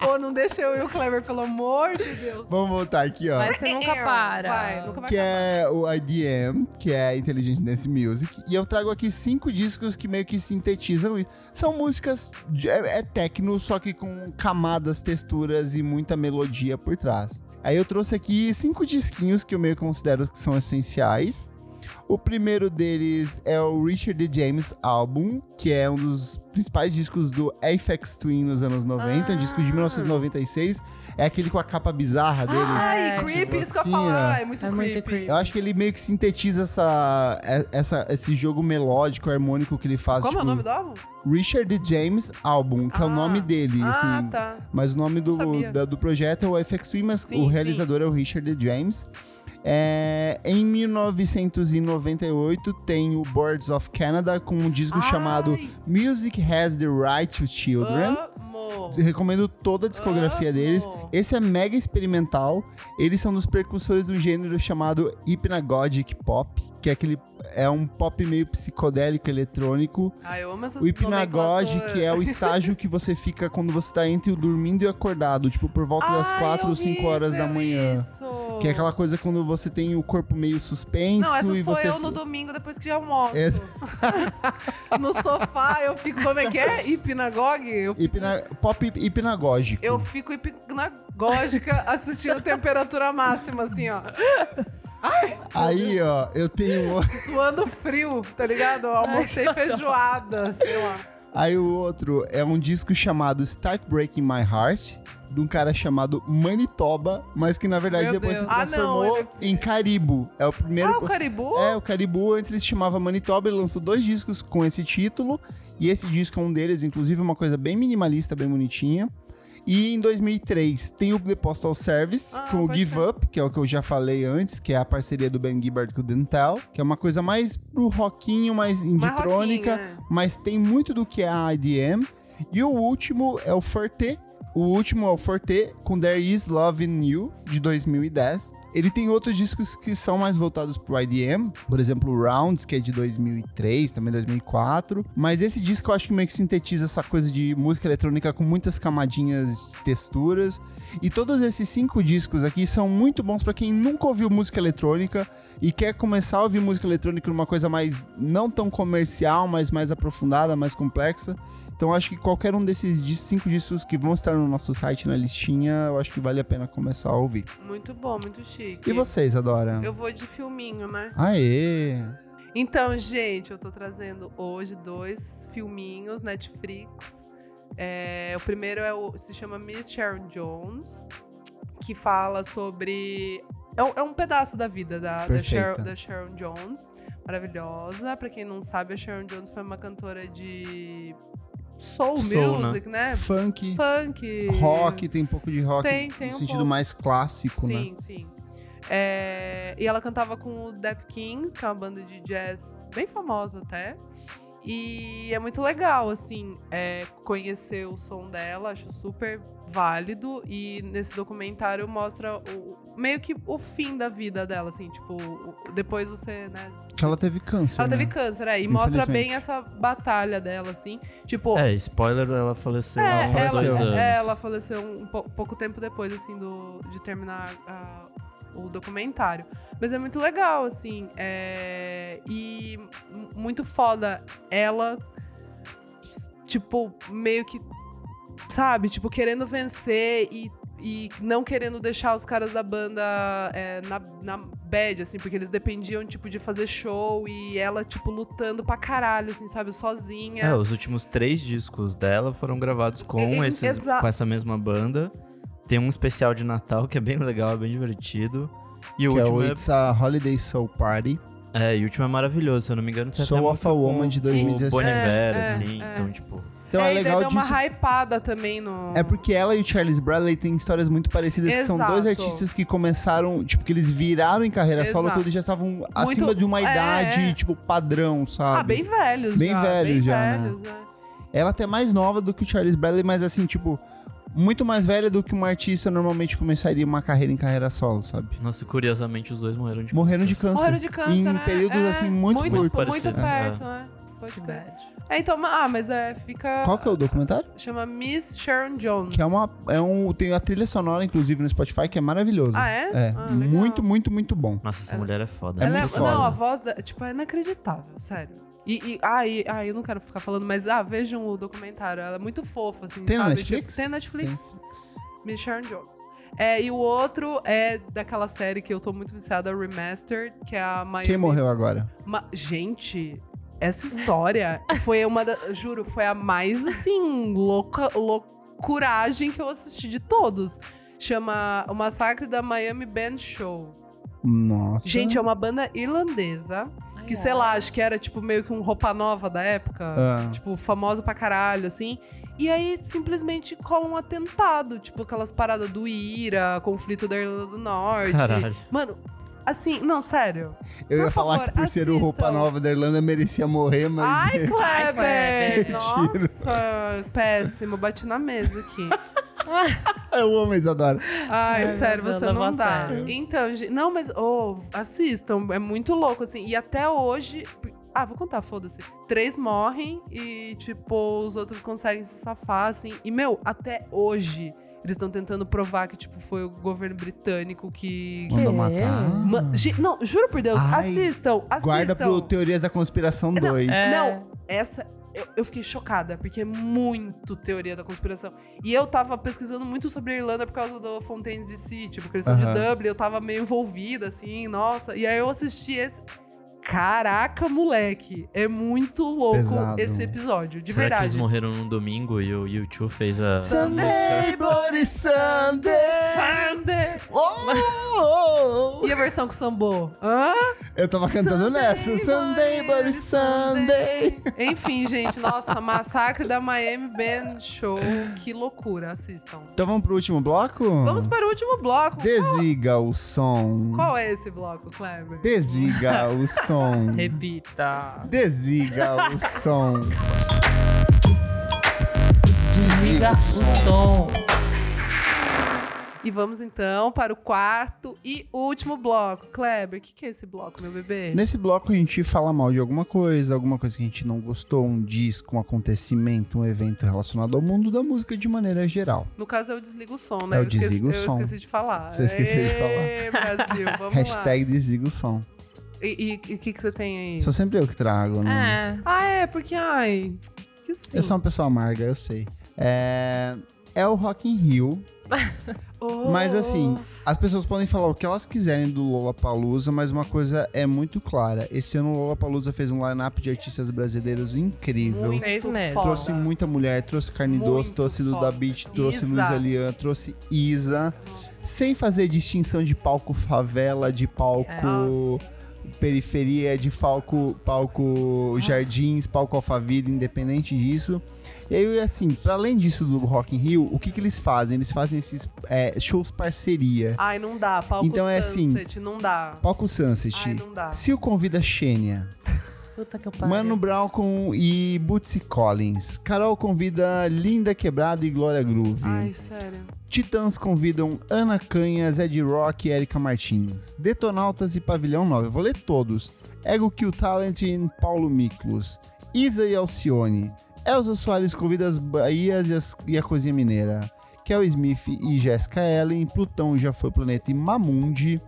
S1: Ô, não deixa eu e o Kleber, pelo amor de Deus.
S4: Vamos voltar aqui, ó.
S2: Mas você nunca para.
S1: Vai, nunca vai
S4: que
S1: acabar.
S4: é o IDM, que é Intelligent Dance Music. E eu trago aqui cinco discos que meio que sintetizam isso. São músicas. de- é, é techno, só que com camadas, texturas e muita melodia por trás. Aí eu trouxe aqui cinco disquinhos que eu meio considero que são essenciais. O primeiro deles é o Richard D. James Album, que é um dos principais discos do Aphex Twin nos anos 90, um disco de
S1: Ah.
S4: 1996. É aquele com a capa bizarra dele.
S1: Ai,
S2: É,
S1: creepy, isso que eu ia
S4: tipo assim,
S1: falar. É muito
S2: É muito
S1: creepy.
S2: creepy.
S4: eu acho que ele meio que sintetiza essa, é- essa- esse jogo melódico, harmônico que ele faz.
S1: Como é
S4: tipo,
S1: o nome do álbum?
S4: Richard James Album, que é
S1: Ah.
S4: o nome dele,
S1: Ah,
S4: assim.
S1: tá.
S4: Mas o nome do,
S1: sabia.
S4: da- do projeto é o FX Twin, mas
S1: Sim,
S4: o
S1: sim.
S4: realizador é o Richard James. É, em 1998 tem o Boards of Canada com um disco chamado
S1: Ai,
S4: Music Has the Right to Children.
S1: Ah. Amo.
S4: Recomendo toda a discografia
S1: Amo.
S4: deles. Esse é mega experimental. Eles são dos precursores do gênero chamado Hypnagogic Pop, que é aquele é um pop meio psicodélico eletrônico.
S1: Ah, eu amo essas
S4: O Hypnagogic é o estágio que você fica quando você tá entre o dormindo e o acordado, tipo por volta das 4 ou 5 horas da
S1: é
S4: manhã.
S1: Isso.
S4: Que é aquela coisa quando você tem o corpo meio suspenso
S1: Não, essa
S4: e
S1: sou
S4: você
S1: eu no domingo depois que já almoço.
S4: Essa- É.
S1: [laughs] no sofá eu fico. Como é que é? Hipnagogue? Eu fico,
S4: Hipna- pop hipnagógico.
S1: eu fico hipnagogue. gótica assistindo temperatura máxima, assim, ó.
S4: Aí, ó, eu tenho. o-
S1: Suando frio, tá ligado? Eu almocei feijoada, assim, sei lá.
S4: Aí o outro é um disco chamado Start Breaking My Heart, de um cara chamado Manitoba, mas que na verdade
S1: Meu
S4: depois
S1: Deus.
S4: se
S1: Ah, não,
S4: transformou
S1: ele-
S4: em Caribo. É o primeiro.
S1: Ah, o Caribu?
S4: É, o Caribu antes ele se chamava Manitoba, ele lançou dois discos com esse título, e esse disco é um deles, inclusive uma coisa bem minimalista, bem bonitinha. E em 2003 tem o The Postal Service
S1: Ah,
S4: com o
S1: pode
S4: Give
S1: crer.
S4: Up, que é o que eu já falei antes, que é a parceria do Ben Gibbard com o Dental, que é uma coisa mais pro rockinho, mais
S1: Uma
S4: inditrônica,
S1: roquinha, né?
S4: mas tem muito do que é a IDM. E o último é o Forte. O último é o Forte com There Is Love in You, de 2010. Ele tem outros discos que são mais voltados pro IDM, por exemplo, Rounds, que é de 2003, também 2004. Mas esse disco eu acho que meio que sintetiza essa coisa de música eletrônica com muitas camadinhas de texturas. E todos esses cinco discos aqui são muito bons pra quem nunca ouviu música eletrônica e quer começar a ouvir música eletrônica numa coisa mais não tão comercial, mas mais aprofundada, mais complexa. Então acho que qualquer um desses dis- cinco discos que vão estar no nosso site na listinha, eu acho que vale a pena começar a ouvir.
S1: Muito bom, muito chique.
S4: E vocês, Adora?
S1: Eu vou de filminho, né?
S4: Aê!
S1: Então, gente, eu tô trazendo hoje dois filminhos Netflix. É, o primeiro é o, se chama Miss Sharon Jones, que fala sobre. É um, é um pedaço da vida da, da,
S4: Perfeita.
S1: Sharon, da Sharon Jones. Maravilhosa. Pra quem não sabe, a Sharon Jones foi uma cantora de soul,
S3: Soul, né?
S1: music, né?
S4: Funk,
S1: Funk.
S4: rock, tem um pouco de rock
S1: Tem, tem
S4: no
S1: um
S4: sentido
S1: pouco.
S4: mais clássico, né?
S1: Sim, sim. É, e ela cantava com o Dap Kings, que é uma banda de jazz bem famosa até. E é muito legal, assim, é, conhecer o som dela, acho super válido. E nesse documentário mostra o- meio que o fim da vida dela, assim, tipo, o- depois você, né?
S4: Que ela teve câncer.
S1: Ela teve
S4: né?
S1: câncer, é, e mostra
S4: Infelizmente.
S1: bem essa batalha dela, assim. Tipo,
S3: É, spoiler, ela faleceu há uns
S1: é, ela,
S3: dois
S1: é,
S3: anos.
S1: ela faleceu um pou- pouco tempo depois, assim, do, de terminar a- o documentário. Mas é muito legal, assim. é, e m- muito foda ela, tipo, meio que, sabe? Tipo, querendo vencer e, e não querendo deixar os caras da banda é, na, na bad, assim. Porque eles dependiam, tipo, de fazer show e ela, tipo, lutando pra caralho, assim, sabe? Sozinha.
S3: É, os últimos três discos dela foram gravados com,
S1: É, é,
S3: esses,
S1: exa-
S3: com essa mesma banda. Tem um especial de Natal que é bem legal, é bem divertido. E o,
S4: Que é
S3: último
S4: o
S3: é,
S4: It's a Holiday Soul Party,
S3: é, e o último é maravilhoso, se eu não me engano. tem até
S4: Soul of
S3: música
S4: a
S3: com
S4: Woman de
S3: O
S4: 2017.
S3: Bon Iver,
S1: É, é,
S3: assim,
S1: é.
S3: então, tipo...
S4: Então é,
S1: e daí
S4: legal
S1: deu
S4: disso.
S1: uma hypada também no.
S4: É porque ela e o Charles Bradley têm histórias muito parecidas, que são
S1: Exato.
S4: dois artistas que começaram, tipo, que eles viraram em carreira solo
S1: Exato.
S4: quando eles já estavam acima de uma
S1: é,
S4: idade,
S1: é.
S4: tipo, padrão, sabe?
S1: Ah, bem velhos
S4: Bem
S1: já.
S4: velhos
S1: bem
S4: já, né?
S1: velhos, né?
S4: Ela até é mais nova do que o Charles Bradley, mas assim, tipo, muito mais velha do que um artista normalmente começaria uma carreira em carreira solo, sabe?
S3: Nossa, curiosamente, os dois morreram de
S4: Morreram de
S3: câncer.
S4: câncer.
S1: Morreram de câncer,
S4: Em
S1: né?
S4: períodos,
S1: É,
S4: assim, muito
S1: muito,
S4: curtos.
S1: muito
S3: Parecido, né?
S1: perto, né? Pode crer.
S2: Verdade.
S1: É, então, ma- ah, mas é, fica...
S4: Qual que é o documentário?
S1: Chama Miss Sharon Jones.
S4: Que é uma. É um, tem a trilha sonora, inclusive, no Spotify, que é maravilhoso.
S1: Ah, é?
S4: É.
S1: Ah, legal.
S4: muito, muito, muito bom.
S3: Nossa, essa
S1: Ela-
S3: mulher é foda.
S4: É
S1: Ela
S4: muito
S1: Não,
S4: foda.
S1: a voz, da, tipo, é inacreditável, sério. E, e, ah, e- ah, eu não quero ficar falando, mas, ah, vejam o documentário. Ela é muito fofa, assim,
S4: Tem na
S1: sabe?
S4: Netflix?
S1: Tipo, tem na Netflix.
S4: Tem.
S1: Miss Sharon Jones. É, e o outro é daquela série que eu tô muito viciada, Remastered, que é a Miami
S4: Quem morreu agora?
S1: Ma- Gente, essa história [laughs] foi uma da. Juro, foi a mais assim, louca, loucuragem que eu assisti de todos. Chama O Massacre da Miami Band Show.
S4: Nossa.
S1: Gente, é uma banda irlandesa que, sei lá, acho que era tipo meio que um roupa nova da época.
S2: É.
S4: Ah.
S1: Tipo, famosa pra caralho, assim. E aí, simplesmente cola um atentado. Tipo, aquelas paradas do Ira, conflito da Irlanda do Norte.
S3: Caralho.
S1: Mano, assim, não, sério.
S4: Eu ia
S1: Por
S4: falar
S1: favor,
S4: que por ser o roupa
S1: assistam.
S4: nova da Irlanda merecia morrer, mas.
S1: Ai,
S2: [laughs] Ai,
S1: Kleber!
S2: Kleber.
S1: Nossa, péssimo. Bati na mesa aqui.
S4: [laughs] Eu amo a Isadora.
S1: Ai,
S2: Ai,
S1: sério,
S2: É, não,
S1: você
S2: não
S1: não,
S2: vou
S1: dá.
S2: assar.
S1: Então, gente, não, mas oh, assistam, é muito louco assim. E até hoje, ah, vou contar, foda-se. Três morrem e tipo os outros conseguem se safar assim. E meu, até hoje eles estão tentando provar que tipo foi o governo britânico que, é?
S3: Hum.
S1: que-
S4: Mandou matar.
S1: Ma- Gente, não, juro por Deus,
S4: Ai,
S1: assistam, assistam.
S4: Guarda pro Teorias da Conspiração 2.
S2: É.
S1: Não, essa eu, eu fiquei chocada, porque é muito teoria da conspiração. E eu tava pesquisando muito sobre a Irlanda por causa do Fontaines DC, tipo, criação de
S4: Aham.
S1: Dublin, eu tava meio envolvida, assim, nossa. E aí eu assisti esse. Caraca, moleque, é muito louco
S4: Pesado.
S1: esse episódio, de
S3: Será que eles
S1: verdade.
S3: morreram num domingo e o YouTube fez a.
S4: Sunday, Bloody [laughs] Sunday!
S1: Sunday!
S4: Oh, oh, oh.
S1: E a versão com sambô? Hã?
S4: Eu tava cantando nessa. Sunday, Bloody Sunday!
S1: Enfim, gente, nossa, Massacre da Miami Band Show. Que loucura, assistam.
S4: Então vamos pro último bloco?
S1: Vamos para o último bloco.
S4: Desliga o som.
S1: Qual é esse bloco, Kleber?
S4: Desliga
S1: [laughs]
S4: o som.
S2: Repita.
S4: Desliga o som.
S2: Desliga o som.
S1: E vamos então para o quarto e último bloco. Kleber, o que, que é esse bloco, meu bebê?
S4: Nesse bloco a gente fala mal de alguma coisa, alguma coisa que a gente não gostou, um disco, um acontecimento, um evento relacionado ao mundo da música de maneira geral.
S1: No caso, eu desligo o som, né?
S4: É, eu
S1: esqueci,
S4: desligo o som.
S1: Eu esqueci de falar.
S4: Você esqueceu de
S1: falar.
S4: [laughs]
S1: Brasil, vamos
S4: Hashtag desliga o som.
S1: lá. E e- e o que, que você tem aí?
S4: Sou sempre eu que trago, né?
S2: É.
S1: Ah, é, porque, ai... Que sim.
S4: Eu sou uma pessoa amarga, eu sei. É, é o Rock in Rio,
S1: Oh.
S4: mas assim, as pessoas podem falar o que elas quiserem do Lollapalooza, mas uma coisa é muito clara. Esse ano o Lollapalooza fez um line-up de artistas brasileiros incrível.
S1: Muito
S2: Fez mesmo.
S1: foda.
S4: Trouxe muita mulher, trouxe carne
S1: Muito
S4: doce, trouxe Duda
S1: foda.
S4: Beat, trouxe
S1: Isa.
S4: Luiz Alian, trouxe Isa.
S1: Nossa.
S4: Sem fazer distinção de palco favela, de palco
S1: É, Nossa.
S4: periferia, de palco,
S1: Ah.
S4: palco jardins, palco alfaville, independente disso. E aí, assim, pra além disso do Rock in Rio, o que que eles fazem? Eles fazem esses é, shows parceria.
S1: Ai, não dá. Palco
S4: Então é assim.
S1: Sunset, não dá.
S4: Palco Sunset.
S1: Ai, não dá.
S4: Se o convida Xênia,
S2: É. Puta que eu pariu.
S4: Mano Brown com, e Bootsy Collins. Carol convida Linda Quebrada e Glória Groove.
S1: Ai, sério.
S4: Titãs convidam Ana Canhas, Ed Rock e Erika Martins. Detonautas e Pavilhão 9. Eu vou ler todos. Ego Kill Talent e Paulo Miklos. Isa e Alcione. Elza Soares convida as Bahias e, as- e a Cozinha Mineira. Kel Smith e Jessica Ellen. Plutão já foi planeta e Mamundi.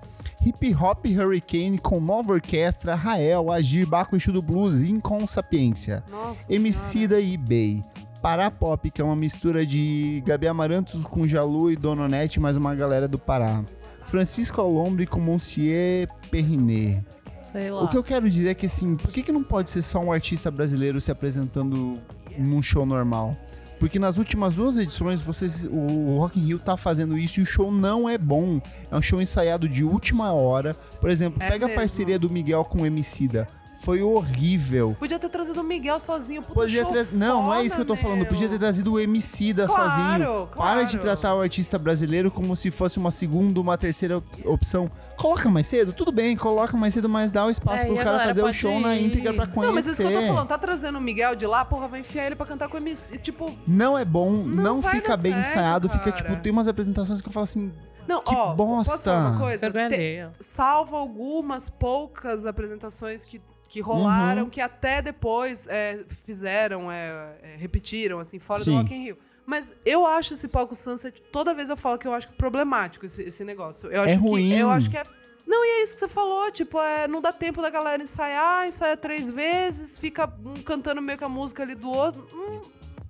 S4: Hip Hop Hurricane com Nova Orquestra, Rael, Agir, Baco e do Blues e Inconsapiência.
S1: Nossa senhora.
S4: Emicida e Bey. Pará Pop, que é uma mistura de Gabi Amarantos com Jalu e Dononete, mais uma galera do Pará. Francisco Alombre com Monsieur Perrinet.
S2: Sei lá.
S4: O que eu quero dizer é que, assim, por que, que não pode ser só um artista brasileiro se apresentando num show normal? Porque nas últimas duas edições, vocês, o Rock in Rio tá fazendo isso e o show não é bom. É um show ensaiado de última hora. Por exemplo,
S1: É
S4: pega
S1: mesmo.
S4: a parceria do Miguel com o Emicida. Foi horrível.
S1: Podia ter trazido o Miguel sozinho. Puta
S4: Podia
S1: show
S4: tra- Não, não é isso que eu tô
S1: foda,
S4: falando.
S1: meu.
S4: Podia ter trazido o MC da sozinho.
S1: Claro,
S4: Para
S1: claro.
S4: de tratar o artista brasileiro como se fosse uma segunda, uma terceira op- opção. Coloca mais cedo, tudo bem, coloca mais cedo, mas dá o espaço
S2: É,
S4: pro
S2: e a
S4: cara
S2: galera
S4: fazer o
S2: pode
S4: show na
S2: ir.
S4: íntegra pra conhecer.
S1: Não, mas isso que eu tô falando. Tá trazendo o Miguel de lá, porra, vai enfiar ele pra cantar com o MC. Tipo,
S4: Não é bom, não,
S1: Não vai
S4: fica
S1: dar
S4: bem
S1: certo,
S4: ensaiado, fica
S1: cara.
S4: tipo, tem umas apresentações que eu falo assim,
S1: não,
S4: Que
S1: ó. Posso
S4: bosta.
S1: falar uma coisa?
S2: Vergonha
S1: Te-
S2: alheia.
S1: salvo algumas poucas apresentações que, que
S4: Uhum.
S1: rolaram, que até depois é, fizeram, é, é, repetiram, assim, fora
S4: Sim.
S1: do Rock in Rio. Mas eu acho esse palco Sunset, toda vez eu falo que eu acho problemático esse, esse negócio. Eu acho
S4: ruim.
S1: Que, eu acho que é... Não, e é isso que você falou, tipo, é, não dá tempo da galera ensaiar, ensaia três vezes, fica um cantando meio que a música ali do outro. Hum,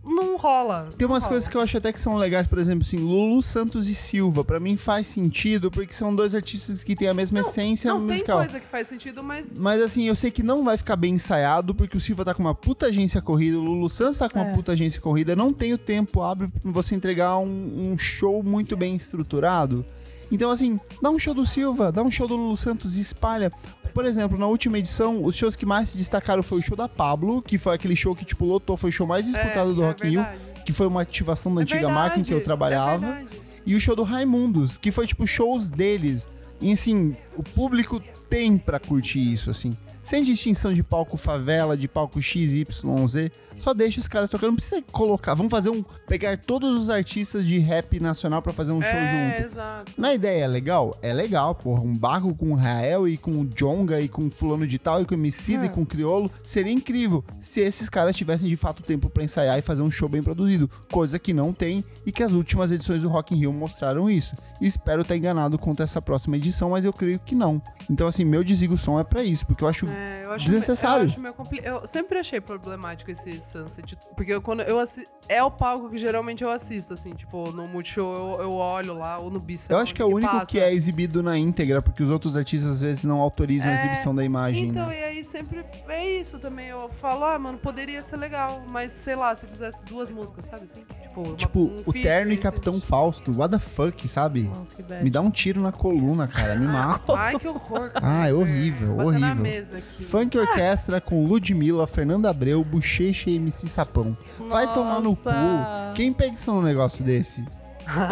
S1: não rola.
S4: Tem umas coisas que eu acho até que são legais, por exemplo, assim, Lulu Santos e Silva, pra mim faz sentido, porque são dois artistas que têm a mesma essência
S1: Não, tem
S4: um musical.
S1: coisa que faz sentido, mas
S4: Mas assim, eu sei que não vai ficar bem ensaiado, porque o Silva tá com uma puta agência corrida, o Lulu Santos tá com uma
S2: É.
S4: puta agência corrida, não tem o tempo, abre pra você entregar um, um show muito bem estruturado. Então, assim, dá um show do Silva, dá um show do Lulu Santos e espalha. Por exemplo, na última edição, os shows que mais se destacaram foi o show da Pablo, que foi aquele show que, tipo, lotou, foi o show mais disputado do
S1: é
S4: Rock in Rio,
S1: verdade.
S4: que foi uma ativação da
S1: É
S4: antiga
S1: verdade,
S4: marca em que
S1: é
S4: eu trabalhava
S1: verdade.
S4: e o show do Raimundos, que foi tipo shows deles. E assim, o público tem pra curtir isso, assim. Sem distinção de palco favela, de palco XYZ, só deixa os caras tocando. Não precisa colocar, vamos fazer um. pegar todos os artistas de rap nacional pra fazer um show
S1: é,
S4: junto.
S1: exato.
S4: Na ideia é legal? É legal, porra. Um barco com o Rael e com o Jonga e com o fulano de tal e com o
S1: Ah.
S4: Emicida e com o Criolo seria incrível se esses caras tivessem de fato tempo pra ensaiar e fazer um show bem produzido, coisa que não tem e que as últimas edições do Rock in Rio mostraram isso. Espero estar enganado quanto a essa próxima edição, mas eu creio que não. Então assim, meu desligo som é pra isso, porque eu acho
S1: É, eu acho
S4: Desnecessário.
S1: Eu, acho meio compli- eu sempre achei problemático esse Sunset. Porque eu- quando eu assi- é o palco que geralmente eu assisto, assim, tipo, no Multishow eu, eu olho lá, ou no Bis.
S4: Eu acho que é o único que é exibido na íntegra, porque os outros artistas às vezes não autorizam a
S1: É,
S4: exibição da imagem.
S1: Então,
S4: né?
S1: e aí sempre é isso também. Eu falo, ah, mano, poderia ser legal, mas sei lá, se fizesse duas músicas, sabe assim? Tipo, uma-
S4: Tipo,
S1: um
S4: o
S1: feat,
S4: Terno e
S1: assim.
S4: Capitão Fausto, what the fuck, sabe?
S2: Nossa, que bad.
S4: Me dá um tiro na coluna, cara,
S1: [laughs]
S4: me mata.
S1: Ai, que horror.
S4: Ah, é [laughs] horrível,
S1: Bater na
S4: horrível.
S1: mesa aqui.
S4: Funk Orquestra com Ludmilla, Fernanda Abreu, Bochecha e MC Sapão. Vai tomar no cu.
S2: Nossa.
S4: Quem pensa num negócio desse?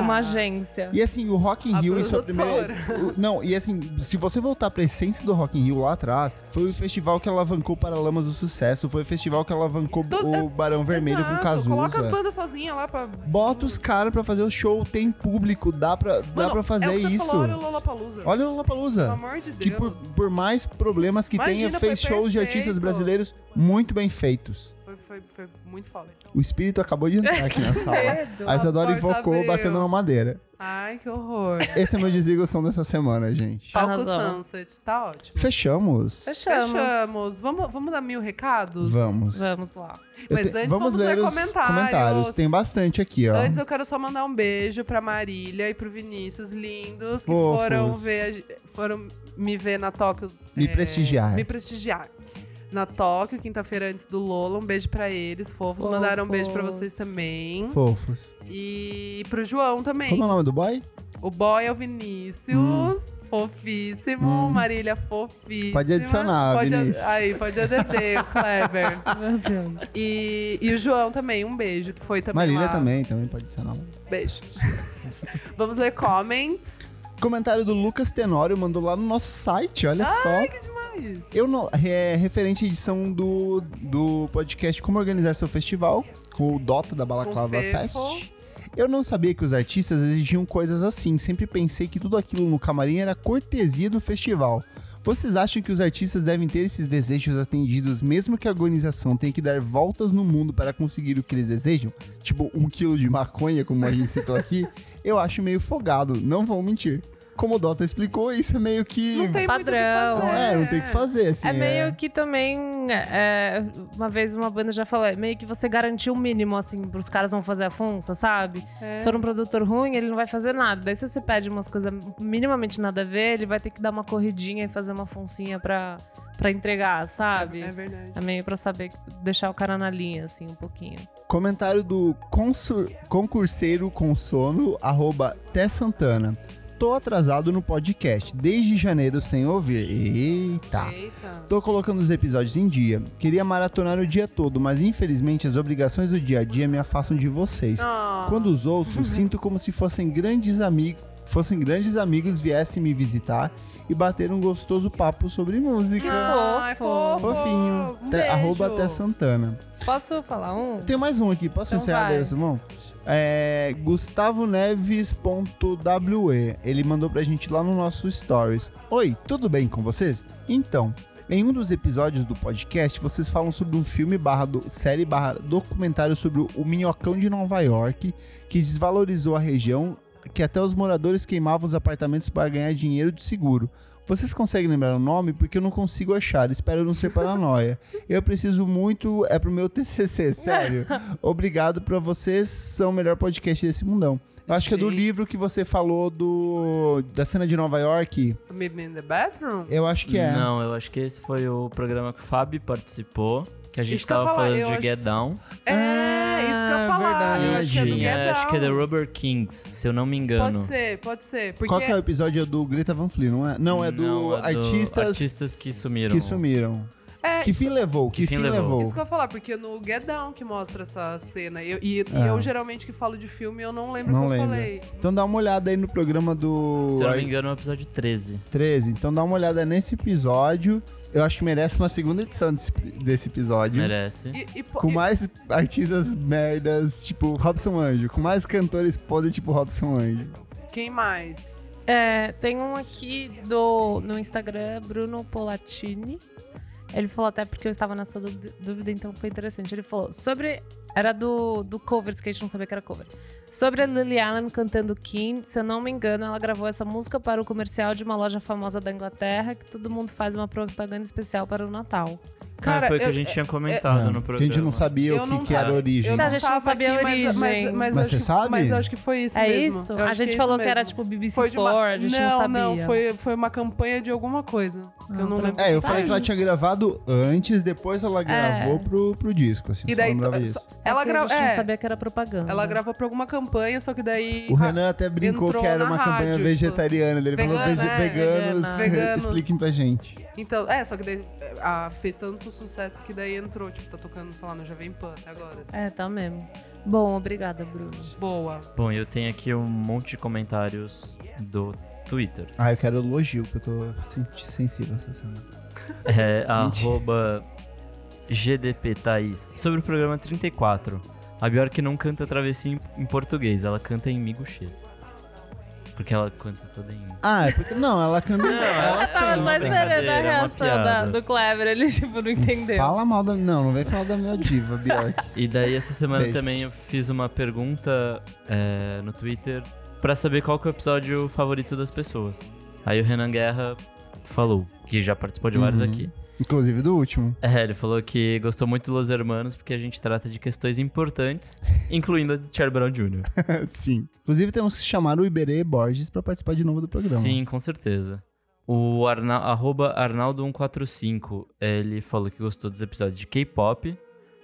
S2: Uma agência.
S4: E assim, o Rock in
S1: A
S4: Rio em sua
S1: produtora.
S4: primeira. o- Não, e assim, se você voltar pra essência do Rock in Rio lá atrás, foi o festival que alavancou Paralamas do Sucesso, foi o festival que alavancou
S1: Do-
S4: o Barão Vermelho
S1: Exato,
S4: com Cazuza.
S1: Coloca as bandas sozinha lá pra.
S4: Bota os caras pra fazer o show, tem público, dá pra, dá
S1: Mano,
S4: pra fazer
S1: é o que você
S4: isso.
S1: Falou, olha o Lollapalooza.
S4: Olha o Lollapalooza.
S1: Pelo amor de Deus.
S4: que por, por mais problemas que
S1: Imagina, foi
S4: tenha, fez shows de artistas
S1: perfeito.
S4: brasileiros muito bem feitos.
S1: Foi, foi- foi muito foda.
S4: O espírito acabou de entrar
S1: [laughs]
S4: aqui na sala. [laughs] A Isadora
S1: É, A porta
S4: invocou
S1: abriu.
S4: batendo na madeira.
S1: Ai, que horror.
S4: Esse é meu desligação dessa semana,
S1: [laughs]
S4: gente.
S1: Palco
S2: Arrasou.
S1: Sunset, tá ótimo.
S4: Fechamos.
S2: Fechamos.
S1: Vamos, vamos dar mil recados?
S4: Vamos.
S2: Vamos lá.
S4: Eu
S1: Mas
S4: te-
S1: antes vamos ler comentários.
S4: Tem bastante aqui, ó.
S1: Antes eu quero só mandar um beijo pra Marília e pro Vinícius, lindos, que
S4: Fofos.
S1: foram ver, a ge- foram me ver na Tóquio. é,
S4: Me prestigiar.
S1: Me prestigiar. Na Tóquio, quinta-feira antes do Lola. Um beijo pra eles, fofos.
S2: Fofos.
S1: Mandaram um beijo pra vocês também.
S4: Fofos.
S1: E pro João também.
S4: Como é o nome do boy?
S1: O boy é o Vinícius, fofíssimo.
S4: Hum.
S1: Marília, fofíssima.
S4: Pode adicionar,
S1: pode a-
S4: Vinícius.
S1: Aí, pode ADD,
S4: [laughs]
S1: o Kleber.
S2: Meu Deus.
S1: E, e o João também, um beijo, que foi também
S4: Marília
S1: lá.
S4: também, também pode ser nome.
S1: Beijo. Vamos ler comments.
S4: Comentário do Lucas Tenório mandou lá no nosso site, olha só.
S1: Mas,
S4: Eu não. É referente à edição do, do podcast Como Organizar Seu Festival, com o Dota da Balaclava
S1: Com
S4: Fest.
S1: Fefo.
S4: Eu não sabia que os artistas exigiam coisas assim, sempre pensei que tudo aquilo no camarim era cortesia do festival. Vocês acham que os artistas devem ter esses desejos atendidos, mesmo que a organização tenha que dar voltas no mundo para conseguir o que eles desejam? Tipo, um quilo de maconha, como a gente citou aqui? Eu acho meio folgado, não vou mentir. Como o Dota explicou, isso é meio que.
S1: não tem
S2: Padrão.
S1: muito o que fazer.
S4: É, não tem o que fazer, assim.
S2: é meio que também. é, uma vez uma banda já falou, é meio que você garantiu o mínimo, assim, pros caras vão fazer a função, sabe?
S1: É.
S2: Se for um produtor ruim, ele não vai fazer nada. Daí se você pede umas coisas minimamente nada a ver, ele vai ter que dar uma corridinha e fazer uma funcinha pra, pra entregar, sabe?
S1: É verdade.
S2: É meio pra saber deixar o cara na linha, assim, um pouquinho.
S4: Comentário do consur- concurseiro com sono, arroba Té Santana. Tô atrasado no podcast, desde janeiro sem ouvir. Eita!
S1: Eita.
S4: Tô colocando os episódios em dia. Queria maratonar o dia todo, mas infelizmente as obrigações do dia a dia me afastam de vocês.
S1: Ah,
S4: Quando os ouço, sinto como se fossem grandes amigos, fossem grandes amigos viessem me visitar e bater um gostoso papo sobre música.
S1: Ai,
S2: Fofo.
S1: Ah, é fofo.
S4: Fofinho.
S1: Um
S4: Té-
S1: beijo.
S4: arroba Té Santana.
S2: Posso falar um?
S4: Tem mais um aqui, posso
S2: Então
S4: encerrar
S2: vai.
S4: daí, Simão? É, Gustavo Neves.we Ele mandou pra gente lá no nosso Stories. Oi, tudo bem com vocês? Então, em um dos episódios do podcast, vocês falam sobre um filme barra do- série barra documentário sobre o- o minhocão de Nova York, que desvalorizou a região, que até os moradores queimavam os apartamentos para ganhar dinheiro de seguro. Vocês conseguem lembrar o nome? Porque eu não consigo achar, espero não ser paranoia. Eu preciso muito, é pro meu [laughs] TCC, sério. Obrigado pra vocês, são o melhor podcast desse mundão. Eu acho que é do
S1: Sim.
S4: livro que você falou do da cena de Nova York.
S1: Meet me in the bathroom?
S4: Eu acho que é.
S3: Não, eu acho que esse foi o programa que o Fábio participou. Que a gente
S1: Isso que eu
S3: tava
S1: ia falar,
S3: falando
S1: eu
S3: de
S1: acho-
S3: Get Down.
S1: É, isso que eu ia falar. Eu acho que é do
S4: verdade.
S3: Tinha,
S1: Get
S3: acho que é The
S1: Down.
S3: Rubber Kings, se eu não me engano.
S1: Pode ser, pode ser. Porque
S4: Qual que é o episódio É do Greta Van Fleet, não é? Não, é do
S3: Não,
S4: artistas
S3: artistas que sumiram.
S4: que sumiram.
S1: é,
S4: Que fim levou? Que, fim, levou?
S1: Isso que eu ia falar, porque no Get Down que mostra essa cena. E, eu- e- e
S4: É.
S1: eu geralmente que falo de filme, eu não lembro o
S4: Não
S1: que
S4: lembra.
S1: eu falei.
S4: Então dá uma olhada aí no programa do
S3: Se eu não
S4: Ar-
S3: me engano, é o episódio 13.
S4: 13. Então dá uma olhada nesse episódio. Eu acho que merece uma segunda edição desse, desse episódio.
S3: Merece.
S1: E, e po-
S4: Com
S1: e-
S4: mais artistas merdas, tipo Robson Anjo. Com mais cantores podres, tipo Robson Anjo.
S1: Quem mais?
S2: É, tem um aqui do, no Instagram, Bruno Polatini. Ele falou até porque eu estava nessa dú- dúvida, então foi interessante. Ele falou sobre Era do, do covers, que a gente não sabia que era cover. Sobre a Lily Allen cantando Kim, se eu não me engano, ela gravou essa música para o comercial de uma loja famosa da Inglaterra, que todo mundo faz uma propaganda especial para o Natal.
S1: Cara,
S3: ah, foi o que
S1: eu-
S3: a gente tinha comentado
S4: Não,
S3: no
S4: É. que
S3: programa.
S4: a gente não sabia
S1: Eu
S4: o
S1: não
S4: que, que era a
S3: tava.
S4: origem.
S1: Eu
S2: Tá,
S1: não
S2: a gente
S1: tava
S2: não sabia
S1: aqui,
S2: a
S1: mas, mas,
S2: origem.
S1: mas,
S4: Mas
S1: eu acho
S4: você
S1: que,
S4: sabe?
S1: Mas eu acho que foi isso
S2: é
S1: mesmo.
S2: isso?
S1: Eu
S2: A
S1: acho
S2: gente
S1: é
S2: falou
S1: isso
S2: que era
S1: mesmo.
S2: tipo BBC
S1: Foi de uma...
S2: Four, a gente não,
S1: não,
S2: sabia. É
S1: foi, foi uma campanha de alguma coisa. que eu não
S2: pra-
S1: lembro.
S4: É, eu
S2: Tá
S4: falei que ela
S2: aí.
S4: tinha gravado antes, depois ela gravou pro, pro disco, assim.
S1: É. E
S4: só
S1: daí.
S4: lembrava
S1: t-
S4: disso.
S1: só- Ela,
S2: Porque a
S1: gra...
S2: gente não
S1: é,
S2: sabia que era propaganda.
S1: ela gravou pra alguma campanha, só que daí.
S4: O Renan até brincou
S1: entrou
S4: que era
S1: na
S4: uma campanha
S1: rádio, tipo,
S4: vegetariana dele. Falou
S1: vegana,
S4: "Vege-
S1: é,
S4: veganos,
S2: vegana.
S4: [laughs]
S1: Veganos.
S4: expliquem pra gente.
S1: Então, é, só que daí a, fez tanto sucesso que daí entrou, tipo, tá tocando, sei lá, no Jovem Pan até agora. assim.
S2: É, tá mesmo. Bom, obrigada, Bruno.
S1: Boa.
S4: Tá.
S3: Bom, eu tenho aqui um monte de comentários do Twitter.
S4: Ah, eu quero elogio, que eu tô senti- sensível essa semana.
S3: É, arroba GDP Thaís. Sobre o programa 34. A Bjork não canta travessia em- em português, ela canta em miguxês. Porque ela canta toda em...
S4: Ah, é porque. Não, ela canta.
S3: ela
S2: Tava
S3: é
S2: só esperando a reação da- do Kleber, ele tipo não entendeu.
S4: Fala mal da. Não, não vem falar da minha diva, Bjork.
S3: E daí essa semana
S4: Beijo.
S3: também eu fiz uma pergunta é, no Twitter pra saber qual que é o episódio favorito das pessoas. Aí o Renan Guerra falou, que já participou de vários
S4: Uhum.
S3: aqui.
S4: [laughs] Inclusive do último.
S3: É, ele falou que gostou muito do Los Hermanos porque a gente trata de questões importantes,
S4: [laughs]
S3: incluindo a de Charlie Brown Jr.
S4: [laughs] Sim. Inclusive temos que chamar o Iberê Borges pra participar de novo do programa.
S3: Sim, com certeza. O Arna arroba Arnaldo145, ele falou que gostou dos episódios de K-pop,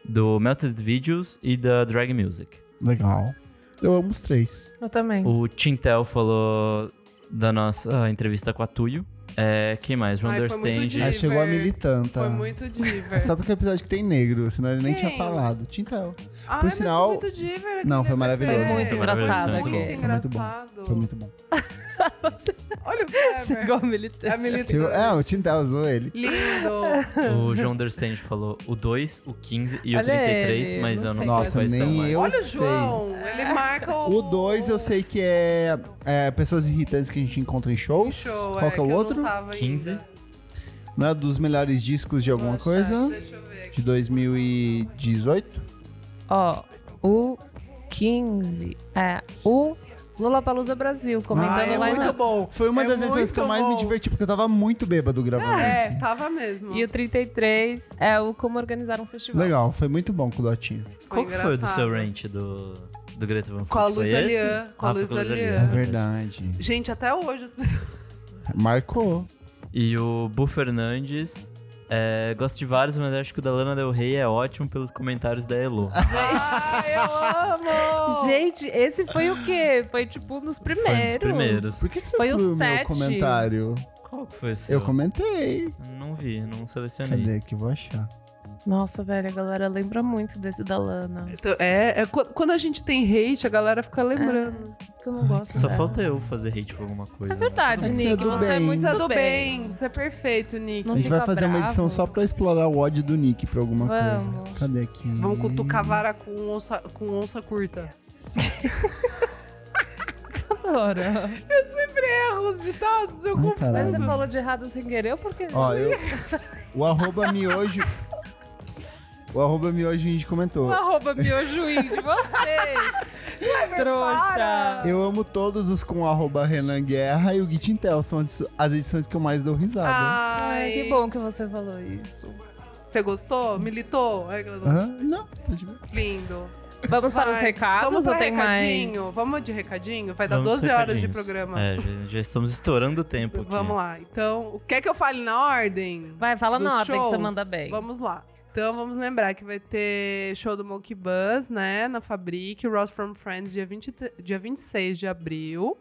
S3: do Melted Videos e da Drag Music.
S4: Legal. Eu amo os três.
S2: Eu também. [laughs]
S3: O Tintel falou da nossa entrevista com a Tuyo. É, quem mais? O
S1: Ai, foi muito
S3: Understand.
S4: Ela
S1: Diver.
S4: chegou a militanta.
S1: Foi muito diver.
S4: É só porque é o episódio que tem negro, senão ele nem
S1: Quem?
S4: tinha falado. Tintel.
S1: Ai,
S4: por
S1: mas
S4: sinal-
S1: foi muito diver. aquele
S4: Não, foi
S1: EPP.
S4: maravilhoso.
S2: Foi muito engraçado
S1: Muito
S2: aquele.
S1: engraçado.
S4: Foi muito bom.
S1: Olha o Kleber.
S2: Chegou é a militante.
S1: A militante.
S4: Chegou- É, o Tintel zoou ele.
S1: Lindo.
S3: O João Understand falou o 2, o 15 e o
S2: Olha
S3: 33,
S2: ele,
S3: mas
S2: não
S3: eu não
S2: sei
S3: sei
S4: Nossa,
S3: quais são
S4: nem
S3: mais.
S4: eu
S1: Olha o
S4: sei.
S1: João. Ele marca o...
S4: O 2 eu sei que é, é pessoas irritantes que a gente encontra em
S1: o
S4: shows.
S1: show,
S4: Qual
S1: é,
S4: que é
S1: que
S4: o
S1: eu não
S4: outro?
S1: tava ainda.
S3: 15.
S4: Não é dos melhores discos de alguma
S1: Nossa, é,
S4: coisa?
S1: Deixa eu ver aqui.
S4: De 2018?
S2: Ó, o 15 é o Lollapalooza Brasil, comentando
S1: Ah, é
S2: lá em
S1: muito bom.
S4: Foi uma
S1: É
S4: das vezes que eu
S1: muito
S4: mais me
S1: bom.
S4: diverti, porque eu tava muito bêbado gravando
S1: É,
S4: isso.
S1: tava mesmo.
S2: E o 33 é o Como Organizar um Festival.
S4: Legal, foi muito bom com o Dotinho.
S1: Foi
S3: Qual que foi o do seu
S1: engraçado.
S3: ranch do, do Greta Van Fleet?
S1: Com a
S3: Foi
S1: Luísa
S3: esse?
S1: Lian, com a
S3: Ah, foi
S1: Luísa
S3: Luísa
S1: Lian.
S3: Lian,
S4: É verdade.
S1: Gente, até hoje as pessoas...
S4: Marcou.
S3: E o Bu Fernandes. é, gosto de vários, mas acho que o da Lana Del Rey é ótimo pelos comentários da
S4: [laughs]
S3: Elo.
S1: Ai, [laughs] eu amo!
S2: Gente, esse foi o quê? Foi tipo nos primeiros.
S3: Foi um dos primeiros.
S4: Por que, que você
S2: Foi o
S4: excluiu o meu
S2: sete.
S4: comentário?
S3: Qual que foi o seu?
S4: Eu comentei.
S3: Não vi, não selecionei.
S4: Cadê que eu vou achar?
S2: Nossa, velho, a galera lembra muito desse da Lana.
S1: Então, é, é qu- quando a gente tem hate, a galera fica lembrando.
S2: Que eu não gosto
S3: Só
S2: dela.
S3: falta eu fazer hate com alguma coisa.
S2: É verdade,
S4: Você
S2: Nick.
S4: é do
S2: você é
S4: bem.
S2: muito
S1: Você é
S2: do
S1: do bem, você é perfeito, Nick.
S2: Não
S4: a gente vai
S2: fica
S4: fazer uma
S2: bravo.
S4: edição só pra explorar o ódio do Nick pra alguma
S2: Vamos.
S4: coisa. Cadê aqui?
S1: Vamos cutucar vara com onça, com onça curta.
S2: [laughs] Adoro.
S1: Eu sempre erro os ditados, eu
S4: Ai, caralho.
S2: Mas você falou de errado sem querer ou porque.
S4: Ó, eu. O arroba miojo. O arroba miojo indie comentou.
S2: um Arroba Biojuí de
S1: [laughs]
S2: você.
S1: é
S2: Trouxa.
S4: Eu amo todos os com arroba Renan Guerra e o Git Intel. São as- as edições que eu mais dou risada.
S2: Ai,
S1: Ai,
S2: que bom que você falou isso.
S1: Você gostou? Militou? Ai, Gladu,
S4: Aham, Não, tá de boa.
S1: Lindo.
S2: Vamos para
S1: Vai.
S2: os recados
S1: Vamos
S2: ou
S1: pra
S2: tem
S1: recadinho?
S2: mais?
S1: Vamos de recadinho? Vai dar
S3: Vamos
S1: 12 horas de
S3: recadinhos.
S1: programa.
S3: É, já, já estamos estourando o tempo aqui.
S1: Vamos lá. Então, quer que eu fale na ordem?
S2: Vai, fala
S1: dos
S2: na ordem que você
S1: shows?
S2: manda bem.
S1: Vamos lá. Então vamos lembrar que vai ter show do Monkey Buzz, né? Na Fabric, Ross from Friends, dia, 20, dia 26 de abril.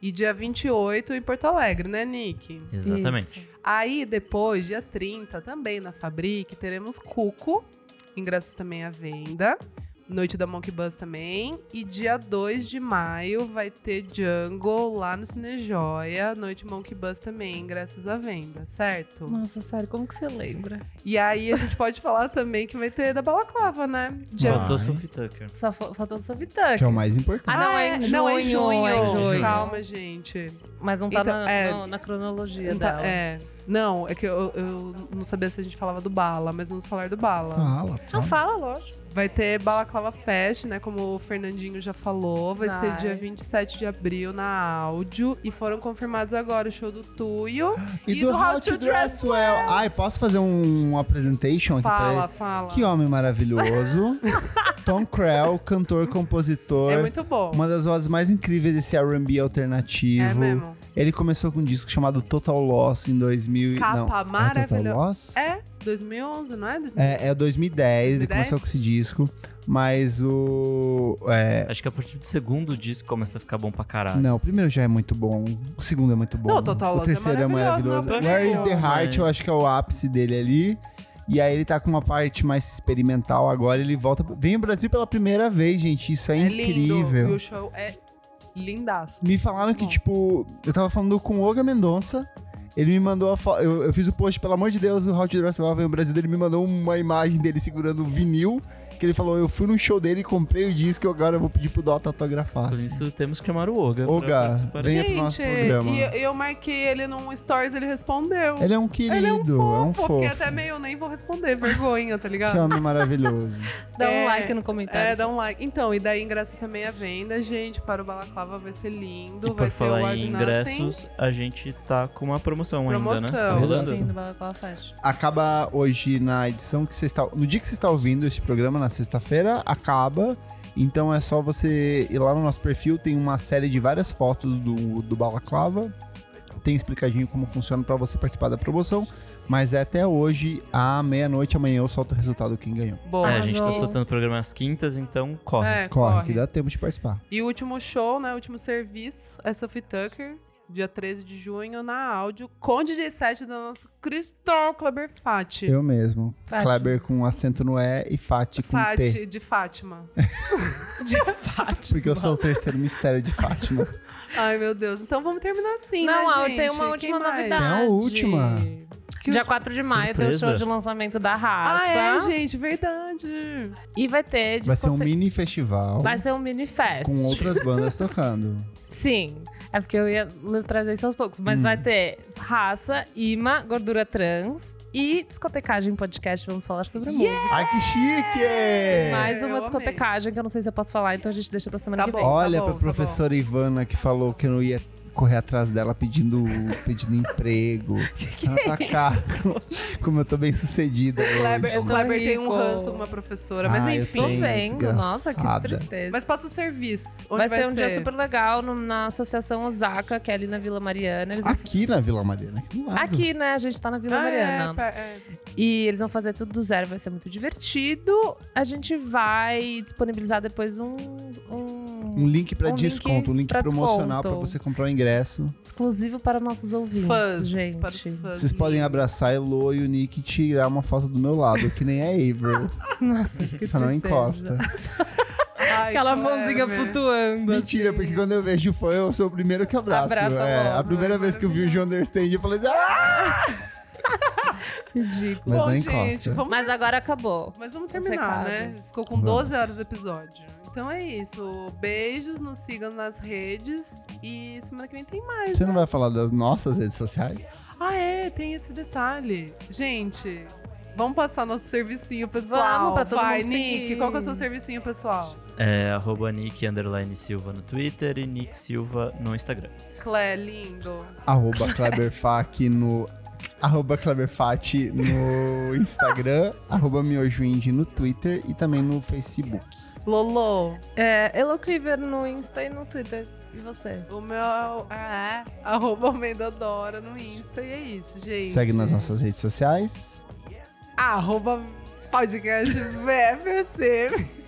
S1: E dia 28 em Porto Alegre, né, Nick?
S3: Exatamente.
S2: Isso.
S1: Aí depois, dia 30, também na Fabric, teremos Cuco. Ingressos também à venda. Noite da Monkey Buzz também. E dia 2 de maio vai ter Jungle lá no Cinejoia. Noite Monkey Buzz também, ingressos à venda, certo?
S2: Nossa, sério, como que você lembra?
S1: E aí a gente pode falar também que vai ter da balaclava, né? Dia-
S4: Vai.
S3: Faltou Sophie Tucker.
S2: Só fa- faltou o Sovitank.
S4: Que é o mais importante.
S2: Ah, não, é em
S1: não, é em
S2: junho,
S1: junho.
S2: é em junho.
S1: Calma, gente.
S2: Mas não tá
S1: Então,
S2: na,
S1: é.
S2: não, na cronologia
S1: Não tá-
S2: dela.
S1: é. Não, é que eu, eu não sabia se a gente falava do Bala, mas vamos falar do Bala.
S4: Fala.
S2: Não
S4: Ah, fala.
S2: fala, lógico.
S1: Vai ter Balaclava Fest, né? Como o Fernandinho já falou. Vai ser
S2: Vai.
S1: dia 27 de abril na áudio. E foram confirmados agora o show do Tuyo. E do How to Dress
S4: Well. Ai, posso fazer um presentation aqui pra ele?
S1: Fala, fala.
S4: Que
S1: [laughs]
S4: homem maravilhoso. Tom Krell, cantor, compositor.
S1: é muito bom.
S4: Uma das vozes mais incríveis desse R&B alternativo.
S1: É mesmo.
S4: Ele começou com um disco chamado Total Loss em 2000. e-
S1: Capa
S4: não, É
S1: maravilhosa.
S4: Total Loss?
S1: É, 2011, não é? 2011.
S4: É, é 2010, ele
S1: 2010?
S4: começou com esse disco, mas o. é,
S3: Acho que a partir do segundo disco começa a ficar bom pra caralho.
S4: não, o primeiro já é muito bom, o segundo é muito bom.
S1: Não, Total
S4: O
S1: Loss é
S4: terceiro é
S1: maravilhoso,
S4: maravilhoso.
S3: não é bom,
S4: Where is the
S3: mas-
S4: Heart, eu acho que é o ápice dele ali. E aí ele tá com uma parte mais experimental agora, ele volta. Vem ao Brasil pela primeira vez, gente. Isso é,
S1: É lindo. E
S4: incrível.
S1: o show é lindaço.
S4: Me falaram que,
S1: Bom.
S4: tipo, eu tava falando com o Olga Mendonça. Ele me mandou a foto. Eu, eu fiz o post, pelo amor de Deus, o Hot Dress Well veio no Brasil. Ele me mandou uma imagem dele segurando um vinil. Que ele falou: Eu fui num show dele, comprei o disco e agora eu vou pedir pro Dota autografar.
S3: Por isso temos que chamar o Oga. pra
S4: Oga,
S3: participar.
S4: Venha pro nosso
S1: Gente,
S4: programa.
S1: e eu, eu marquei ele num stories, ele respondeu.
S4: Ele é um querido, é um fofo.
S1: Fiquei até meio, nem vou responder, vergonha, tá
S4: [laughs]
S1: ligado?
S4: Que homem maravilhoso.
S2: Dá
S1: É.
S2: um like no comentário.
S1: É, dá um like. Então, e daí ingressos também à venda, gente, para o Balaclava vai ser
S3: E
S1: lindo, vai
S3: por
S1: ser o
S3: falar
S1: Odd
S3: em
S1: Nothing.
S3: ingressos, a gente tá com uma promoção, ainda, né? Tá
S1: Promoção.
S3: rolando?
S2: Sim, no Balaclava Fest.
S4: Acaba hoje na edição que você está. No dia que você está ouvindo esse programa, na sexta-feira, acaba. Então é só você ir lá no nosso perfil, tem uma série de várias fotos do, do Balaclava. Tem explicadinho como funciona para você participar da promoção. Mas é até hoje, à meia-noite, amanhã eu solto o resultado quem ganhou.
S1: Boa.
S3: É, a gente tá
S2: Arrasou.
S3: soltando programa às quintas, então corre.
S1: É,
S4: Corre,
S1: corre.
S4: que dá tempo de participar.
S1: E o último show, né, o último serviço é Sophie Tucker, dia 13 de junho, na áudio, com DJ 7 da nossa Crystal Kleber Fati.
S4: Eu mesmo.
S2: Fati.
S4: Kleber com acento no E e Fati com T.
S1: Fati, de Fátima.
S2: De fato.
S4: Porque eu sou o terceiro mistério de Fátima.
S1: Ai, meu Deus. Então vamos terminar assim, né,
S2: Não,
S1: gente?
S2: tem uma
S1: Quem
S2: última
S1: mais?
S2: novidade.
S4: Tem a última.
S1: Que
S2: Dia 4 de maio
S3: Surpresa.
S2: tem o show de lançamento da raça.
S1: Ah, é, gente, verdade.
S2: E vai ter
S4: Vai ser um
S2: discote-
S4: mini festival.
S2: Vai ser um mini fest.
S4: com outras bandas tocando.
S2: Sim. É porque eu ia l- trazer isso aos poucos.
S4: Hum.
S2: Mas vai ter raça, imã, gordura trans e discotecagem podcast. Vamos falar sobre música.
S4: Ai, que chique!
S2: Mais
S1: Eu
S2: uma
S1: amei.
S2: discotecagem que eu não sei se eu posso falar, então a gente deixa pra semana
S1: Tá
S2: que
S1: bom.
S2: vem.
S4: Olha
S1: tá
S4: pra
S1: tá
S4: professora Ivana que falou que eu não ia correr atrás dela pedindo, pedindo
S2: [laughs]
S4: emprego. Ela tá
S2: é
S4: caro. [laughs] Como eu tô bem sucedida.
S1: Kleber,
S4: hoje.
S1: o Kleber tem um
S2: rico.
S1: ranço com uma professora, mas
S4: Ah, eu
S2: Tô
S1: enfim.
S4: tenho.
S2: vendo,
S4: desgraçada.
S2: nossa, que tristeza.
S1: Mas passa o serviço. Onde
S2: vai, ser um dia super legal no- na Associação Osaka, que é ali na Vila Mariana. Eles vão-
S4: Aqui na Vila Mariana, aqui do lado.
S2: Aqui, né? A gente tá na Vila
S1: Ah, é,
S2: Mariana.
S1: pa- é.
S2: E eles vão fazer tudo do zero, vai ser muito divertido. A gente vai disponibilizar depois um. um
S4: Um link pra
S2: Um link
S4: desconto, um link
S2: pra
S4: promocional
S2: desconto.
S4: pra você comprar o ingresso.
S2: exclusivo para nossos ouvintes,
S1: Fãs,
S2: gente.
S1: para os fãs.
S4: Vocês podem abraçar Elo e o Nick e tirar uma foto do meu lado, que nem a
S2: [laughs]
S4: Avril.
S2: [laughs] Nossa, que
S4: Só não
S2: tristeza.
S4: encosta.
S1: Ai, né?
S2: Aquela
S1: Kleber.
S2: mãozinha flutuando.
S4: Mentira, porque quando eu vejo fã, eu sou o primeiro que abraço.
S2: Abraça
S4: é,
S2: logo,
S4: a primeira vez que eu vi o John Understand, eu falei assim, ah!
S2: Ridículo.
S4: Mas
S1: Bom,
S4: não
S1: gente,
S4: encosta.
S1: vamos,
S2: Mas agora acabou.
S1: mas vamos terminar, né?
S2: recados.
S1: Ficou com 12
S4: Vamos.
S1: horas o episódio. Então é isso. Beijos, nos sigam nas redes. E semana que vem tem mais.
S4: Você não vai falar das nossas redes sociais?
S1: Ah, é, tem esse detalhe. Gente, vamos passar nosso servicinho pessoal.
S2: Vamos, pra todo
S1: Vai,
S2: mundo
S1: Nick,
S2: seguir.
S1: qual que é o seu servicinho pessoal?
S3: É arroba Nick underline Silva no Twitter e Nick Silva no Instagram.
S1: Clé, lindo.
S4: Arroba Kleberfac no... Arroba Kleberfati no Instagram, arroba MiojoIndy no Twitter e também no Facebook.
S1: Lolo.
S2: É, Hello Cleaver no Insta e no Twitter. E você?
S1: O meu é arroba Mendadora no Insta e é isso, gente.
S4: Segue nas nossas redes sociais.
S1: Arroba podcast
S2: [laughs]
S1: VFSM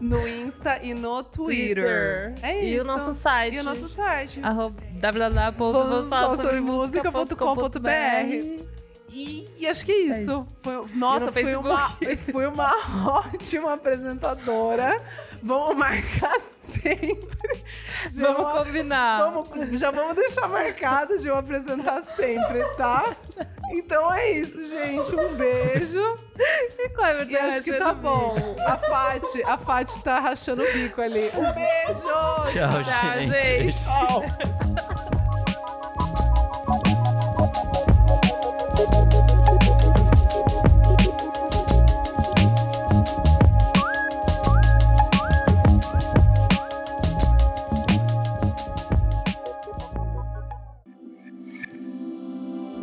S1: no Insta e no Twitter. É
S2: e
S1: isso.
S2: o nosso site.
S1: E o nosso site.
S2: Arroba
S1: www.vosfalassobremusica.com.br. E, e acho que é isso. um Foi- nossa,
S2: no
S1: fui uma, [laughs] fui uma ótima apresentadora. Vamos marcar [laughs] sempre. de
S2: Vamos
S1: uma-
S2: combinar.
S1: Vamos- já vamos deixar marcado de eu apresentar sempre, tá? Então é isso, gente. Um beijo.
S2: Kleber,
S1: E acho que tá bom. A Fati, a Fati tá rachando o bico ali. Um beijo!
S3: Tchau,
S2: Tchau, gente.
S1: Tchau.